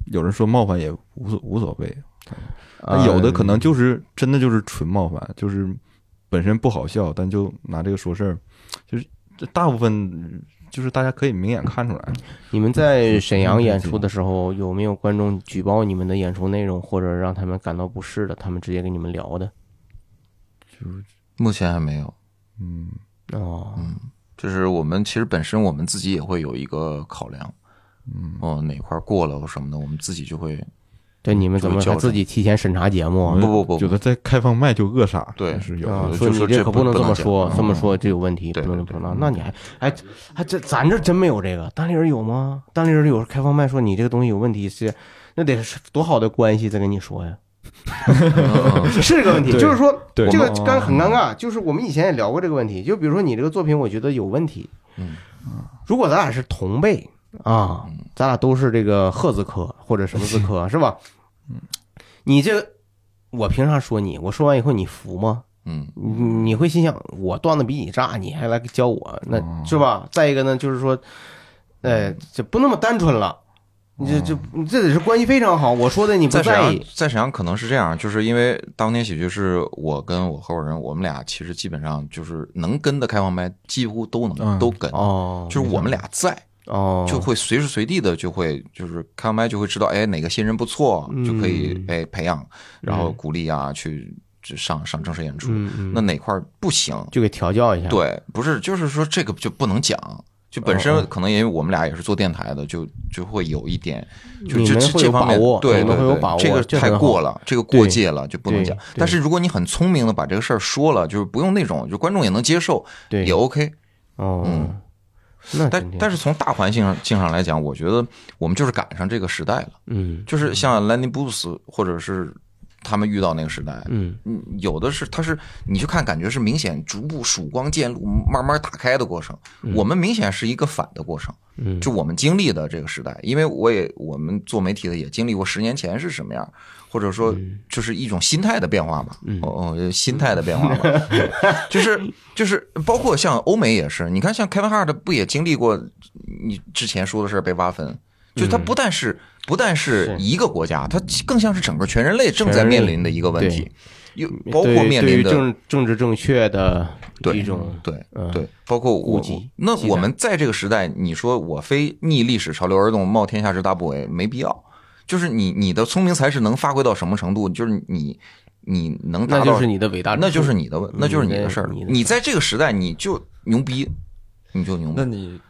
Speaker 4: 有人说冒犯也无所无所谓，
Speaker 3: 哎
Speaker 4: 那啊有的可能就是真的就是纯冒犯，就是本身不好笑，但就拿这个说事儿，就是这大部分就是大家可以明显看出来。
Speaker 3: 你们在沈阳演出的时候，有没有观众举报你们的演出内容，或者让他们感到不适的？他们直接跟你们聊的？
Speaker 2: 目前还没有。
Speaker 4: 嗯，
Speaker 3: 哦，
Speaker 2: 就是我们其实本身我们自己也会有一个考量，嗯，哦哪块儿过了或什么的，我们自己就会
Speaker 3: 对，你们怎么
Speaker 2: 这个
Speaker 3: 还
Speaker 2: 叫
Speaker 3: 自己提前审查节目
Speaker 4: 我
Speaker 3: 啊
Speaker 4: 们？
Speaker 2: 不不不不
Speaker 4: 有的在开放麦就扼杀，
Speaker 2: 对
Speaker 4: 是有
Speaker 3: 啊
Speaker 4: 的，
Speaker 3: 说
Speaker 2: 就
Speaker 3: 你
Speaker 2: 说
Speaker 3: 这
Speaker 2: 这
Speaker 3: 可
Speaker 2: 不
Speaker 3: 能
Speaker 2: 不
Speaker 3: 这
Speaker 2: 能
Speaker 3: 么
Speaker 2: 讲
Speaker 3: 说，
Speaker 2: 嗯
Speaker 3: 这么说就有问题，不
Speaker 2: 对
Speaker 3: 能
Speaker 2: 对
Speaker 3: 不能。那你还哎，还这咱这真没有这个，单立人有吗？单立人有开放麦说你这个东西有问题是，那得是多好的关系再跟你说呀，
Speaker 2: 嗯
Speaker 3: 是这个问题，
Speaker 1: 对
Speaker 3: 就是说
Speaker 1: 对
Speaker 3: 这个
Speaker 4: 我们
Speaker 3: 刚很尴尬，就是我们以前也聊过这个问题，就比如说你这个作品，我觉得有问题，
Speaker 2: 嗯，
Speaker 3: 如果咱俩是同辈啊，咱俩都是这个赫字科或者什么字 科是吧？
Speaker 2: 嗯
Speaker 3: 你这我凭啥说你？我说完以后你服吗？
Speaker 2: 嗯
Speaker 3: 你你会心想我段子比你炸，你还来教我，那
Speaker 2: 嗯
Speaker 4: 哦
Speaker 3: 是吧？再一个呢，就是说，呃，这不那么单纯了。你这这你这得是关系非常好，我说的你不
Speaker 2: 嗯在沈
Speaker 3: 在
Speaker 2: 阳
Speaker 3: 意，
Speaker 2: 在沈阳可能是这样，就是因为当年喜剧是我跟我合伙人，我们俩其实基本上就是能跟的开放麦几乎都能、
Speaker 4: 嗯
Speaker 2: 都跟，
Speaker 3: 哦，
Speaker 2: 就是我们俩在，
Speaker 3: 哦，
Speaker 2: 就会随时随地的就会就是开放麦就会知道，哎，哪个新人不错，
Speaker 3: 嗯
Speaker 2: 就可以哎培养，然后鼓励啊去去上上正式演出。
Speaker 3: 嗯嗯
Speaker 2: 那哪块儿不行？
Speaker 3: 就给调教一下，
Speaker 2: 对，不是，就是说这个就不能讲。就本
Speaker 3: 哦
Speaker 2: 身可能因为我们俩也是做电台的，就就会有一点，就
Speaker 3: 你
Speaker 2: 这
Speaker 3: 们
Speaker 2: 这
Speaker 3: 会
Speaker 2: 这
Speaker 3: 有
Speaker 2: 方面
Speaker 3: 把握
Speaker 2: 对
Speaker 3: 你们
Speaker 2: 对
Speaker 3: 会有把
Speaker 2: 对，
Speaker 3: 握
Speaker 2: 这个
Speaker 3: 这
Speaker 2: 太
Speaker 3: 很
Speaker 2: 过
Speaker 3: 好
Speaker 2: 了，这个过
Speaker 3: 对
Speaker 2: 界了就不能
Speaker 3: 对
Speaker 2: 讲
Speaker 3: 对。
Speaker 2: 但是如果你很聪明的把这个事儿说了，就是不用那种，就观众也能接受，
Speaker 3: 对
Speaker 2: 也 OK。
Speaker 3: 哦，那
Speaker 2: 但但
Speaker 3: 是
Speaker 2: 是从大环境上境上来讲，我觉得我们就是赶上这个时代了。
Speaker 3: 嗯
Speaker 2: 就是像 Lenny Bruce 或者是他们遇到那个时代，
Speaker 3: 嗯
Speaker 2: 嗯，有的是他是你去看，感觉是明显逐步曙光渐露，慢慢打开的过程。我们明显是一个反的过程，
Speaker 3: 嗯
Speaker 2: 就我们经历的这个时代，因为我也我们做媒体的也经历过十年前是什么样，或者说
Speaker 3: 嗯
Speaker 2: 就是一种心态的变化吧，哦哦，心态的变化吧， 就是就是包括像欧美也是，你看像 Kevin Hart 不也经历过你之前说的事儿被挖坟，就它不但是不但是
Speaker 3: 嗯是
Speaker 2: 一个国家，它更像是整个全人类正在面临的一个问题，又包括
Speaker 3: 对
Speaker 2: 面
Speaker 3: 对
Speaker 2: 临
Speaker 3: 于
Speaker 2: 的
Speaker 3: 政政治正确的
Speaker 2: 对
Speaker 3: 一种
Speaker 2: 对
Speaker 3: 嗯
Speaker 2: 对，包括
Speaker 3: 顾
Speaker 2: 我
Speaker 3: 忌
Speaker 2: 我那
Speaker 3: 忌惮
Speaker 2: 我们在这个时代，你说我非逆历史潮流而动，冒天下之大不韪，没必要。就是你你的聪明才智能发挥到什么程度，就是你你能达
Speaker 3: 那
Speaker 2: 到，
Speaker 3: 就是你的伟大之处，
Speaker 2: 那就是你的问，那就是你的事儿。
Speaker 3: 你的
Speaker 2: 你在这个时代，你就牛逼，你就牛
Speaker 1: 那
Speaker 2: 逼，
Speaker 1: 你
Speaker 2: 嗯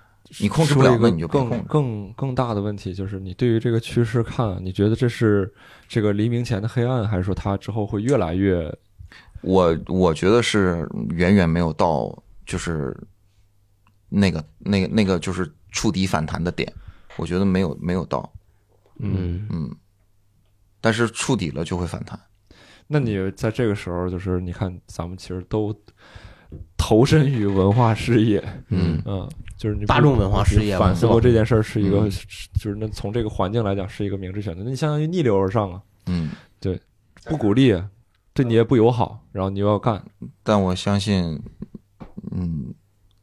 Speaker 2: 你控制不
Speaker 1: 说
Speaker 2: 了
Speaker 1: 一，个
Speaker 2: 那你就别
Speaker 1: 更
Speaker 2: 控制。
Speaker 1: 更更大的问题就是，你对于这个趋势看，你觉得这是这个黎明前的黑暗，还是说它之后会越来越
Speaker 2: 我我觉得是远远没有到，就是那个那个那个就是触底反弹的点，我觉得没有没有到。
Speaker 3: 嗯，
Speaker 2: 嗯，但是触底了就会反弹。
Speaker 1: 那你在这个时候，就是你看，咱们其实都投身于文化事业，
Speaker 2: 嗯
Speaker 1: 嗯，就是你不
Speaker 3: 大众文化事业嘛
Speaker 1: 反思过这件事儿是一个，
Speaker 2: 嗯
Speaker 1: 就是那从这个环境来讲是一个明智选择，那你相当于逆流而上啊，
Speaker 2: 嗯，
Speaker 1: 不鼓励，啊对你也不友好，然后你又要干，
Speaker 2: 但我相信，嗯，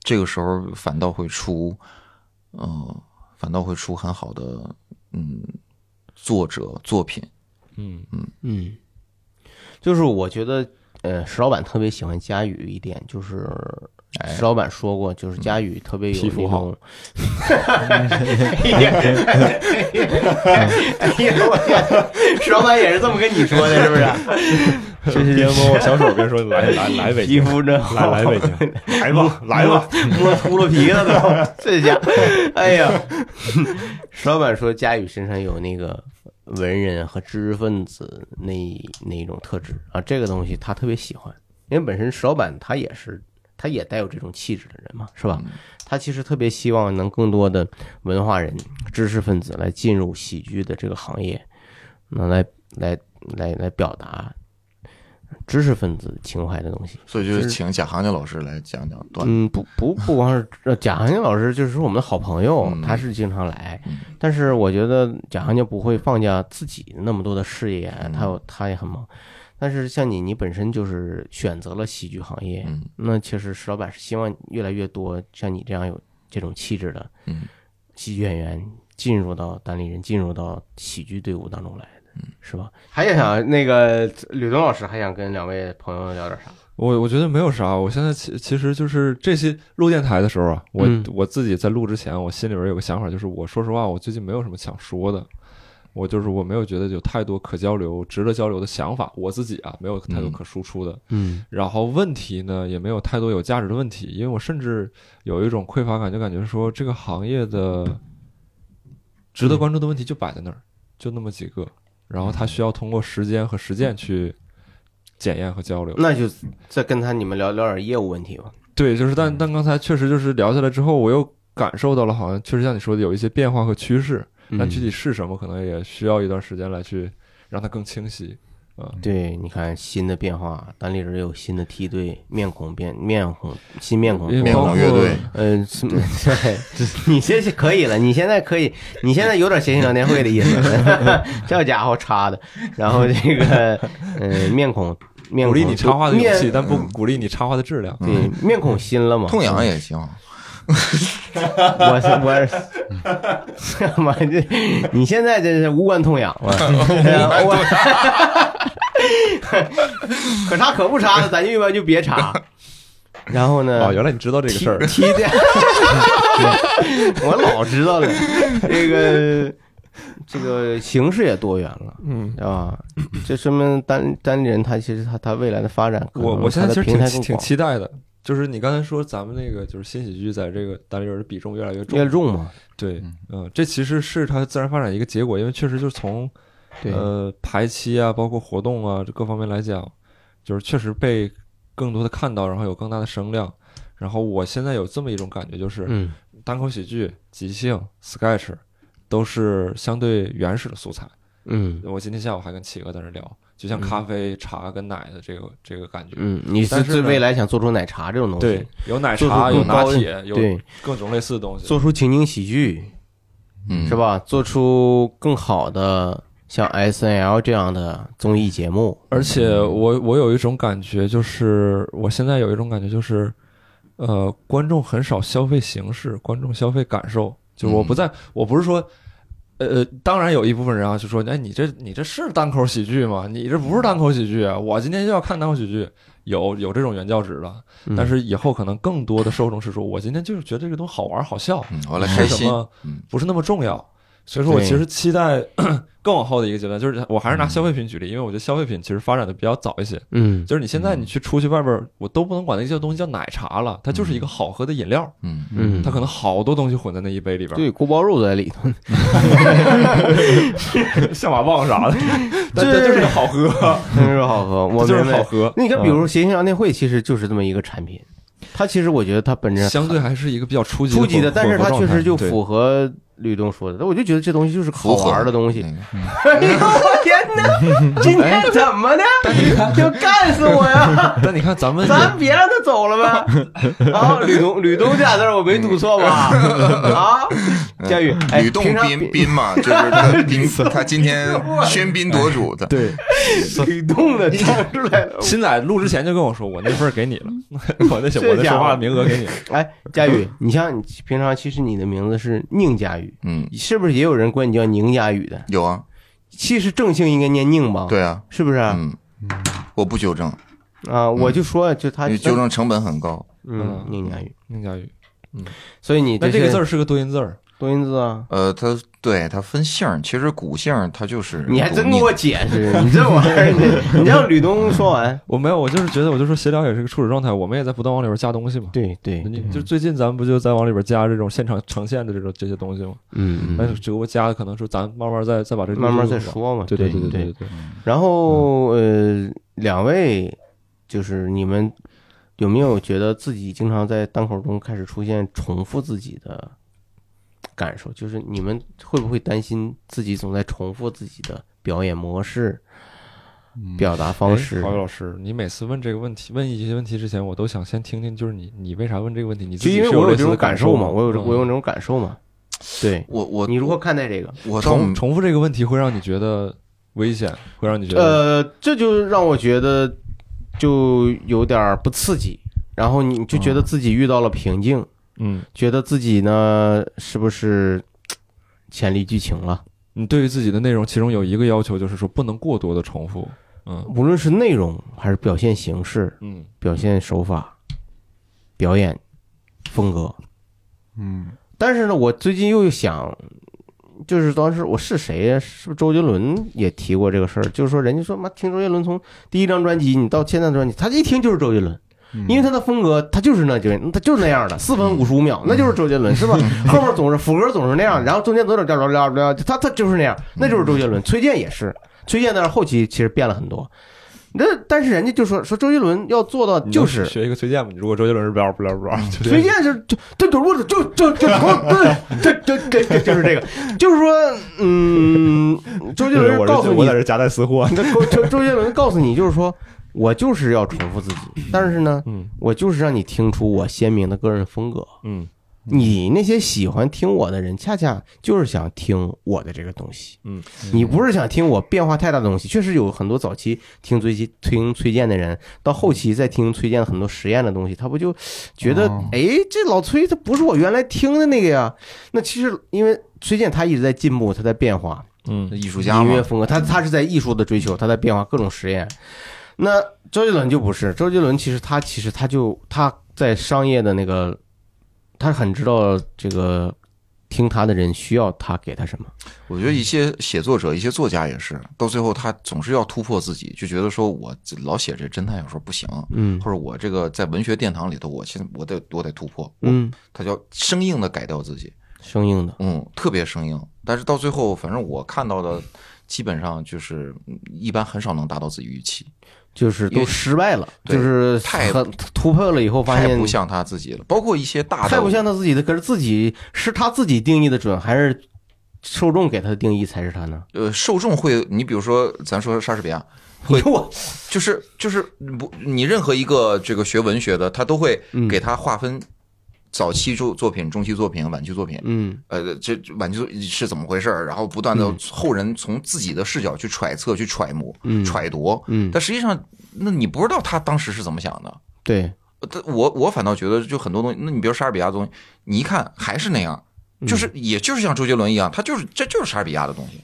Speaker 2: 这个时候反倒会出，呃，反倒会出很好的，嗯，作者作品。
Speaker 1: 嗯
Speaker 3: 嗯，就是我觉得，呃，石老板特别喜欢佳宇一点，就是
Speaker 2: 哎
Speaker 3: 石老板说过，就是佳宇特别有
Speaker 1: 皮肤
Speaker 3: 那
Speaker 1: 好
Speaker 3: 种。哎呀，哎呀我天石老板也是这么跟你说的，是不是？
Speaker 1: 这 期节目我小手跟说来来来 北
Speaker 3: 皮肤真好，
Speaker 1: 京，
Speaker 3: 来吧，来吧，摸秃噜皮了都，这家，哎 呀，石老板说佳宇身上有那个文人和知识分子那那一种特质啊，这个东西他特别喜欢，因为本身石老板他也是。他也带有这种气质的人嘛，是
Speaker 2: 嗯
Speaker 3: 吧？他其实特别希望能更多的文化人、知识分子来进入喜剧的这个行业，那来来来来表达知识分子情怀的东西。
Speaker 2: 所以就是请贾行家老师来讲讲段。
Speaker 3: 嗯，不不不光是呃贾行家老师，就是我们的好朋友，
Speaker 2: 嗯
Speaker 3: 他是经常来
Speaker 2: 嗯，
Speaker 3: 但是我觉得贾行家不会放下自己那么多的事业
Speaker 2: 嗯，
Speaker 3: 他有他也很忙。但是像你，你本身就是选择了喜剧行业，
Speaker 2: 嗯
Speaker 3: 那其实石老板是希望越来越多像你这样有这种气质的
Speaker 2: 嗯
Speaker 3: 喜剧演员进入到单立人，进入到喜剧队伍当中来的，是吧？嗯 还想那个吕东老师还想跟两位朋友聊点啥？
Speaker 1: 我我觉得没有啥，我现在其其实就是这些录电台的时候啊，我、
Speaker 3: 嗯
Speaker 1: 我自己在录之前，我心里边有个想法，就是我说实话，我最近没有什么想说的，我就是我没有觉得有太多可交流、值得交流的想法，我自己啊没有太多可输出的，
Speaker 3: 嗯
Speaker 1: 然后问题呢也没有太多有价值的问题，因为我甚至有一种匮乏感，就感觉说这个行业的值得关注的问题就摆在那儿，就那么几个，然后它需要通过时间和实践去检验和交流。
Speaker 3: 那就再跟他你们聊聊点业务问题吧。
Speaker 1: 对，就是但
Speaker 3: 嗯
Speaker 1: 但刚才确实就是聊下来之后，我又感受到了，好像确实像你说的有一些变化和趋势，但
Speaker 3: 嗯
Speaker 1: 具体是什么，可能也需要一段时间来去让它更清晰。
Speaker 3: 对，你看新的变化，单立人有新的梯队，面孔变面孔，新面孔
Speaker 1: 因为
Speaker 2: 面
Speaker 1: 包
Speaker 2: 孔
Speaker 1: 括
Speaker 2: 乐队
Speaker 3: 呃，是对， 你这是可以了，你现在可以，你现在有点谐星聊天会的 意思，这家伙插的。然后这个，呃，面孔，面
Speaker 1: 鼓
Speaker 3: 孔
Speaker 1: 励你插话的勇
Speaker 3: 面嗯
Speaker 1: 气，但嗯不鼓励你插话的质量。
Speaker 3: 对，面孔新了嘛？
Speaker 2: 痛痒也行，
Speaker 3: 我是我是， 他妈这，你现在真是无关痛痒，我我可插可不插的，咱就一般就别插。然后呢？
Speaker 1: 哦，原来你知道这个事儿。
Speaker 3: 踢踢掉，我老知道了。这个这个形式也多元了，
Speaker 1: 嗯，
Speaker 3: 对吧？这说明单单人他其实他他未来的发展可
Speaker 1: 嗯
Speaker 3: 能
Speaker 1: 我我现在
Speaker 3: 他
Speaker 1: 其
Speaker 3: 的
Speaker 1: 实
Speaker 3: 平
Speaker 1: 挺
Speaker 3: 台
Speaker 1: 期
Speaker 3: 更
Speaker 1: 挺
Speaker 3: 广，
Speaker 1: 期待的，就是你刚才说咱们那个就是新喜剧在这个单立人的比重越来越重，
Speaker 3: 越重嘛，
Speaker 1: 对，嗯，这其实是它自然发展一个结果，因为确实就是从
Speaker 3: 对，
Speaker 1: 呃排期啊，包括活动啊这各方面来讲，就是确实被更多的看到，然后有更大的声量。然后我现在有这么一种感觉，就是
Speaker 3: 嗯，
Speaker 1: 单口喜剧、即兴、sketch 都是相对原始的素材。
Speaker 3: 嗯
Speaker 1: 我今天下午还跟企鹅在那聊，就像咖啡、茶跟奶的这个这个感觉。
Speaker 3: 嗯，你
Speaker 1: 但是
Speaker 3: 是对
Speaker 1: 呢
Speaker 3: 未来想做出奶茶这种东西，
Speaker 1: 对，有奶
Speaker 3: 做出
Speaker 1: 茶，有
Speaker 3: 更
Speaker 1: 拿
Speaker 3: 高
Speaker 1: 铁，有
Speaker 3: 对，
Speaker 1: 各种类似的东西。
Speaker 3: 做出情景喜剧
Speaker 2: 嗯，
Speaker 3: 是？吧？做出更好的像 S N L 这样的综艺节目，
Speaker 1: 而且我我有一种感觉，就是我现在有一种感觉，就是呃，观众很少消费形式，观众消费感受。就是我不在，我不是说，呃，呃，当然有一部分人啊，就说，哎，你这你这是单口喜剧吗？你这不是单口喜剧啊！我今天就要看单口喜剧，有有这种原教旨的，
Speaker 3: 嗯
Speaker 1: 但是以后可能更多的受众是说，我今天就是觉得这个东西好玩好笑，
Speaker 2: 嗯，我来
Speaker 1: 是
Speaker 2: 开
Speaker 1: 什
Speaker 2: 心，
Speaker 1: 么
Speaker 2: 嗯
Speaker 1: 不是那么重要。所以说我
Speaker 3: 对
Speaker 1: 其实期待 更往后的一个阶段，就是我还是拿消费品举例，因为我觉得消费品其实发展的比较早一些。
Speaker 3: 嗯
Speaker 1: 就是你现在你去出去外边儿，我都不能管那些东西叫奶茶了，它就是一个好喝的饮料，
Speaker 2: 嗯，
Speaker 3: 嗯，
Speaker 1: 它可能好多东西混在那一杯里边儿，
Speaker 3: 对锅包肉在里头，
Speaker 1: 象拔蚌 啥的，但这就是好喝，
Speaker 3: 真是 好喝，我
Speaker 1: 它就是
Speaker 3: 明白
Speaker 1: 好喝。嗯
Speaker 3: 那你看，比如谐星奥运会，其实就是这么一个产品，它其实我觉得它本质
Speaker 1: 相对还是一个比较初级
Speaker 3: 初级的，
Speaker 1: 混
Speaker 3: 但是它确实就。
Speaker 1: 混合状态
Speaker 3: 符合吕东说的，我就觉得这东西就是好
Speaker 2: 符合
Speaker 3: 玩的东
Speaker 1: 嗯
Speaker 3: 西。
Speaker 2: 那个嗯
Speaker 3: 哎呦我 天哪！今天怎么 的？就干死我呀！
Speaker 1: 对但你看咱 们
Speaker 3: 咱别让他走了 呗。啊，吕东，吕东这俩字儿我没读 错吧？啊， 佳宇，哎，
Speaker 2: 吕洞
Speaker 3: 平常
Speaker 2: 宾宾嘛， 就是他宾，他今天喧宾夺主的，
Speaker 4: 对，
Speaker 3: 吕洞的唱出来了。
Speaker 1: 新仔录之前就跟我说，我那份儿给你了， 我那小我那
Speaker 3: 嗯这家
Speaker 1: 说
Speaker 3: 伙
Speaker 1: 话的名额给你了。
Speaker 3: 哎，佳宇，你像你平常其实你的名字是宁佳宇，
Speaker 2: 嗯，
Speaker 3: 是不是也有人管你叫宁佳宇的？
Speaker 2: 有啊，
Speaker 3: 其实正姓应该念宁吧？，
Speaker 2: 对啊，
Speaker 3: 是不是？
Speaker 2: 嗯，我不纠正，
Speaker 3: 啊，我就说就他
Speaker 2: 因为纠正成本很高，
Speaker 3: 嗯宁佳宇，
Speaker 1: 宁佳宇，
Speaker 3: 所以你
Speaker 1: 但这个字
Speaker 3: 是
Speaker 1: 儿是个多音字儿，
Speaker 3: 多音字啊。
Speaker 2: 呃，他对他分姓儿，其实古姓儿它就是
Speaker 3: 你还真
Speaker 2: 古
Speaker 3: 给
Speaker 2: 匿
Speaker 3: 我解释，你这玩意儿，你让吕东说 完。
Speaker 1: 我没有，我就是觉得，我就说闲聊也是个初始状态，我们也在不断往里边加东西嘛。
Speaker 3: 对对，嗯
Speaker 1: 你就最近咱们不就在往里边加这种现场呈现的这种这些东西吗？
Speaker 3: 嗯
Speaker 1: 但是只不过加的可能说咱慢慢再再把这个
Speaker 3: 慢慢
Speaker 1: 路
Speaker 3: 再
Speaker 1: 子
Speaker 3: 说嘛。
Speaker 1: 往。对
Speaker 3: 对
Speaker 1: 对
Speaker 3: 对
Speaker 1: 对。对，
Speaker 3: 然后呃，两位就是你们有没有觉得自己经常在档口中开始出现重复自己的感受？就是你们会不会担心自己总在重复自己的表演模式、
Speaker 1: 嗯
Speaker 4: 嗯
Speaker 3: 表达方式？
Speaker 1: 哎郝宇老师，你每次问这个问题，问一些问题之前，我都想先听听，就是你你为啥问这个问题？你自
Speaker 3: 就
Speaker 1: 己
Speaker 3: 因为
Speaker 1: 是
Speaker 3: 我
Speaker 1: 类似
Speaker 3: 有这
Speaker 1: 的
Speaker 3: 种
Speaker 1: 感
Speaker 3: 感
Speaker 1: 受
Speaker 3: 受
Speaker 1: 吗
Speaker 3: 嘛，我有这
Speaker 1: 嗯
Speaker 3: 我有这种感受嘛。对，
Speaker 2: 我我
Speaker 3: 你如何看待这嗯个？
Speaker 2: 我倒
Speaker 1: 重重复这个问题会让你觉得危险，会让你觉得
Speaker 3: 呃，这就让我觉得就有点儿不刺激，然后你就觉得自己遇到了瓶颈，
Speaker 1: 嗯，
Speaker 3: 觉得自己呢是不是嘖潜力剧情了？
Speaker 1: 你对于自己的内容，其中有一个要求就是说不能过多的重复，嗯
Speaker 3: 无论是内容还是表现形式、
Speaker 1: 嗯，
Speaker 3: 表现手法、表演风格，
Speaker 4: 嗯，
Speaker 3: 但是呢，我最近又想，就是当时我是谁呀、是不是周杰伦也提过这个事儿？就是说，人家说妈听周杰伦从第一张专辑你到现在专辑，他一听就是周杰伦。
Speaker 1: 嗯
Speaker 3: 因
Speaker 4: 嗯
Speaker 3: 为他的风格，他就是那就他就是那样的，四分五十五秒，那就是周杰伦，是吧？
Speaker 1: 嗯
Speaker 3: 后面总是副歌总是那样，然后中间总有点儿点儿，他他就是那样，那就是周杰伦。崔健也是，崔健那后期其实变了很多，那但是人家就说说周杰伦要做到
Speaker 1: 你能
Speaker 3: 就是
Speaker 1: 学一个推荐吧。你如果周杰伦是不要不要不要，就
Speaker 3: 崔健是就就就我就就就这这这这 就是这个，就是说，嗯，周杰
Speaker 1: 是
Speaker 3: 伦告诉你，
Speaker 1: 这夹带私货，
Speaker 3: 周周杰伦告诉你，就是说我就是要重复自己，但是呢，
Speaker 1: 嗯
Speaker 3: 我就是让你听出我鲜明的个人风格。
Speaker 1: 嗯
Speaker 3: 你那些喜欢听我的人，恰恰就是想听我的这个东西。
Speaker 1: 嗯，
Speaker 3: 你不是想听我变化太大的东西。确实有很多早期听崔健听崔健的人，到后期再听崔健很多实验的东西，他不就觉得，
Speaker 4: 哦
Speaker 3: 哎，这老崔他不是我原来听的那个呀？那其实因为崔健他一直在进步，他在变化，
Speaker 1: 嗯，
Speaker 2: 艺术家
Speaker 3: 音乐
Speaker 2: 嘛，
Speaker 3: 风格，他他是在艺术的追求，他在变化各种实验。那周杰伦就不是，周杰伦其实他其实他就他在商业的那个，他很知道这个听他的人需要他给他什么。
Speaker 2: 我觉得一些写作者、一些作家也是，到最后他总是要突破自己，就觉得说我这老写这侦探小说不行，
Speaker 3: 嗯
Speaker 2: 或者我这个在文学殿堂里头，我现在我得我得突破，
Speaker 3: 嗯，
Speaker 2: 他就要生硬的改掉自己，
Speaker 3: 生硬的，
Speaker 2: 嗯，特别生硬。但是到最后，反正我看到的基本上就是嗯一般很少能达到自己预期，
Speaker 3: 就是
Speaker 2: 因
Speaker 3: 都
Speaker 2: 为
Speaker 3: 失败了，
Speaker 2: 对
Speaker 3: 就是
Speaker 2: 太
Speaker 3: 很突破了以后发
Speaker 2: 太
Speaker 3: 现
Speaker 2: 不像他自己了。包括一些大的，
Speaker 3: 太不像他自己的，可是自己是他自己定义的准，还是受众给他的定义才是他呢？
Speaker 2: 呃，受众会，你比如说，咱说莎士比亚，会
Speaker 3: 我
Speaker 2: 就是就是不，你任何一个这个学文学的，他都会
Speaker 3: 嗯
Speaker 2: 给他划分早期作作品、中期作品、晚期作品。
Speaker 3: 嗯
Speaker 2: 呃，这这晚期作是怎么回事儿？然后不断的
Speaker 3: 嗯
Speaker 2: 后人从自己的视角去揣测、去揣摩、
Speaker 3: 嗯
Speaker 2: 揣度，
Speaker 3: 嗯，
Speaker 2: 但实际上，那你不知道他当时是怎么想的。
Speaker 3: 对，
Speaker 2: 呃但我我反倒觉得，就很多东西，那你比如莎士比亚的东西，你一看还是那样，就是也就是像周杰伦一样，他就是这就是莎士比亚的东西。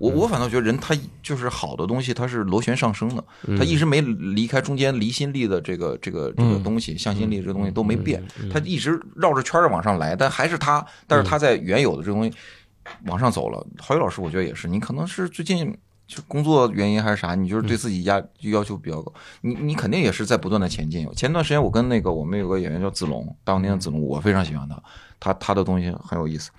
Speaker 2: 我我反倒觉得人他就是好的东西，它是螺旋上升的，他
Speaker 3: 嗯
Speaker 2: 一直没离开中间离心力的这个这个这个东西，向心力这个东西都没变，他一直绕着圈儿往上来，但还是他，但是他在原有的这个东西往上走了。郝宇老师，我觉得也是，你可能是最近。就工作原因还是啥，你就是对自己压要求比较高，你你肯定也是在不断的前进。前段时间我跟那个我们有个演员叫子龙，当年的子龙，我非常喜欢他，他他的东西很有意思。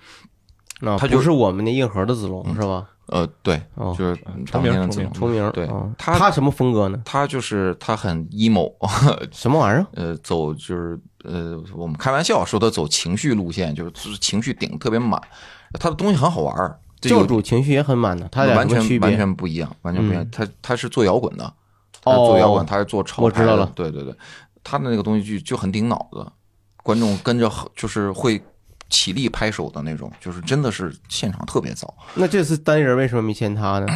Speaker 3: 那
Speaker 2: 他
Speaker 3: 不
Speaker 2: 就是
Speaker 3: 我们那硬核的子龙是吧？
Speaker 2: 呃，对，
Speaker 3: 哦
Speaker 2: 就是
Speaker 1: 重
Speaker 2: 嗯当
Speaker 1: 名
Speaker 2: 年的
Speaker 1: 重
Speaker 2: 子龙，
Speaker 1: 名
Speaker 3: 出名儿
Speaker 2: 对
Speaker 3: 哦
Speaker 2: 他
Speaker 3: 他什么风格呢？
Speaker 2: 他就是他很 emo，
Speaker 3: 什么玩意儿？
Speaker 2: 呃，走就是呃，我们开玩笑说他走情绪路线，就是就是情绪顶得特别满，他的东西很好玩儿。这有
Speaker 3: 教主情绪也很满的，他俩
Speaker 2: 完
Speaker 3: 什么区别？
Speaker 2: 全
Speaker 3: 嗯
Speaker 2: 完全不一样，完全不一样。他他是做摇滚的，他
Speaker 3: 哦
Speaker 2: 是做摇滚，他是做潮
Speaker 3: 我
Speaker 2: 牌
Speaker 3: 知道
Speaker 2: 的
Speaker 3: 了。
Speaker 2: 对对对，他的那个东西就就很顶脑子，观众跟着很就是会起立拍手的那种，就是真的是现场特别燥。
Speaker 3: 那这次单人为什么没签他呢？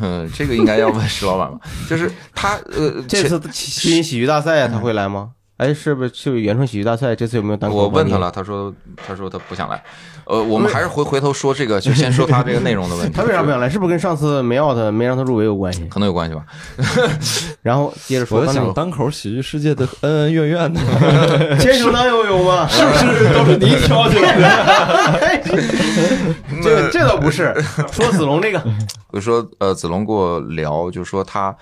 Speaker 2: 嗯， 这个应该要问石老板吧。就是他呃，
Speaker 3: 这
Speaker 2: 前
Speaker 3: 次新喜剧大赛他会来吗？哎，是不是是不是原创喜剧大赛？这次有没有单口？
Speaker 2: 我问他，了，他说他说他不想来。呃，我们还是回回头说这个，就先说他这个内容的问题。
Speaker 3: 他为啥不想
Speaker 2: 来？
Speaker 3: 来？是不是跟上次没要他没让他入围有关系？
Speaker 2: 可能有关系吧。
Speaker 3: 然后接着
Speaker 1: 我
Speaker 3: 说，嗯
Speaker 1: 在
Speaker 3: 刚才
Speaker 1: 想单口喜剧世界的恩恩怨怨呢，
Speaker 3: 牵手男友有吗？
Speaker 1: 是不是都是你挑起来的？
Speaker 2: 嗯
Speaker 3: 这这倒不是，说子龙这个，
Speaker 2: 比如说呃，子龙跟我聊，就是说他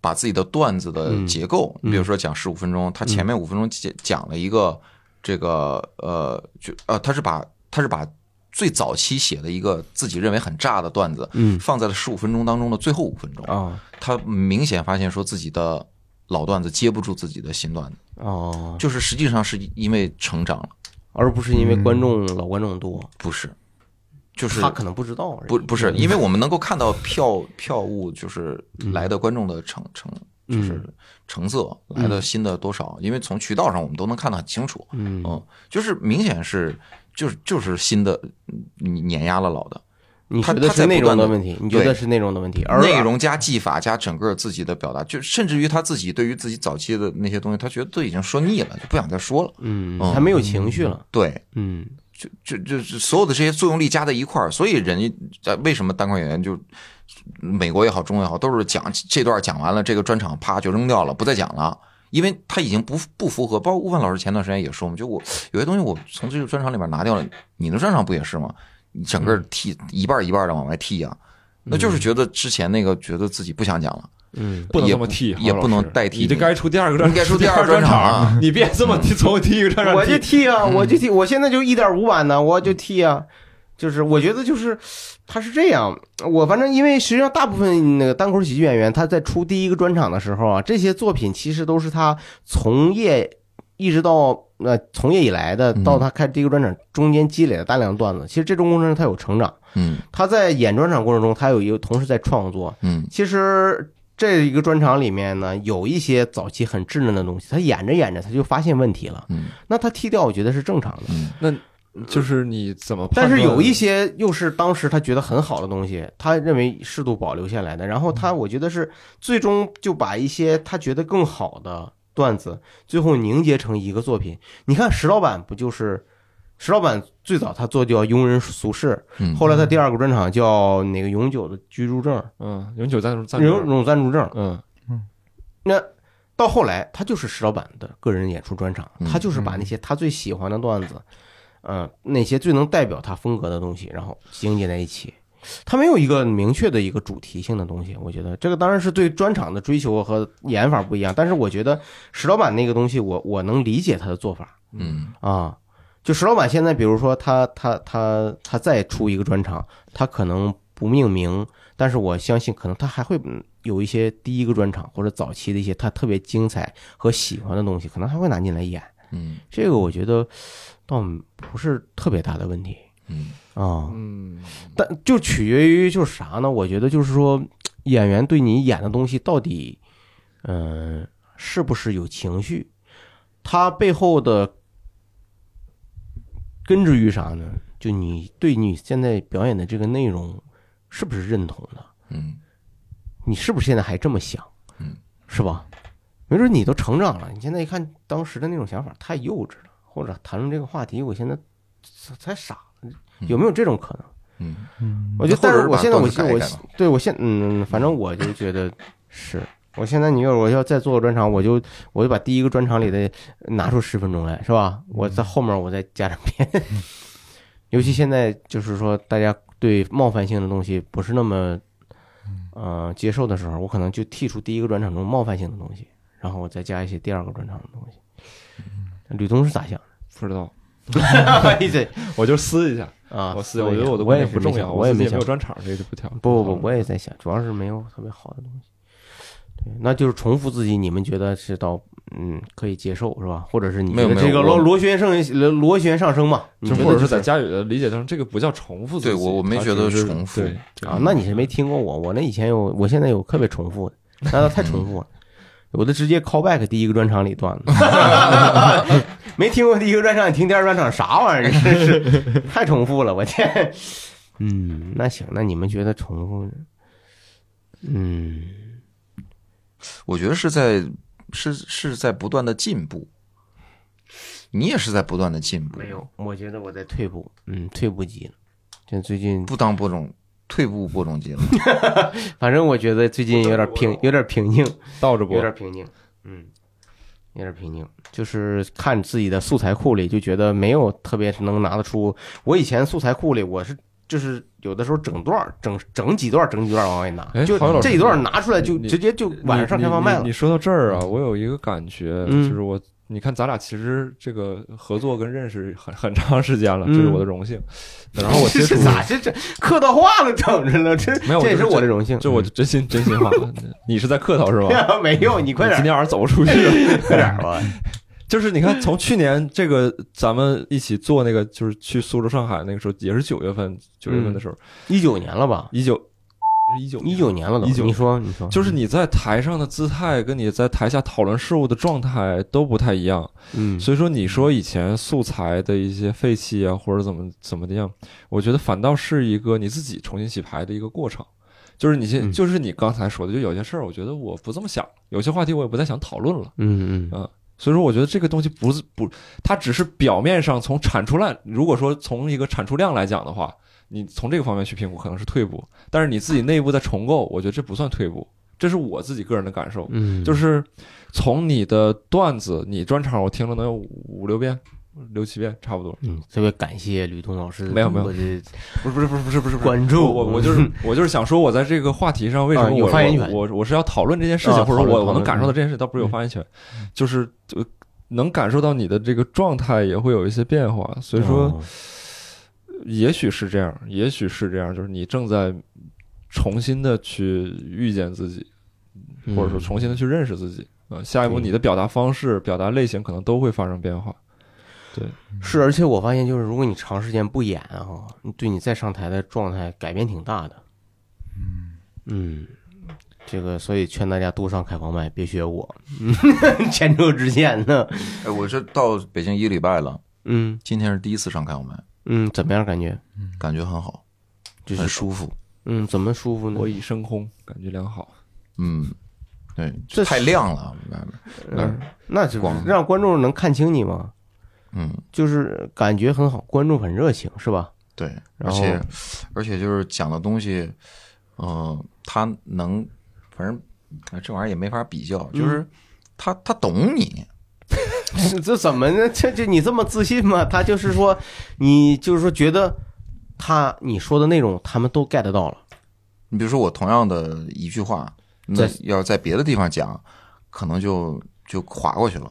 Speaker 2: 把自己的段子
Speaker 3: 嗯
Speaker 2: 的结构，比如说讲十五分钟，他前面五分钟讲讲了一个这个呃，就呃，他是把他是把最早期写的一个自己认为很炸的段子，
Speaker 3: 嗯
Speaker 2: 放在了十五分钟当中的最后五分钟，
Speaker 3: 哦
Speaker 2: 他明显发现说自己的老段子接不住自己的新段子，
Speaker 3: 哦，
Speaker 2: 就是实际上是因为成长了，
Speaker 3: 而不是因为观众老观众多，
Speaker 2: 不是，就是
Speaker 3: 他可能嗯不知道而已，
Speaker 2: 不不是，因为我们能够看到票票务就是
Speaker 3: 嗯
Speaker 2: 来的观众的成成就是成色来的新的多少，因为从渠道上我们都能看得很清楚，
Speaker 3: 嗯
Speaker 2: 嗯，就是明显是就是就是新的嗯碾压了老的
Speaker 3: 你
Speaker 2: 他
Speaker 3: 觉得
Speaker 2: 他
Speaker 3: 是
Speaker 2: 在
Speaker 3: 内
Speaker 2: 不
Speaker 3: 容
Speaker 2: 断
Speaker 3: 的
Speaker 2: 地
Speaker 3: 问题，你觉
Speaker 2: 对
Speaker 3: 得是内容的问题，而
Speaker 2: 内容加技法加整个自己的表达，就甚至于他自己对于自己早期的那些东西，他觉得都已经说腻了，就不想再说了，
Speaker 3: 嗯
Speaker 2: 嗯
Speaker 3: 他没有情绪了，
Speaker 2: 对，
Speaker 3: 嗯
Speaker 2: 就就就就所有的这些作用力加在一块儿，所以人家在为什么单口演员就美国也好，中国也好，都是讲这段讲完了，这个专场啪就扔掉了，不再讲了，因为他已经不不符合。包括悟饭老师前段时间也说嘛，就我有些东西我从这个专场里面拿掉了，你的专场不也是吗？你整
Speaker 3: 嗯
Speaker 2: 个踢一半儿一半的往外踢啊，那就是觉得之前那个觉得自己不想讲了，
Speaker 3: 嗯，
Speaker 1: 不能这么替，
Speaker 2: 也不能代替
Speaker 1: 你这该出第二个专，
Speaker 2: 你该出
Speaker 1: 第
Speaker 2: 第二
Speaker 1: 专
Speaker 2: 专场
Speaker 1: 场
Speaker 2: 啊，
Speaker 1: 你别 这么替，从第一个专场
Speaker 3: 我
Speaker 1: 替
Speaker 3: 就剃啊，我就剃，我现在就一点五版呢，我就剃啊。就是我觉得就是他是这样，我反正因为实际上大部分那个单口喜剧演员他在出第一个专场的时候啊，这些作品其实都是他从业一直到呃从业以来的，
Speaker 2: 嗯
Speaker 3: 到他开第一个专场中间积累了大量的段子。其实这种过程中他有成长，
Speaker 2: 嗯
Speaker 3: 他在演专场过程中他有一个同时在创作，
Speaker 2: 嗯
Speaker 3: 其实这一个专场里面呢，有一些早期很稚嫩的东西，他演着演着他就发现问题了，
Speaker 2: 嗯
Speaker 3: 那他剃掉我觉得是正常的。
Speaker 2: 嗯
Speaker 1: 就是你怎么判
Speaker 3: 但
Speaker 1: 断？
Speaker 3: 是有一些又是当时他觉得很好的东西，他认为适度保留下来的，然后他我觉得是最终就把一些他觉得更好的段子，最后凝结成一个作品。你看石老板不就是？石老板最早他做叫庸人俗世，
Speaker 2: 嗯，
Speaker 3: 后来他第二个专场叫那个永久的居住证，
Speaker 1: 嗯，永久赞助赞助
Speaker 3: 永久暂住证，
Speaker 1: 嗯，
Speaker 3: 那到后来，他就是石老板的个人演出专场，
Speaker 2: 嗯
Speaker 3: 他就是把那些他最喜欢的段子，嗯、那些最能代表他风格的东西，然后凝结在一起。他没有一个明确的一个主题性的东西，我觉得这个当然是对专场的追求和演法不一样，但是我觉得石老板那个东西我，我能理解他的做法
Speaker 2: 嗯
Speaker 3: 啊。就石老板现在，比如说他他他他再出一个专场，他可能不命名，但是我相信可能他还会嗯有一些第一个专场或者早期的一些他特别精彩和喜欢的东西，可能还会拿进来演。
Speaker 2: 嗯
Speaker 3: 这个我觉得倒不是特别大的问题
Speaker 2: 嗯
Speaker 3: 啊、
Speaker 1: 嗯，
Speaker 3: 但就取决于就是啥呢？我觉得就是说演员对你演的东西到底，嗯、是不是有情绪？他背后的根植于啥呢？就你对你现在表演的这个内容是不是认同的？
Speaker 2: 嗯
Speaker 3: 你是不是现在还这么想？
Speaker 2: 嗯，
Speaker 3: 是吧？没准你都成长了，你现在一看当时的那种想法太幼稚了，或者谈论这个话题，我现在才傻了，有没有这种可能？
Speaker 2: 嗯，
Speaker 3: 我觉得，
Speaker 2: 或
Speaker 3: 但
Speaker 2: 者
Speaker 3: 是我
Speaker 2: 把
Speaker 3: 现在我
Speaker 2: 段子
Speaker 3: 现
Speaker 2: 改一
Speaker 3: 我
Speaker 2: 改
Speaker 3: 现
Speaker 2: 吧
Speaker 3: 对我现嗯，反正我就觉得是。我现在你要我要再做个专场，我就我就把第一个专场里的拿出十分钟来，是吧？我在后面我再加上编。 尤其现在就是说，大家对冒犯性的东西不是那么呃接受的时候，我可能就剔除第一个专场中冒犯性的东西，然后我再加一些第二个专场的东西。吕东是咋想
Speaker 1: 不知道，
Speaker 3: 的？这
Speaker 1: 我就撕一下，
Speaker 3: 啊，
Speaker 1: 哎我
Speaker 3: 思
Speaker 1: 撕，
Speaker 3: 维
Speaker 1: 我觉得我的
Speaker 3: 我
Speaker 1: 观
Speaker 3: 也
Speaker 1: 点
Speaker 3: 是
Speaker 1: 不
Speaker 3: 没
Speaker 1: 重
Speaker 3: 想
Speaker 1: 要，
Speaker 3: 我也
Speaker 1: 自己也没
Speaker 3: 没想
Speaker 1: 有专场，这就不啊挑。
Speaker 3: 不
Speaker 2: 嗯
Speaker 3: 不不，我也在想，主要是没有特别好的东西。对，那就是重复自己，你们觉得是到嗯可以接受是吧？或者是你
Speaker 2: 没
Speaker 3: 觉得
Speaker 2: 有没有
Speaker 3: 这个螺
Speaker 2: 我
Speaker 3: 螺旋上螺旋上升嘛？你
Speaker 1: 就
Speaker 3: 觉得
Speaker 1: 或者
Speaker 3: 就是
Speaker 1: 在佳宇的理解当中，这个不叫重复自己。
Speaker 2: 对我我没
Speaker 1: 它
Speaker 2: 觉得
Speaker 1: 只是
Speaker 2: 重复
Speaker 1: 对
Speaker 3: 啊，那你是没听过我，我那以前有，我现在有特别重复的，那倒太重复了。我都直接 call back 第一个专场里段子， 没听过第一个专场，你听第二专场啥玩意儿？真是太重复了，我天。嗯，那行，那你们觉得重复呢？嗯，
Speaker 2: 我觉得是在是是在不断的进步，你也是在不断的进步，
Speaker 3: 没有，嗯我觉得我在退步，嗯，退步级了。就最近，
Speaker 2: 不当播种退步播 种机了。
Speaker 3: 反正我觉得最近有点平，有点平静，
Speaker 1: 倒着播
Speaker 3: 有，点平静，嗯，有点平静。就是看自己的素材库里，就觉得没有特别能拿得出。我以前素材库里，我是就是有的时候整段儿整整几段儿整几段儿往外拿
Speaker 1: 哎，
Speaker 3: 就
Speaker 1: 郝宇老师
Speaker 3: 这一段儿拿出来就
Speaker 1: 你
Speaker 3: 直接就晚上开放麦
Speaker 1: 你
Speaker 3: 了
Speaker 1: 你。你说到这儿啊，我有一个感觉，
Speaker 3: 嗯
Speaker 1: 就是我，你看咱俩其实这个合作跟认识很很长时间了，这是
Speaker 3: 嗯
Speaker 1: 我的荣幸。然 后我接
Speaker 3: 这
Speaker 1: 触
Speaker 3: 是，咋这这客套话了，整着了，这
Speaker 1: 没有
Speaker 3: 这也
Speaker 1: 就是是
Speaker 3: 我的荣幸。
Speaker 1: 就我真心真心话，你是在客套是吧？
Speaker 3: 没有，啊你快点
Speaker 1: 今
Speaker 3: 儿，
Speaker 1: 天晚上走不出 去。
Speaker 3: 快点儿吧。
Speaker 1: 就是你看，从去年这个咱们一起做那个，就是去苏州、上海那个时候，也是九月份，九月份的时候，
Speaker 3: 一九年了吧？
Speaker 1: 一九一九
Speaker 3: 嗯一九年了都。
Speaker 1: 19
Speaker 3: 你说，你说，
Speaker 1: 就是你在台上的姿态跟你在台下讨论事物的状态都不太一样，
Speaker 3: 嗯，
Speaker 1: 所以说你说以前素材的一些废弃啊，或者怎么怎么的样，我觉得反倒是一个你自己重新洗牌的一个过程。就是你
Speaker 3: 嗯
Speaker 1: 先，就是你刚才说的，就有些事儿，我觉得我不这么想，有些话题我也不再想讨论了。
Speaker 3: 嗯嗯
Speaker 1: 所以说，我觉得这个东西不是不，它只是表面上从产出量，如果说从一个产出量来讲的话，你从这个方面去评估可能是退步，但是你自己内部在重构，我觉得这不算退步，这是我自己个人的感受，
Speaker 3: 嗯，
Speaker 1: 就是是从你的段子、你专场，我听了能有五六遍、六七遍差不多。
Speaker 3: 嗯，特别感谢吕东老师，
Speaker 1: 没有没有
Speaker 3: 我的
Speaker 1: 不是不是不是不是不是
Speaker 3: 关注
Speaker 1: 我我我就是我就是想说，我在这个话题上为什
Speaker 3: 嗯啊
Speaker 1: 么
Speaker 3: 有
Speaker 1: 我、
Speaker 3: 发言权
Speaker 1: 我我我是要讨论这件事
Speaker 3: 啊
Speaker 1: 情，或者
Speaker 3: 讨论
Speaker 1: 我
Speaker 3: 讨
Speaker 1: 我
Speaker 3: 论嗯
Speaker 1: 能感受到这件事，倒不是有发言权，就是呃能感受到你的这个状态也会有一些变化，所以说
Speaker 3: 哦
Speaker 1: 也许是这样，也许是这样，就是你正在重新的去遇见自己，
Speaker 3: 嗯
Speaker 1: 或者说重新的去认识自己。啊，下一步
Speaker 3: 对
Speaker 1: 你的表达方式、表达类型可能都会发生变化。
Speaker 3: 嗯是，而且我发现就是，如果你长时间不演啊，你对你再上台的状态改变挺大的。嗯这个所以劝大家多上开放麦，别学我， 嗯前车之鉴呢。
Speaker 2: 哎，我这到北京一礼拜了，
Speaker 3: 嗯
Speaker 2: 今天是第一次上开放麦，
Speaker 3: 嗯，怎么样感觉？
Speaker 2: 感觉很好，
Speaker 3: 就
Speaker 2: 很
Speaker 3: 是
Speaker 2: 舒服。
Speaker 3: 嗯，怎么舒服呢
Speaker 1: 我？已升空，感觉良好。
Speaker 2: 嗯，对，
Speaker 3: 这
Speaker 2: 就太亮了，外面。
Speaker 3: 嗯，那就
Speaker 2: 光
Speaker 3: 让观众能看清你吗？
Speaker 2: 嗯，
Speaker 3: 就是感觉很好，观众很热情，是吧？
Speaker 2: 对，
Speaker 3: 然
Speaker 2: 而
Speaker 3: 后
Speaker 2: 且而且就是讲的东西，嗯，他能，反正哎这玩意儿也没法比较，
Speaker 3: 嗯
Speaker 2: 就是他他懂你，
Speaker 3: 这怎么呢？这这你这么自信吗？他就是说，你就是说觉得他你说的内容他们都 get 到了。
Speaker 2: 你比如说我同样的一句话，那
Speaker 3: 在
Speaker 2: 要在别的地方讲，可能就就划过去了。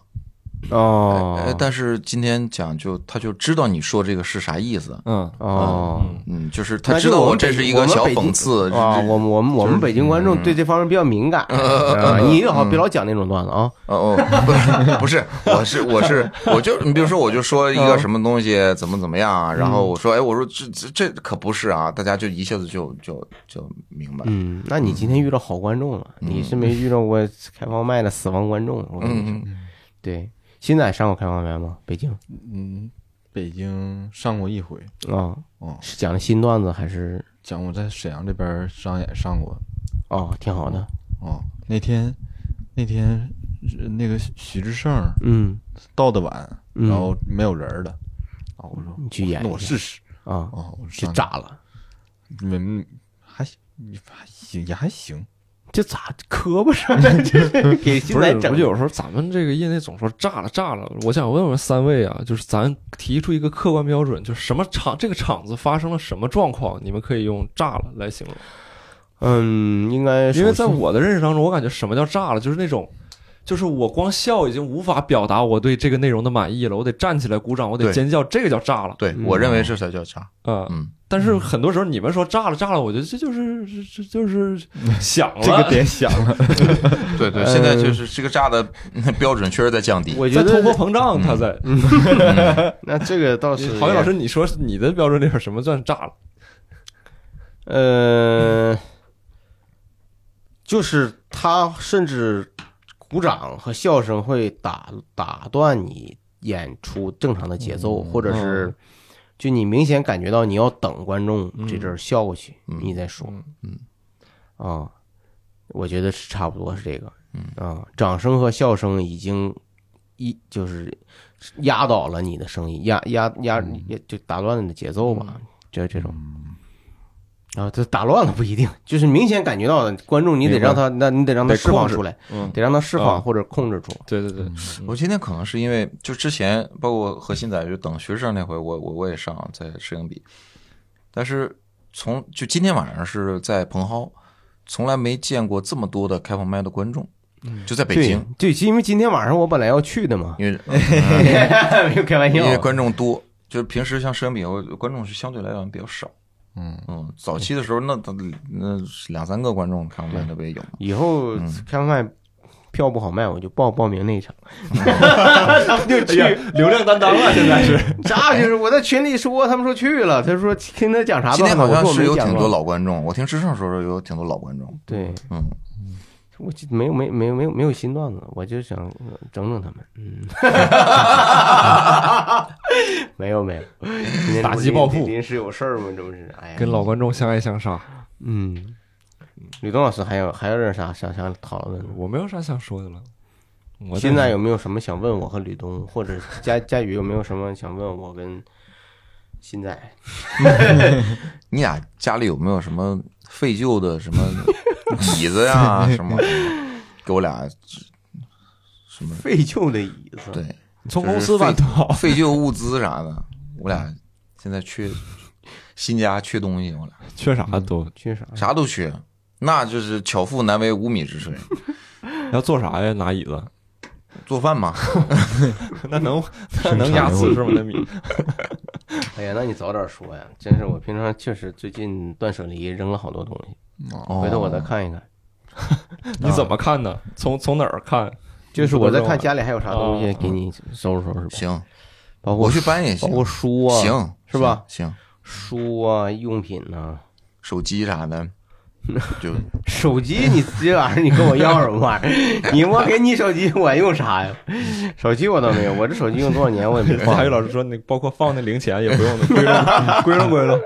Speaker 2: 哎
Speaker 3: 哦，
Speaker 2: 但是今天讲就他就知道你说这个是啥意思，
Speaker 1: 嗯，
Speaker 3: 哦
Speaker 2: 嗯，就是
Speaker 3: 那
Speaker 2: 他
Speaker 3: 就
Speaker 2: 知道
Speaker 3: 我们
Speaker 2: 这
Speaker 3: 北
Speaker 2: 是一
Speaker 3: 我
Speaker 2: 个
Speaker 3: 们
Speaker 2: 小
Speaker 3: 北京
Speaker 2: 讽刺
Speaker 3: 啊，
Speaker 2: 就是嗯
Speaker 3: 我们我们我们北京观众对这方面比较敏感， 啊你好，别老讲那种段子啊。
Speaker 2: 哦哦，不是，不是，我是我是我就你比如说，我就说一
Speaker 3: 嗯
Speaker 2: 个什么东西怎么怎么样啊，然后我说，哎，我说这这这可不是啊，大家就一下子就就就明白，
Speaker 3: 嗯，那你今天遇到好观众了，你是没遇到过开放麦的死亡观众。我跟你说，
Speaker 2: 嗯嗯，
Speaker 3: 对，新仔上过开放麦吗？北京
Speaker 4: 嗯，北京上过一回，
Speaker 2: 嗯
Speaker 3: 啊，
Speaker 4: 哦，
Speaker 3: 是讲的新段子还是？
Speaker 4: 讲我在沈阳这边商演上过，
Speaker 3: 哦，挺好的。
Speaker 4: 哦，那天那天呃那个许志胜
Speaker 3: 嗯
Speaker 4: 到的晚，
Speaker 3: 嗯
Speaker 4: 然后没有人儿了，啊，我
Speaker 2: 嗯
Speaker 4: 说
Speaker 3: 你去演
Speaker 4: 那我
Speaker 3: 一下
Speaker 4: 试试
Speaker 3: 啊，
Speaker 4: 啊，我
Speaker 3: 就
Speaker 4: 上
Speaker 3: 炸了，
Speaker 4: 去，没还行还行也还行，
Speaker 3: 这咋磕巴上了？这是给新
Speaker 1: 不是
Speaker 3: 来，
Speaker 1: 我
Speaker 3: 整
Speaker 1: 就有时候咱们这个业内总说炸了炸了，我想问问三位啊，就是咱提出一个客观标准，就是什么场这个场子发生了什么状况，你们可以用炸了来形容。
Speaker 3: 嗯，应该
Speaker 1: 因为在
Speaker 3: 首先
Speaker 1: 我的认识当中，我感觉什么叫炸了，就是那种，就是我光笑已经无法表达我对这个内容的满意了，我得站起来鼓掌，我得
Speaker 2: 对
Speaker 1: 尖叫，这个叫炸了。
Speaker 2: 对
Speaker 3: 嗯
Speaker 2: 我认为这才叫炸。
Speaker 1: 啊、
Speaker 2: 嗯，
Speaker 1: 但是很多时候你们说炸了炸了，我觉得这就是这这就是响了。
Speaker 4: 这个点响了，
Speaker 2: 嗯对对，现在就是这个炸的 标准确实在降低。
Speaker 3: 我
Speaker 1: 在
Speaker 3: 觉得
Speaker 1: 通货膨胀，他在。
Speaker 3: 那这个倒是
Speaker 1: 郝云老师，你说你的标准里边什么算炸了？
Speaker 3: 呃，就是他甚至鼓掌和笑声会打打断你演出正常的节奏，或者
Speaker 2: 嗯
Speaker 3: 是就你明显感觉到你要等观众这阵儿笑过去，
Speaker 2: 嗯
Speaker 3: 你再说，
Speaker 1: 嗯
Speaker 2: 嗯
Speaker 3: 啊，我觉得是差不多是这个，
Speaker 2: 嗯
Speaker 3: 啊，掌声和笑声已经一就是压倒了你的声音，压压压
Speaker 1: 嗯
Speaker 3: 就打乱了你的节奏吧，就这种。啊，这打乱了不一定，就是明显感觉到观众，你
Speaker 1: 嗯
Speaker 3: 得
Speaker 1: 明白
Speaker 3: 让他，那你得让他
Speaker 1: 得
Speaker 3: 释放
Speaker 1: 控制
Speaker 3: 出来，
Speaker 1: 嗯，
Speaker 3: 得让他释
Speaker 1: 啊
Speaker 3: 放或者控制住。
Speaker 1: 对对对，
Speaker 2: 我今天可能是因为就之前包括和新仔就等学生那回，我我我也上在摄影比，但是从就今天晚上是在蓬蒿，从来没见过这么多的开放麦的观众，就在北
Speaker 3: 对
Speaker 2: 京，
Speaker 3: 对，因为今天晚上我本来要去的
Speaker 1: 嗯
Speaker 3: 嘛，
Speaker 2: 因为
Speaker 3: 没有开玩
Speaker 2: 因
Speaker 3: 笑啊
Speaker 2: 为。观众多，就是平时像摄影比，我观众是相对来讲比较少。
Speaker 4: 嗯
Speaker 2: 嗯，早期的时候那那两三个观众开放麦那不也有吗？
Speaker 3: 以后开麦票不好卖，我就报报名那一场，哎他们就去。
Speaker 1: 流量担当了，现在是。
Speaker 3: 啥就是我在群里说，他们说去了，他说听他讲啥
Speaker 2: 今
Speaker 3: 段子，
Speaker 2: 天好
Speaker 3: 我
Speaker 2: 像
Speaker 3: 说我
Speaker 2: 是
Speaker 3: 没
Speaker 2: 有
Speaker 3: 讲
Speaker 2: 挺
Speaker 3: 过
Speaker 2: 多。老观众，我听知上说说有挺多老观众，
Speaker 3: 对，
Speaker 2: 嗯，
Speaker 3: 我就没有没有没有没有没有新段子，我就想呃整整他们。嗯，没有没有，今天
Speaker 1: 打击
Speaker 3: 临
Speaker 1: 报复
Speaker 3: 临时有事儿吗？这不是，哎呀，
Speaker 1: 跟老观众相爱相杀，
Speaker 3: 嗯，吕东老师还有还有点啥想想讨论的？
Speaker 1: 我没有啥想说的了。我
Speaker 3: 现在有没有什么想问我和吕东，或者佳 佳宇有没有什么想问我跟新仔？
Speaker 2: 你俩家里有没有什么废旧的什么椅子 呀、什么？给我俩什么？
Speaker 3: 废旧的椅子，
Speaker 2: 对，
Speaker 1: 从公司吧
Speaker 2: 就是
Speaker 1: 好。
Speaker 3: 哦
Speaker 2: 废旧物资啥的，我俩现在缺新家缺东西，我俩
Speaker 1: 缺啥都
Speaker 3: 缺啥？
Speaker 2: 啥都缺，那就是巧妇难为无米之炊。
Speaker 1: 要做啥呀？拿椅子，
Speaker 2: 做饭嘛，
Speaker 1: 那能那能压死是吗？那米，
Speaker 3: 哎呀，那你早点说呀！真是我平常确实最近断舍离扔了好多东西，
Speaker 2: 回
Speaker 3: 哦回头我
Speaker 2: 哦
Speaker 3: 再看一看。
Speaker 1: 你怎么看呢？从从哪儿看？
Speaker 3: 就是我再看家里还有啥东
Speaker 1: 哦
Speaker 3: 西
Speaker 1: 哦，
Speaker 3: 给你收拾收拾呗。
Speaker 2: 行，
Speaker 3: 包括
Speaker 2: 我去搬也行
Speaker 3: 包，括书啊，
Speaker 2: 行
Speaker 3: 是吧？
Speaker 2: 行，
Speaker 3: 书啊，用品呐，
Speaker 2: 手机啥 的，就
Speaker 3: 手机你这玩意儿你跟我要什么玩意儿？ 你我给你手机我用啥呀？手机我倒没有，我这手机用多少年 我也没 换。
Speaker 1: 佳宇老师说，那包括放那零钱也不 用的，归拢归拢归拢。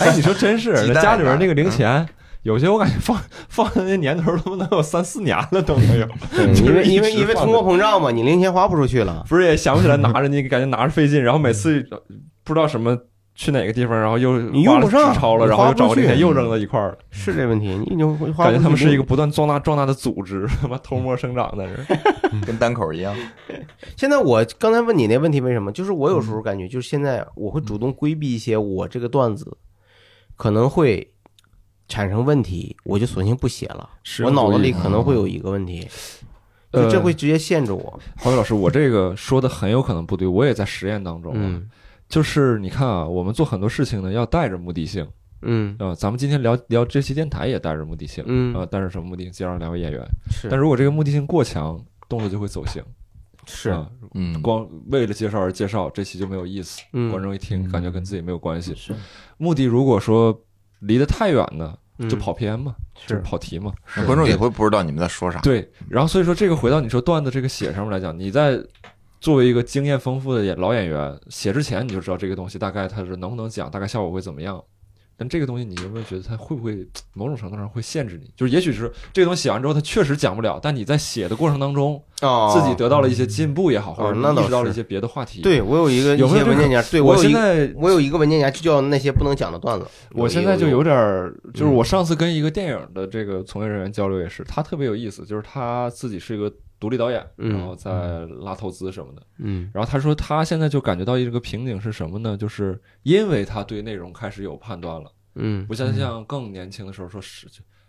Speaker 1: 哎，你说真是，
Speaker 2: 鸡
Speaker 1: 那
Speaker 2: 蛋
Speaker 1: 家里边嗯
Speaker 2: 啊
Speaker 1: 那个零钱，有些我感觉放放的那年头都能有三四年了都 能有，
Speaker 3: 对，嗯因为因为
Speaker 1: 就是一直
Speaker 3: 因为
Speaker 1: 放
Speaker 3: 通
Speaker 1: 着
Speaker 3: 货膨胀嘛，你零钱花不出去了。
Speaker 1: 不是也想不起来拿着你，感觉拿着费劲，然后每次不知道什么去哪个地方，然后又
Speaker 3: 你用不
Speaker 1: 花了
Speaker 3: 上
Speaker 1: 纸钞了，然后
Speaker 3: 花
Speaker 1: 又
Speaker 3: 不出
Speaker 1: 找个零钱
Speaker 3: 去
Speaker 1: 又扔到一块儿了。
Speaker 3: 是这问题，你已经花
Speaker 1: 感觉他们是一
Speaker 3: 个。
Speaker 1: 个不断壮大壮大的组织， 他妈偷摸生长在这儿。
Speaker 2: 跟单口一样。
Speaker 3: 现在我刚才问你那问题为什么，就是我有时
Speaker 1: 嗯
Speaker 3: 候感觉，就是现在我会主动规避一些我这个段子可能会产生问题，我就索性不写了。
Speaker 1: 实
Speaker 3: 我
Speaker 1: 用主义啊
Speaker 3: 脑子里可能会有一个问题，
Speaker 1: 嗯
Speaker 3: 就这会直接限制我。
Speaker 1: 郝宇老师，我这个说的很有可能不对，我也在实验当中。，啊
Speaker 3: 嗯
Speaker 1: 就是你看啊，我们做很多事情呢，要带着目的性
Speaker 3: 嗯
Speaker 1: 啊、咱们今天聊聊这期电台也带着目的性，
Speaker 3: 嗯
Speaker 1: 啊、带着什么目的性？介绍两位演员。
Speaker 3: 是
Speaker 1: 但如果这个目的性过强，动作就会走形。
Speaker 3: 是
Speaker 1: 啊
Speaker 2: 嗯，
Speaker 1: 光为了介绍而介绍，这期就没有意思。
Speaker 3: 嗯
Speaker 1: 观众一听，感觉跟自己没有关系。
Speaker 3: 是
Speaker 1: 目的如果说离得太远呢，就
Speaker 3: 嗯
Speaker 1: 跑偏嘛，
Speaker 3: 是
Speaker 1: 就跑题嘛。
Speaker 2: 那观众也会不知道你们在说啥。
Speaker 1: 对，然后所以说这个回到你说段子这个写上面来讲，你在作为一个经验丰富的演老演员，写之前你就知道这个东西大概它是能不能讲，大概效果会怎么样。但这个东西你有没有觉得它会不会某种程度上会限制你？就是也许是这个东西写完之后它确实讲不了，但你在写的过程当中
Speaker 3: 哦
Speaker 1: 自己得到了一些进步也好，或者
Speaker 3: 那
Speaker 1: 你
Speaker 3: 倒
Speaker 1: 意识到了
Speaker 3: 是
Speaker 1: 一些别的话题。，
Speaker 3: 对我有一个
Speaker 1: 有没有
Speaker 3: 一些文
Speaker 1: 这
Speaker 3: 件
Speaker 1: 个
Speaker 3: 夹，对
Speaker 1: 我
Speaker 3: 有
Speaker 1: 现
Speaker 3: 一个
Speaker 1: 在
Speaker 3: 我有一个文件夹就叫那些不能讲的段子。
Speaker 1: 我现在就有点儿，就是
Speaker 3: 嗯
Speaker 1: 我上次跟一个电影的这个从业人员交流也是，他特别有意思，就是他自己是一个独立导演，
Speaker 3: 嗯
Speaker 1: 然后在拉投资什么的。
Speaker 3: 嗯
Speaker 1: 然后他说他现在就感觉到一个瓶颈是什么呢？就是因为他对内容开始有判断了，
Speaker 3: 嗯
Speaker 1: 不像像更年轻的时候说是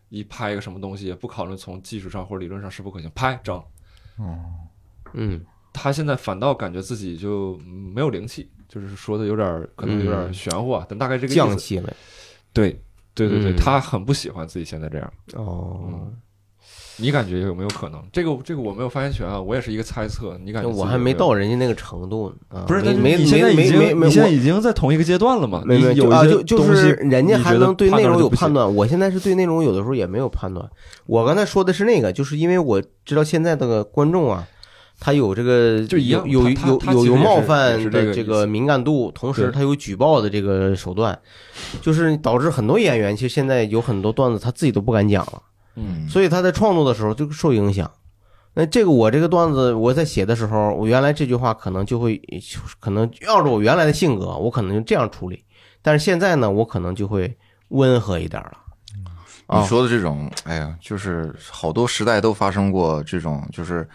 Speaker 1: 一拍一个什么东西也不考虑从技术上或者理论上是否可行，拍整。
Speaker 4: 哦，
Speaker 3: 嗯
Speaker 1: 他现在反倒感觉自己就嗯没有灵气，就是说的有点儿可能有点儿
Speaker 3: 嗯
Speaker 1: 玄乎啊，但大概这个意
Speaker 3: 降
Speaker 1: 思。
Speaker 3: 气了
Speaker 1: 对对对对，
Speaker 3: 嗯
Speaker 1: 他很不喜欢自己现在这样。嗯
Speaker 3: 哦，
Speaker 1: 你感觉有没有可能？这个这个我没有发言权啊，我也是一个猜测。你感觉
Speaker 3: 那
Speaker 1: 自己
Speaker 3: 我
Speaker 1: 有
Speaker 3: 还没
Speaker 1: 有
Speaker 3: 到人家那个程度呢啊，
Speaker 1: 不是，但是
Speaker 3: 没
Speaker 1: 你
Speaker 3: 没
Speaker 1: 现在
Speaker 3: 没
Speaker 1: 已
Speaker 3: 没没
Speaker 1: 经
Speaker 3: 没
Speaker 1: 你现在
Speaker 3: 我
Speaker 1: 已经在同一个阶段了嘛？
Speaker 3: 没
Speaker 1: 你
Speaker 3: 没
Speaker 1: 有
Speaker 3: 啊，
Speaker 1: 一些
Speaker 3: 就就
Speaker 1: 东西
Speaker 3: 是人家
Speaker 1: 你
Speaker 3: 还
Speaker 1: 觉得
Speaker 3: 能对
Speaker 1: 判
Speaker 3: 内
Speaker 1: 断
Speaker 3: 容
Speaker 1: 就
Speaker 3: 有
Speaker 1: 不行
Speaker 3: 判断，我现在是对内容有的时候也没有判断。我刚才说的是那个，就是因为我知道现在的观众啊，他有这个
Speaker 1: 就一样
Speaker 3: 有有
Speaker 1: 他他
Speaker 3: 有
Speaker 1: 他
Speaker 3: 有
Speaker 1: 其实
Speaker 3: 有
Speaker 1: 也是
Speaker 3: 冒
Speaker 1: 也
Speaker 3: 犯
Speaker 1: 是这
Speaker 3: 的
Speaker 1: 个
Speaker 3: 这
Speaker 1: 意
Speaker 3: 个
Speaker 1: 思
Speaker 3: 敏感度，同时
Speaker 1: 对
Speaker 3: 他有举报的这个手段，就是导致很多演员其实现在有很多段子他自己都不敢讲了。
Speaker 1: 嗯，
Speaker 3: 所以他在创作的时候就受影响。那这个我这个段子我在写的时候，我原来这句话可能就会，可能要是我原来的性格，我可能就这样处理。但是现在呢，我可能就会温和一点了。啊
Speaker 2: 你说的这种，哎呀，就是好多时代都发生过这种，就是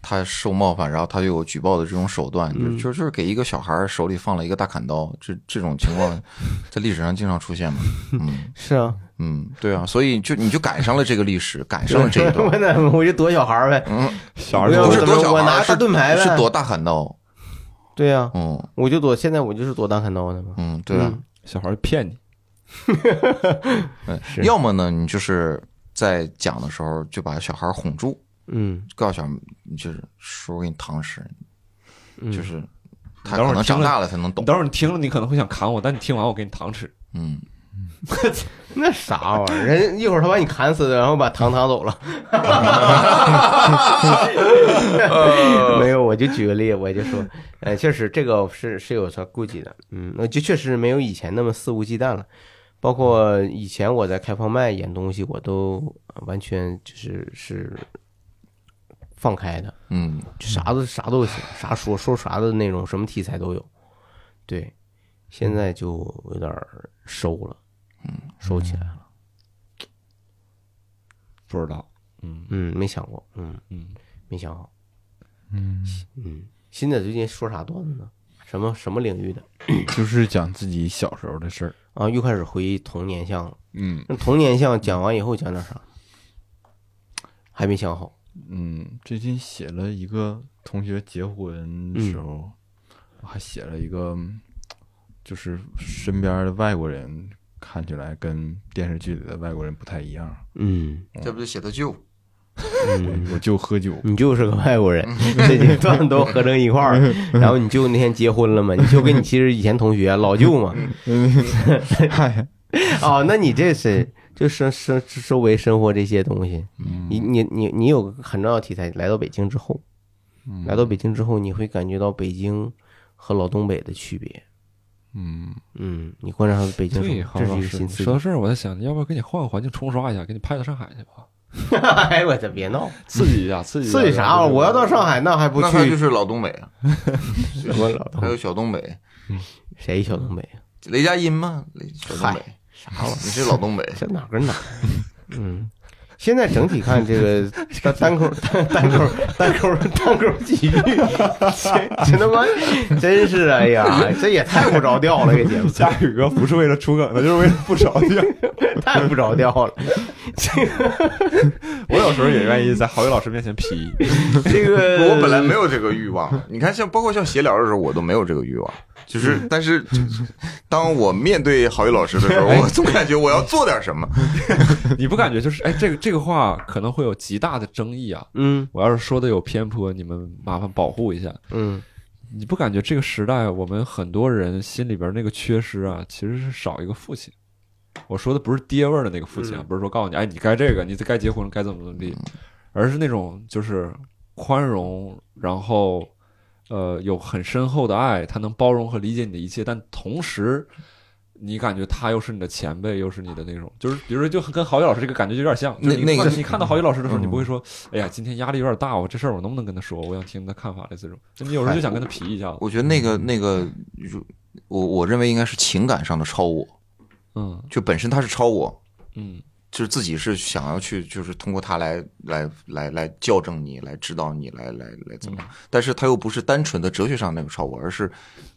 Speaker 2: 他受冒犯，然后他又有举报的这种手段，
Speaker 1: 嗯
Speaker 2: 就就就是给一个小孩儿手里放了一个大砍刀，这这种情 况在历史上经常出现嘛。嗯
Speaker 3: 是啊，
Speaker 2: 嗯，对啊，所以就你就赶上了这个历史，赶上了这一 段
Speaker 3: 我， 那我就躲小孩儿呗，
Speaker 1: 小
Speaker 3: 不要
Speaker 2: 不是
Speaker 3: 怎
Speaker 2: 躲
Speaker 3: 么
Speaker 2: 小
Speaker 3: 我
Speaker 2: 孩儿，
Speaker 3: 拿
Speaker 2: 是
Speaker 3: 大盾牌呗
Speaker 2: 是躲大砍刀。
Speaker 3: 对呀、
Speaker 2: 嗯
Speaker 3: 我就躲，现在我就是躲大砍刀的嘛。
Speaker 2: 嗯，对啊，
Speaker 3: 嗯
Speaker 1: 小孩骗你，
Speaker 2: 嗯，要么呢，你就是在讲的时候就把小孩儿哄住，
Speaker 3: 嗯，
Speaker 2: 告诉小孩儿，你就是叔给你糖吃，
Speaker 3: 嗯
Speaker 2: 就是他
Speaker 1: 等会儿
Speaker 2: 可能
Speaker 1: 听
Speaker 2: 长
Speaker 1: 了
Speaker 2: 大了才能
Speaker 1: 你
Speaker 2: 懂。
Speaker 1: 等会儿你听了你可能会想砍我，但你听完我给你糖吃。
Speaker 2: 嗯，
Speaker 3: 那啥玩意儿，人一会儿他把你砍死，然后把糖糖走了。没有，我就举个例，我就说，呃，确实这个是是有所顾忌的，嗯，那就确实没有以前那么肆无忌惮了。包括以前我在开放麦演东西，我都完全就是是放开的，
Speaker 2: 嗯，
Speaker 3: 就啥都啥都行，啥说说啥的内容，什么题材都有。对，现在就有点儿收了，嗯，收起来了。
Speaker 1: 不知道，嗯
Speaker 3: 嗯，没想过，嗯，
Speaker 1: 嗯，
Speaker 3: 没想好，
Speaker 4: 嗯，
Speaker 3: 嗯，新的最近说啥段子呢？什么什么领域的
Speaker 4: 就是讲自己小时候的事儿。
Speaker 3: 啊？又开始回忆童年项了。
Speaker 4: 嗯
Speaker 3: 那童年项讲完以后讲点啥？还没想好。
Speaker 4: 嗯，最近写了一个同学结婚的时
Speaker 3: 嗯
Speaker 4: 候，我还写了一个，就是身边的外国人看起来跟电视剧里的外国人不太一样。
Speaker 3: 嗯，
Speaker 2: 这不就写的旧？
Speaker 3: 嗯
Speaker 4: 我就 喝酒，
Speaker 3: 你就是个外国人，这几段都合成一块 儿，然后你舅那天结婚了嘛？你舅跟你其实以前同学老舅 嘛？
Speaker 4: 嗨，
Speaker 3: 哦，那你这是就生生周围生活这些东西，你你你你有个很重要的题材，来到北京之后，
Speaker 4: 嗯
Speaker 3: 来到北京之后，你会感觉到北京和老东北的区别。
Speaker 4: 嗯，
Speaker 3: 嗯，你观察到北京
Speaker 1: 对，
Speaker 3: 生
Speaker 1: 郝
Speaker 3: 活，这是
Speaker 1: 老
Speaker 3: 一个
Speaker 1: 师，
Speaker 3: 新
Speaker 1: 你
Speaker 3: 刺
Speaker 1: 说
Speaker 3: 激
Speaker 1: 到。这儿，我在想，要不要给你换个环境冲刷一下，给你派到上海去吧，
Speaker 3: 哎，我操，别闹，
Speaker 1: 刺激一下，刺激
Speaker 3: 刺激啥啊？我要到上
Speaker 1: 海，
Speaker 3: 海，那还不
Speaker 2: 那他就
Speaker 3: 去
Speaker 2: 是老东北啊，
Speaker 3: 什么老
Speaker 2: 还有小东北，
Speaker 3: 谁小东北啊？
Speaker 2: 雷佳音嘛，雷小东北，
Speaker 3: 啥玩意儿？
Speaker 2: 你是老东北
Speaker 3: 这哪儿跟哪儿？嗯，现在整体看 这个单单口单单口 单口单口喜剧，这这他妈真是哎呀，这也太不着调了，这个节目
Speaker 1: 佳宇哥不是为了出梗的，就是为了不着调。
Speaker 3: 太不着调了。这个
Speaker 1: 我有时候也愿意在郝宇老师面前皮，
Speaker 3: 这个，
Speaker 2: 我本来没有这个欲望，你看像包括像闲聊的时候，我都没有这个欲望。就是，但是，就是当我面对郝宇老师的时候，我总感觉我要做点什么。
Speaker 1: 你不感觉就是哎，这个这个话可能会有极大的争议啊。
Speaker 3: 嗯
Speaker 1: 我要是说的有偏颇，你们麻烦保护一下。
Speaker 3: 嗯
Speaker 1: 你不感觉这个时代我们很多人心里边那个缺失啊，其实是少一个父亲。我说的不是爹味儿的那个父亲啊，
Speaker 3: 嗯
Speaker 1: 不是说告诉你，哎，你该这个，你该结婚，该怎么怎么
Speaker 2: 嗯
Speaker 1: 地，而是那种就是宽容，然后呃有很深厚的爱，他能包容和理解你的一切，但同时你感觉他又是你的前辈，又是你的那种，就是比如说，就跟郝宇老师这个感觉就有点像。就是你
Speaker 2: 那那个嗯
Speaker 1: 你看到郝宇老师的时候，你不会说，哎呀，今天压力有点大，我这事儿我能不能跟他说？我想听他看法的 这种。就你有时候就想跟他皮一下子，
Speaker 2: 我觉得那个那个，我我认为应该是情感上的超我，
Speaker 1: 嗯
Speaker 2: 就本身他是超我，
Speaker 1: 嗯
Speaker 2: 就是自己是想要去，就是通过他来来来来校正你，来指导你，来来来怎么样？但是他又不是单纯的哲学上那个超我，而是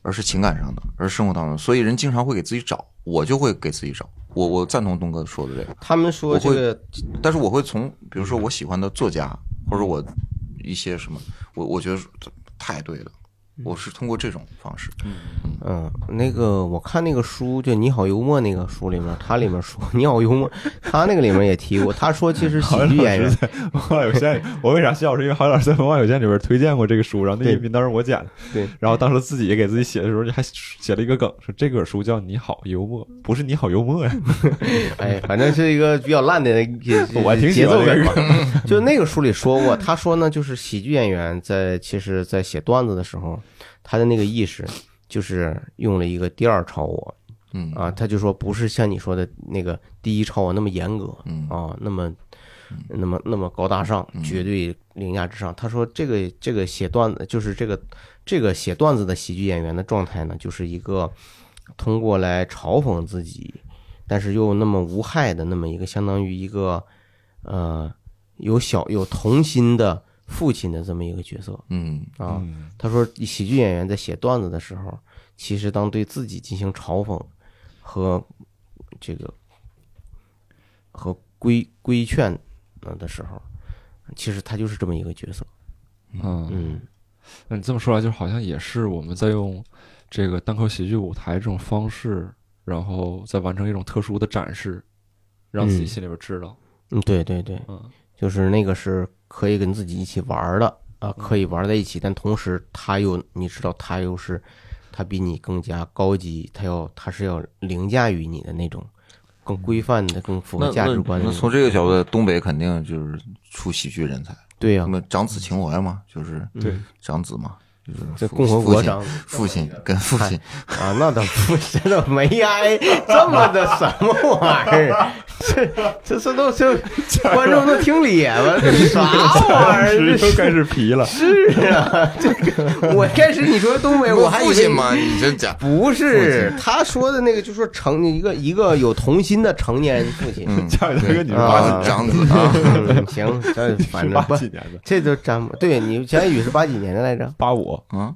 Speaker 2: 而是情感上的，而是生活当中，所以人经常会给自己找，我就会给自己找。我我赞同东哥说的这个，
Speaker 3: 他们说这个
Speaker 2: 但是我会从比如说我喜欢的作家，或者我一些什么，我我觉得这太对了，我是通过这种方式。
Speaker 3: 嗯，那个我看那个书，就《你好幽默》那个书里面，他里面说《你好幽默》， 他那个里面也提过，他说其实喜剧 演员，
Speaker 1: 网友线， 我为啥笑？是因为郝宇老师在《网友线》里边推荐过这个书，然后那
Speaker 3: 对
Speaker 1: 音频当时我剪的，
Speaker 3: 对，
Speaker 1: 然后当时自己给自己写的时候，还写了一个梗，说这本书叫《你好幽默》，不是《你好幽默》呀。
Speaker 3: 哎，反正是一个比较烂的也
Speaker 1: 我还挺喜
Speaker 3: 节
Speaker 1: 欢
Speaker 3: 奏
Speaker 1: 这
Speaker 3: 感
Speaker 1: 个
Speaker 3: 嘛。就那个书里说过，他说呢，就是喜剧演员在其实，在写段子的时候，他的那个意识就是用了一个第二超我
Speaker 2: 嗯
Speaker 3: 啊，他就说不是像你说的那个第一超我那么严格，
Speaker 2: 嗯
Speaker 3: 啊，那么那么那么高大上，绝对凌驾之上。他说这个这个写段子就是这个这个写段子的喜剧演员的状态呢，就是一个通过来嘲讽自己，但是又那么无害的那么一个，相当于一个呃有小有童心的父亲的这么一个角色
Speaker 2: 嗯
Speaker 3: 啊。他说，喜剧演员在写段子的时候，其实当对自己进行嘲讽和这个和规规劝呃的时候，其实他就是这么一个角色。
Speaker 1: 嗯
Speaker 3: 嗯，
Speaker 1: 那你这么说来，就好像也是我们在用这个单口喜剧舞台这种方式，然后再完成一种特殊的展示，让自己
Speaker 3: 嗯
Speaker 1: 心里边知道。
Speaker 3: 嗯，对对对，
Speaker 1: 嗯
Speaker 3: 就是那个是可以跟自己一起玩儿的啊，可以玩在一起，但同时他又你知道他又是他比你更加高级，他要他是要凌驾于你的那种更规范的、更符合价值观的那
Speaker 2: 那那
Speaker 3: 种。
Speaker 2: 从这个角度，东北肯定就是出喜剧人才。
Speaker 3: 对啊呀、
Speaker 2: 那么长子情怀嘛，就是
Speaker 1: 对
Speaker 2: 长子嘛，就是
Speaker 3: 这
Speaker 2: 父
Speaker 3: 共和
Speaker 2: 父
Speaker 3: 国
Speaker 2: 亲
Speaker 3: 长
Speaker 2: 父亲跟父亲，
Speaker 3: 啊，那倒不是，这没挨这么的什么玩意儿？ 这这这都这观众都听咧了，这啥玩意儿？
Speaker 1: 又开始皮了，
Speaker 3: 这是啊，这个我开始你说东北，哎我还以
Speaker 2: 父
Speaker 3: 为
Speaker 2: 亲嘛，你真假？
Speaker 3: 不是他说的那个，就说成一个一个有童心的成年父亲。
Speaker 2: 嗯，
Speaker 1: 下一个你是八
Speaker 3: 啊
Speaker 1: 几
Speaker 2: 长子长子啊，
Speaker 3: 嗯行，这反正
Speaker 1: 八
Speaker 3: 不，
Speaker 1: 几年的，
Speaker 3: 这都沾不对。你小雨是八几年的来着？
Speaker 1: 八五
Speaker 2: 啊，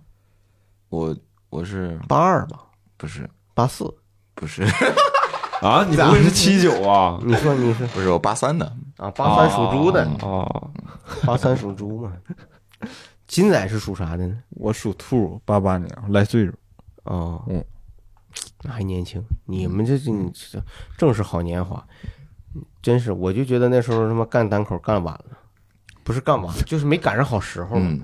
Speaker 2: 我我是
Speaker 3: 八二吧，
Speaker 2: 不是
Speaker 3: 八四。
Speaker 2: 不是
Speaker 1: 啊？你不会是七九啊？
Speaker 3: 你说你是
Speaker 2: 不是我八三的，
Speaker 3: 啊？八三属猪的，
Speaker 1: 哦，
Speaker 3: 八三属猪嘛。金仔是属啥的呢？
Speaker 4: 我属兔，八八年来岁数，
Speaker 3: 哦，
Speaker 4: 嗯，
Speaker 3: 那还年轻，你们这这你这正是好年华，真是，我就觉得那时候他妈干单口干晚了，不是干晚了，就是没赶上好时候。
Speaker 2: 嗯，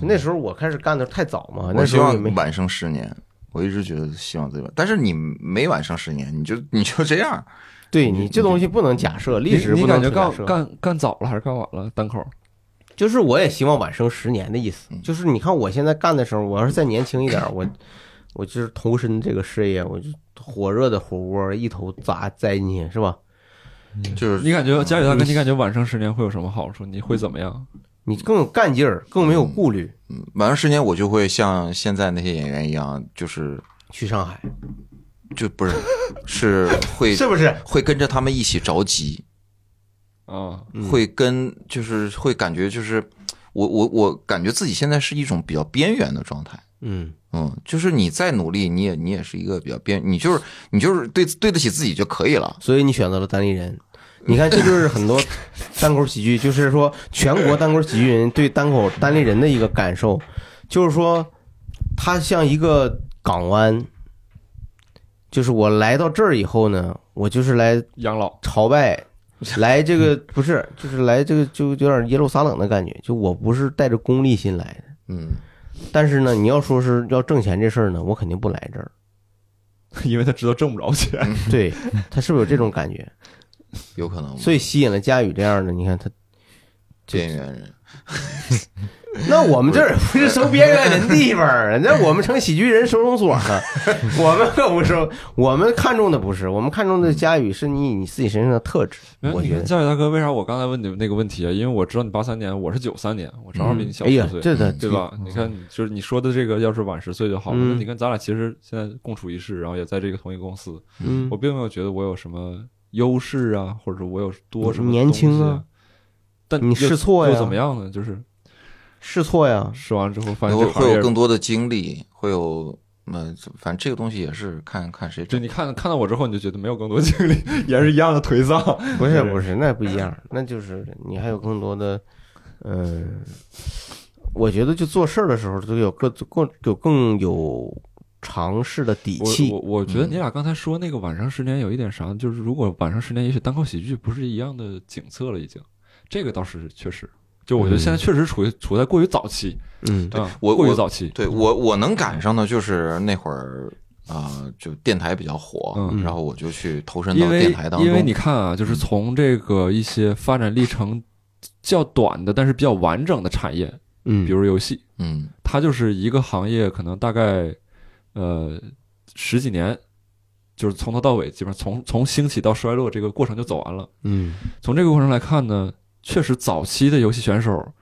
Speaker 3: 就那时候我开始干的太早嘛，那
Speaker 2: 我希
Speaker 3: 时候也
Speaker 2: 望
Speaker 3: 没
Speaker 2: 晚生十年。我一直觉得希望自己晚，但是你没晚生十年，你就你就这样，
Speaker 3: 对你这东西不能假设，历史
Speaker 1: 你
Speaker 3: 不
Speaker 1: 感
Speaker 3: 能
Speaker 1: 觉
Speaker 3: 假
Speaker 1: 干
Speaker 3: 设。
Speaker 1: 干干早了还是干晚了？单口
Speaker 3: 就是我也希望晚生十年的意思，就是你看我现在干的时候，我要是再年轻一点儿，我我就是投身这个事业，我就火热的火锅一头砸栽进去，是吧？
Speaker 2: 就是
Speaker 1: 你感觉佳宇大哥，你感觉晚生十年会有什么好处？你会怎么样？
Speaker 3: 你更有干劲儿，更没有顾虑。
Speaker 2: 嗯晚上十年，我就会像现在那些演员一样，就是
Speaker 3: 去上海
Speaker 2: 就不是是会
Speaker 3: 是不是？
Speaker 2: 会跟着他们一起着急，
Speaker 1: 啊，
Speaker 3: 嗯
Speaker 2: 会跟就是会感觉就是我我我感觉自己现在是一种比较边缘的状态。
Speaker 3: 嗯，
Speaker 2: 嗯，就是你再努力，你也你也是一个比较边，你就是你就是对对得起自己就可以了。
Speaker 3: 所以你选择了单立人。你看，这就是很多单口喜剧，就是说全国单口喜剧人对单口单立人的一个感受，就是说他像一个港湾，就是我来到这儿以后呢，我就是来
Speaker 1: 养老
Speaker 3: 朝拜，来这个不是，就是来这个就有点耶路撒冷的感觉，就我不是带着功利心来的。
Speaker 2: 嗯，
Speaker 3: 但是呢，你要说是要挣钱这事儿呢，我肯定不来这儿。
Speaker 1: 因为他知道挣不着钱。
Speaker 3: 对他是不是有这种感觉？
Speaker 2: 有可能吧
Speaker 3: 所以吸引了佳宇这样的，你看他
Speaker 2: 边缘人
Speaker 3: 那我们这儿不是收边缘人地方儿，啊那我们成喜剧人收容 所了。我们可不收，我们看重的不是，我们看重的佳宇是你你自己身上的特质。
Speaker 1: 哎
Speaker 3: 我
Speaker 1: 你
Speaker 3: 觉
Speaker 1: 看
Speaker 3: 得，
Speaker 1: 教育大哥，为啥我刚才问你那个问题啊？因为我知道你八三年，我是九三年，我正好比你小
Speaker 3: 哎呀
Speaker 1: 四，岁，
Speaker 3: 这的
Speaker 1: 对吧？你看，你就是你说的这个，要是晚十岁就好了。
Speaker 3: 嗯
Speaker 1: 那你看，咱俩其实现在共处一室，然后也在这个同一个公司，
Speaker 3: 嗯
Speaker 1: 我，并没有觉得我有什么优势啊，或者说我有多什么
Speaker 3: 年轻啊
Speaker 1: 东西啊。但
Speaker 3: 你
Speaker 1: 又
Speaker 3: 试错呀
Speaker 1: 又怎么样呢？就是
Speaker 3: 试 错呀，
Speaker 1: 试完之后发现
Speaker 2: 会
Speaker 1: 这
Speaker 2: 会
Speaker 1: 行
Speaker 2: 有更
Speaker 1: 业，
Speaker 2: 多的精力，会有嗯，反正这个东西也是看看谁
Speaker 1: 就
Speaker 2: 整。
Speaker 1: 你看看到我之后，你就觉得没有更多精力，也是一样的颓丧。
Speaker 3: 不是不是，那不一样，那就是你还有更多的，嗯，我觉得就做事儿的时候都有更更有更有尝试的底
Speaker 1: 我
Speaker 3: 气
Speaker 1: 我。我
Speaker 2: 嗯
Speaker 1: 觉得你俩刚才说那个晚上十年有一点啥，就是如果晚上十年，也许单口喜剧不是一样的景色了，已经。这个倒是确实，就我觉得现在确实处于、处在过于早期，
Speaker 3: 嗯，
Speaker 1: 啊，
Speaker 2: 嗯我
Speaker 1: 过于
Speaker 2: 我
Speaker 1: 早期，
Speaker 2: 对我我能赶上的就是那会儿啊、呃就电台比较火，
Speaker 1: 嗯
Speaker 2: 然后我就去投身到
Speaker 1: 因
Speaker 2: 电
Speaker 1: 为
Speaker 2: 台当中。嗯
Speaker 1: 因为你看啊，就是从这个一些发展历程较短的，但是比较完整的产业，
Speaker 3: 嗯
Speaker 1: 比如游戏，
Speaker 2: 嗯，
Speaker 1: 它就是一个行业，可能大概呃十几年，就是从头到尾，基本上从从兴起到衰落这个过程就走完了。
Speaker 3: 嗯
Speaker 1: 从这个过程来看呢，确实早期的游戏选手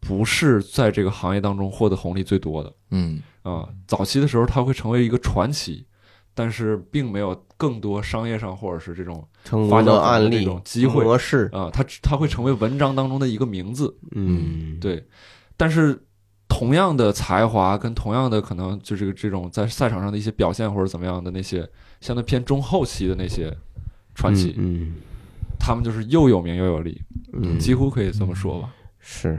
Speaker 1: 不是在这个行业当中获得红利最多的
Speaker 2: 嗯，
Speaker 1: 啊、早期的时候，他会成为一个传奇，但是并没有更多商业上或者是这种
Speaker 3: 成
Speaker 1: 发
Speaker 3: 功
Speaker 1: 酵
Speaker 3: 的
Speaker 1: 出来的
Speaker 3: 嗯案
Speaker 1: 这
Speaker 3: 例嗯
Speaker 1: 种机会
Speaker 3: 模式，
Speaker 1: 啊、他他会成为文章当中的一个名字。
Speaker 3: 嗯，
Speaker 1: 对，但是同样的才华跟同样的可能就是这个这种在赛场上的一些表现或者怎么样的那些相对偏中后期的那些传奇，
Speaker 3: 嗯
Speaker 1: 他们就是又有名又有利，
Speaker 3: 嗯，
Speaker 1: 几乎可以这么说吧。
Speaker 3: 是，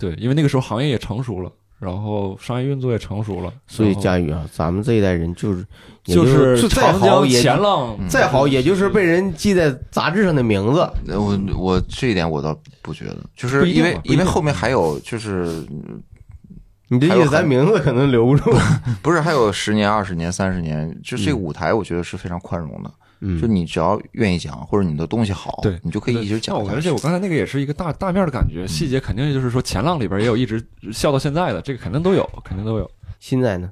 Speaker 1: 对，因为那个时候行业也成熟了，然后商业运作也成熟了，
Speaker 3: 所以
Speaker 1: 然后
Speaker 3: 佳宇啊，咱们这一代人就是也
Speaker 1: 就是
Speaker 3: 再
Speaker 1: 长
Speaker 3: 好
Speaker 1: 江
Speaker 3: 也嗯
Speaker 1: 前浪，
Speaker 3: 再好也就是被人记在杂志上的名字，
Speaker 2: 呃我我这一点我倒不觉得，
Speaker 1: 不
Speaker 2: 就是
Speaker 1: 一
Speaker 2: 因
Speaker 1: 定
Speaker 2: 为
Speaker 1: 吧不一
Speaker 2: 因为
Speaker 1: 定嗯
Speaker 2: 后面还有就是
Speaker 3: 你这
Speaker 2: 还
Speaker 3: 意
Speaker 2: 有
Speaker 3: 思咱
Speaker 2: 很
Speaker 3: 名字可能留不住，
Speaker 2: 不是还有十年、二十年、三十年，就这
Speaker 1: 嗯
Speaker 2: 个舞台我觉得是非常宽容的，
Speaker 3: 嗯
Speaker 2: 就你只要愿意讲或者你的东西好，
Speaker 1: 对
Speaker 2: 你就可以一直
Speaker 1: 那
Speaker 2: 讲
Speaker 1: 我
Speaker 2: 下
Speaker 1: 而且
Speaker 2: 去
Speaker 1: 我。刚才那个也是一个大大面的感觉，细节肯定也就是说前浪里边也有一直笑到现在的，这个肯定都有，肯定都有。
Speaker 3: 现在呢？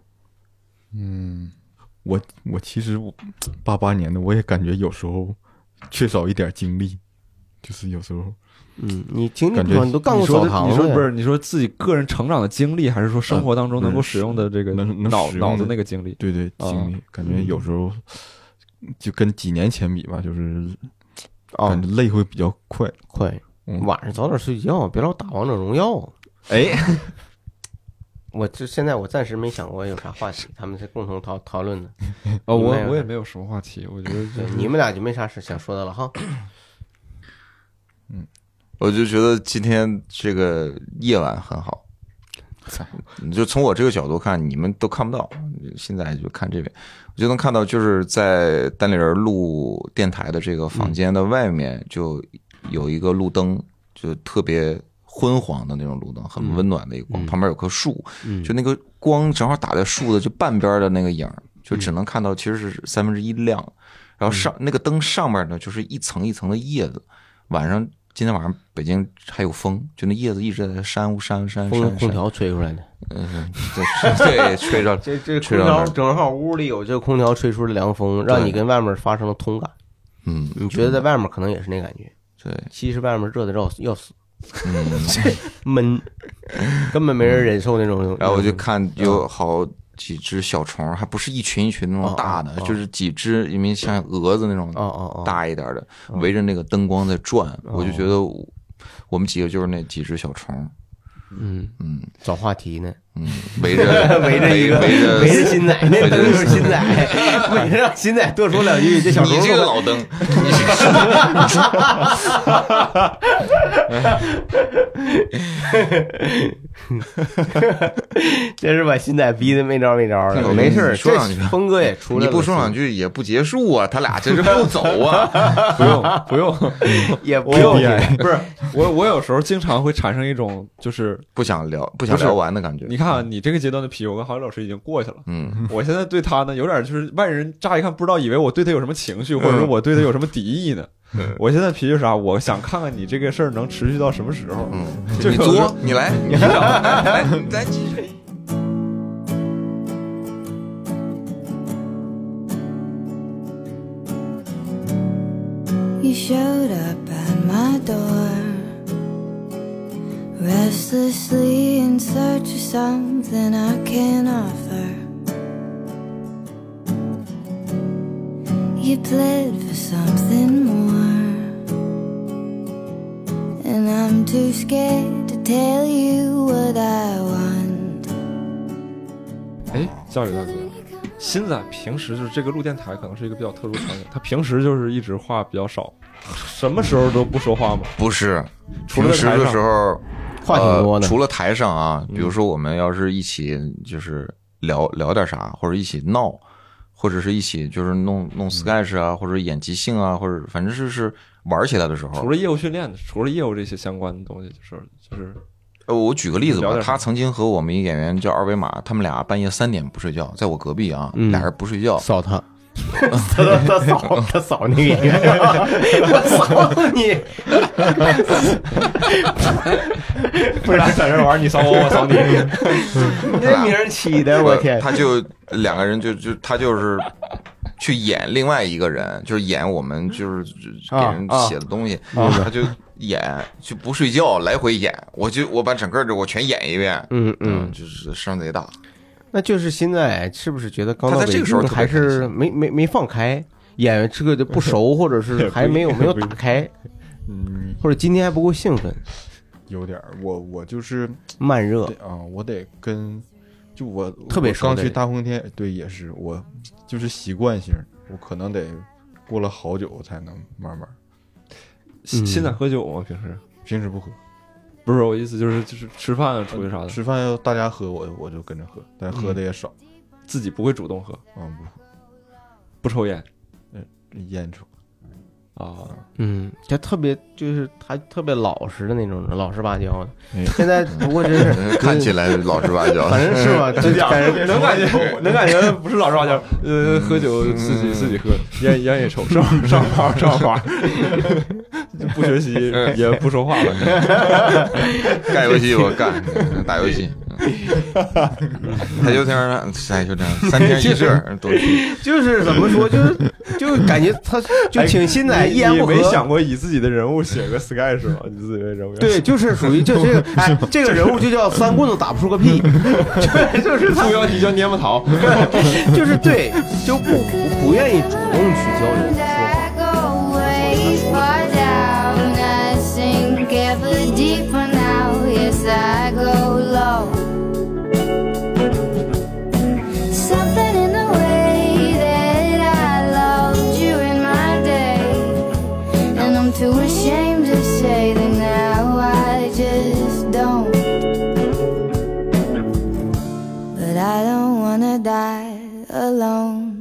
Speaker 4: 嗯，我我其实我八八年的，我也感觉有时候缺少一点精力，就是有时候
Speaker 3: 嗯，你经历
Speaker 4: 感觉
Speaker 3: 过，你都干过
Speaker 1: 你说
Speaker 3: 澡
Speaker 1: 的
Speaker 3: 堂
Speaker 1: 你
Speaker 3: 子
Speaker 1: 说
Speaker 3: 呀
Speaker 1: 不是？你说自己个人成长的经历，还是说生活当中能够
Speaker 4: 嗯
Speaker 1: 使用的这个
Speaker 4: 能能
Speaker 1: 脑
Speaker 4: 使用
Speaker 1: 脑
Speaker 4: 的
Speaker 1: 子那个经历？
Speaker 4: 对对
Speaker 1: 啊
Speaker 4: 精力，感觉有时候就跟几年前比吧，就是
Speaker 3: 哦
Speaker 4: 感，觉累会比较快。
Speaker 3: 快
Speaker 4: 嗯
Speaker 3: 晚上早点睡觉，别老打王者荣耀。
Speaker 2: 哎，
Speaker 3: 我这现在我暂时没想过有啥话题，他们是共同讨讨论的。
Speaker 4: 嗯
Speaker 1: 哦，我
Speaker 3: 没有
Speaker 1: 我也没有什么话题，我觉得就
Speaker 3: 对
Speaker 1: 是
Speaker 3: 嗯你们俩就没啥事想说的了哈。
Speaker 2: 我就觉得今天这个夜晚很好。你就从我这个角度看，你们都看不到，现在就看这边，我就能看到，就是在单立人录电台的这个房间的外面，就有一个路灯，就特别昏黄的那种路灯，很温暖的一个光，旁边有棵树，
Speaker 3: 嗯
Speaker 2: 就那个光正好打在树的就半边的那个影儿，就
Speaker 3: 嗯
Speaker 2: 只能看到其实是三分之一亮，然后上那个灯上面呢就是一层一层的叶子，晚上。今天晚上北京还有风，就那叶子一直在扇呼扇呼扇呼扇
Speaker 3: 风
Speaker 2: 呼
Speaker 3: 空
Speaker 2: 扇。
Speaker 3: 调吹出来的，
Speaker 2: 嗯，对对，吹着
Speaker 3: 这这
Speaker 2: 吹
Speaker 3: 空
Speaker 2: 到那
Speaker 3: 调
Speaker 2: 儿
Speaker 3: 正好屋里有这个空调吹出的凉风，让你跟外面发生了通感。
Speaker 2: 嗯，
Speaker 3: 你觉得在外面可能也是那感觉，
Speaker 2: 对，
Speaker 3: 其实外面热的要死要死，
Speaker 2: 嗯，
Speaker 3: 闷， 根本没人忍受那种。嗯
Speaker 2: 然后我就看有好几只小虫，还不是一群一群那种大的
Speaker 3: 哦哦，哦
Speaker 2: 就是几只，因为像蛾子那种
Speaker 3: 哦哦哦，
Speaker 2: 大一点的，围着那个灯光在转，我就觉得我我们几个就是那几只小虫，
Speaker 3: 嗯，
Speaker 2: 嗯
Speaker 3: 找话题呢，
Speaker 2: 嗯， 围着围
Speaker 3: 着一个
Speaker 2: 围 着
Speaker 3: 围着新仔，那灯就是新仔，围着让新仔多说两句，这小
Speaker 2: 你
Speaker 3: 虫
Speaker 2: 这个
Speaker 3: 说
Speaker 2: 老灯，
Speaker 3: 这是把新仔逼的没招没招的。
Speaker 2: 对
Speaker 3: 没事儿，
Speaker 2: 你说
Speaker 3: 这
Speaker 2: 两句
Speaker 3: 峰哥也出来
Speaker 2: 你
Speaker 3: 了，
Speaker 2: 不说两句也不结束啊，他俩这是不走啊，
Speaker 1: 不用不用。
Speaker 3: 也不用
Speaker 4: KPI
Speaker 3: 不是
Speaker 1: 我我有时候经常会产生一种就是，
Speaker 2: 不想聊不想聊完的感觉
Speaker 1: 你。看啊你这个阶段的脾气，我跟郝宇老师已经过去了。
Speaker 2: 嗯，
Speaker 1: 我
Speaker 4: 嗯
Speaker 1: 现在对他呢，有点就是外人乍一看不知道，以为我对他有什么情绪，或者说我对他有什么敌意呢。我现在脾气是啥？我想看看你这个事儿能持续到什么时候。
Speaker 2: 嗯，
Speaker 1: 这
Speaker 2: 你
Speaker 1: 个
Speaker 2: 作，你来，你来，来，咱继续。
Speaker 5: You showed up at my door, restlessly in search of something I can offer. You played for something more, and I'm too scared to tell you what I want.
Speaker 1: 哎，教育大哥，新仔平时就是这个录电台，可能是一个比较特殊场景，他平时就是一直话比较少，什么时候都不说话吗？
Speaker 2: 不是，
Speaker 1: 除
Speaker 2: 平
Speaker 1: 了
Speaker 2: 时
Speaker 1: 台
Speaker 2: 的
Speaker 1: 上
Speaker 2: 时候
Speaker 3: 话挺多的
Speaker 2: 呃。除了台上啊，比如说我们要是一起就是聊聊点啥，或者一起闹，或者是一起就是弄弄 sketch 啊，或者演即兴啊，或者反正是是玩起来的时
Speaker 1: 除
Speaker 2: 候。
Speaker 1: 了业务训练，除了业务这些相关的东西，就是就是
Speaker 2: 呃，我举个例子
Speaker 1: 聊
Speaker 2: 吧，
Speaker 1: 点啥
Speaker 2: 他曾经和我们一个演员叫二维码，他们俩半夜三点不睡觉，在我隔壁啊，
Speaker 3: 嗯
Speaker 2: 俩人不睡觉，
Speaker 3: 扫他，他他扫他扫那个 演员，我扫你，
Speaker 1: 为啥在这玩？你扫我，我扫你。
Speaker 3: 你这名儿起的，哎我天！
Speaker 2: 他就两个人就就他就是去演另外一个人，就是演我们就是就给
Speaker 3: 啊
Speaker 2: 人
Speaker 3: 啊
Speaker 2: 写的东西，他就演就不睡觉，来回演，我就我把整个这我全演一遍，
Speaker 3: 嗯嗯，
Speaker 2: 就是声贼大，
Speaker 3: 那就是现在是不是觉得刚到
Speaker 2: 他在这
Speaker 3: 北
Speaker 2: 个时候
Speaker 3: 京
Speaker 2: 特别
Speaker 3: 还
Speaker 2: 开
Speaker 3: 是
Speaker 2: 心
Speaker 3: 没没没放开？演员这个就不熟，或者是还没有没有打开，
Speaker 4: 嗯，
Speaker 3: 或者今天还不够兴奋，
Speaker 4: 有点儿，我我就是
Speaker 3: 慢热
Speaker 4: 得。啊、我得跟，就我
Speaker 3: 特别
Speaker 4: 我
Speaker 3: 熟
Speaker 4: 刚
Speaker 3: 的
Speaker 4: 去
Speaker 3: 人
Speaker 4: 大风天，对，也是我就是习惯性，我可能得过了好久才能慢慢。
Speaker 1: 新新仔喝酒吗？平时
Speaker 4: 平时不喝，
Speaker 1: 不是我意思，就是就是吃饭啊，出去啥的，
Speaker 4: 吃饭要大家喝，我我就跟着喝，但喝的也少，
Speaker 1: 自己不会主动喝，
Speaker 4: 嗯，不喝
Speaker 1: 不抽烟
Speaker 4: 烟抽。
Speaker 1: 啊。
Speaker 3: 嗯，他特别就是他特别老实的那种人，老实巴交的
Speaker 4: 哎。
Speaker 3: 现在不过真 是
Speaker 2: 看起来老实巴交，
Speaker 3: 反正是吧，就感觉
Speaker 1: 能感觉能感觉不是老实巴交，呃，喝酒自己自己喝，烟烟也抽，上上班上 班，不学习也不说话了。
Speaker 2: 干游戏我干，打 游戏，他就这样，哎，就这样，三天一试都去，
Speaker 3: 就是怎么说，就是就感觉他就挺新的，一言不合。
Speaker 1: 哎你没想过以自己的人物写个 sky 是吗？你自己的人物
Speaker 3: 对，就是属于就 这个，哎，这个人物就叫三棍子打不出个屁，就就是他
Speaker 1: 副，标题叫捏木桃，
Speaker 3: 就是对，就不不不愿意主动去交流说话。
Speaker 5: I go low. Something in the way that I loved you in my day, and I'm too ashamed to say that now I just don't. But I don't wanna die alone.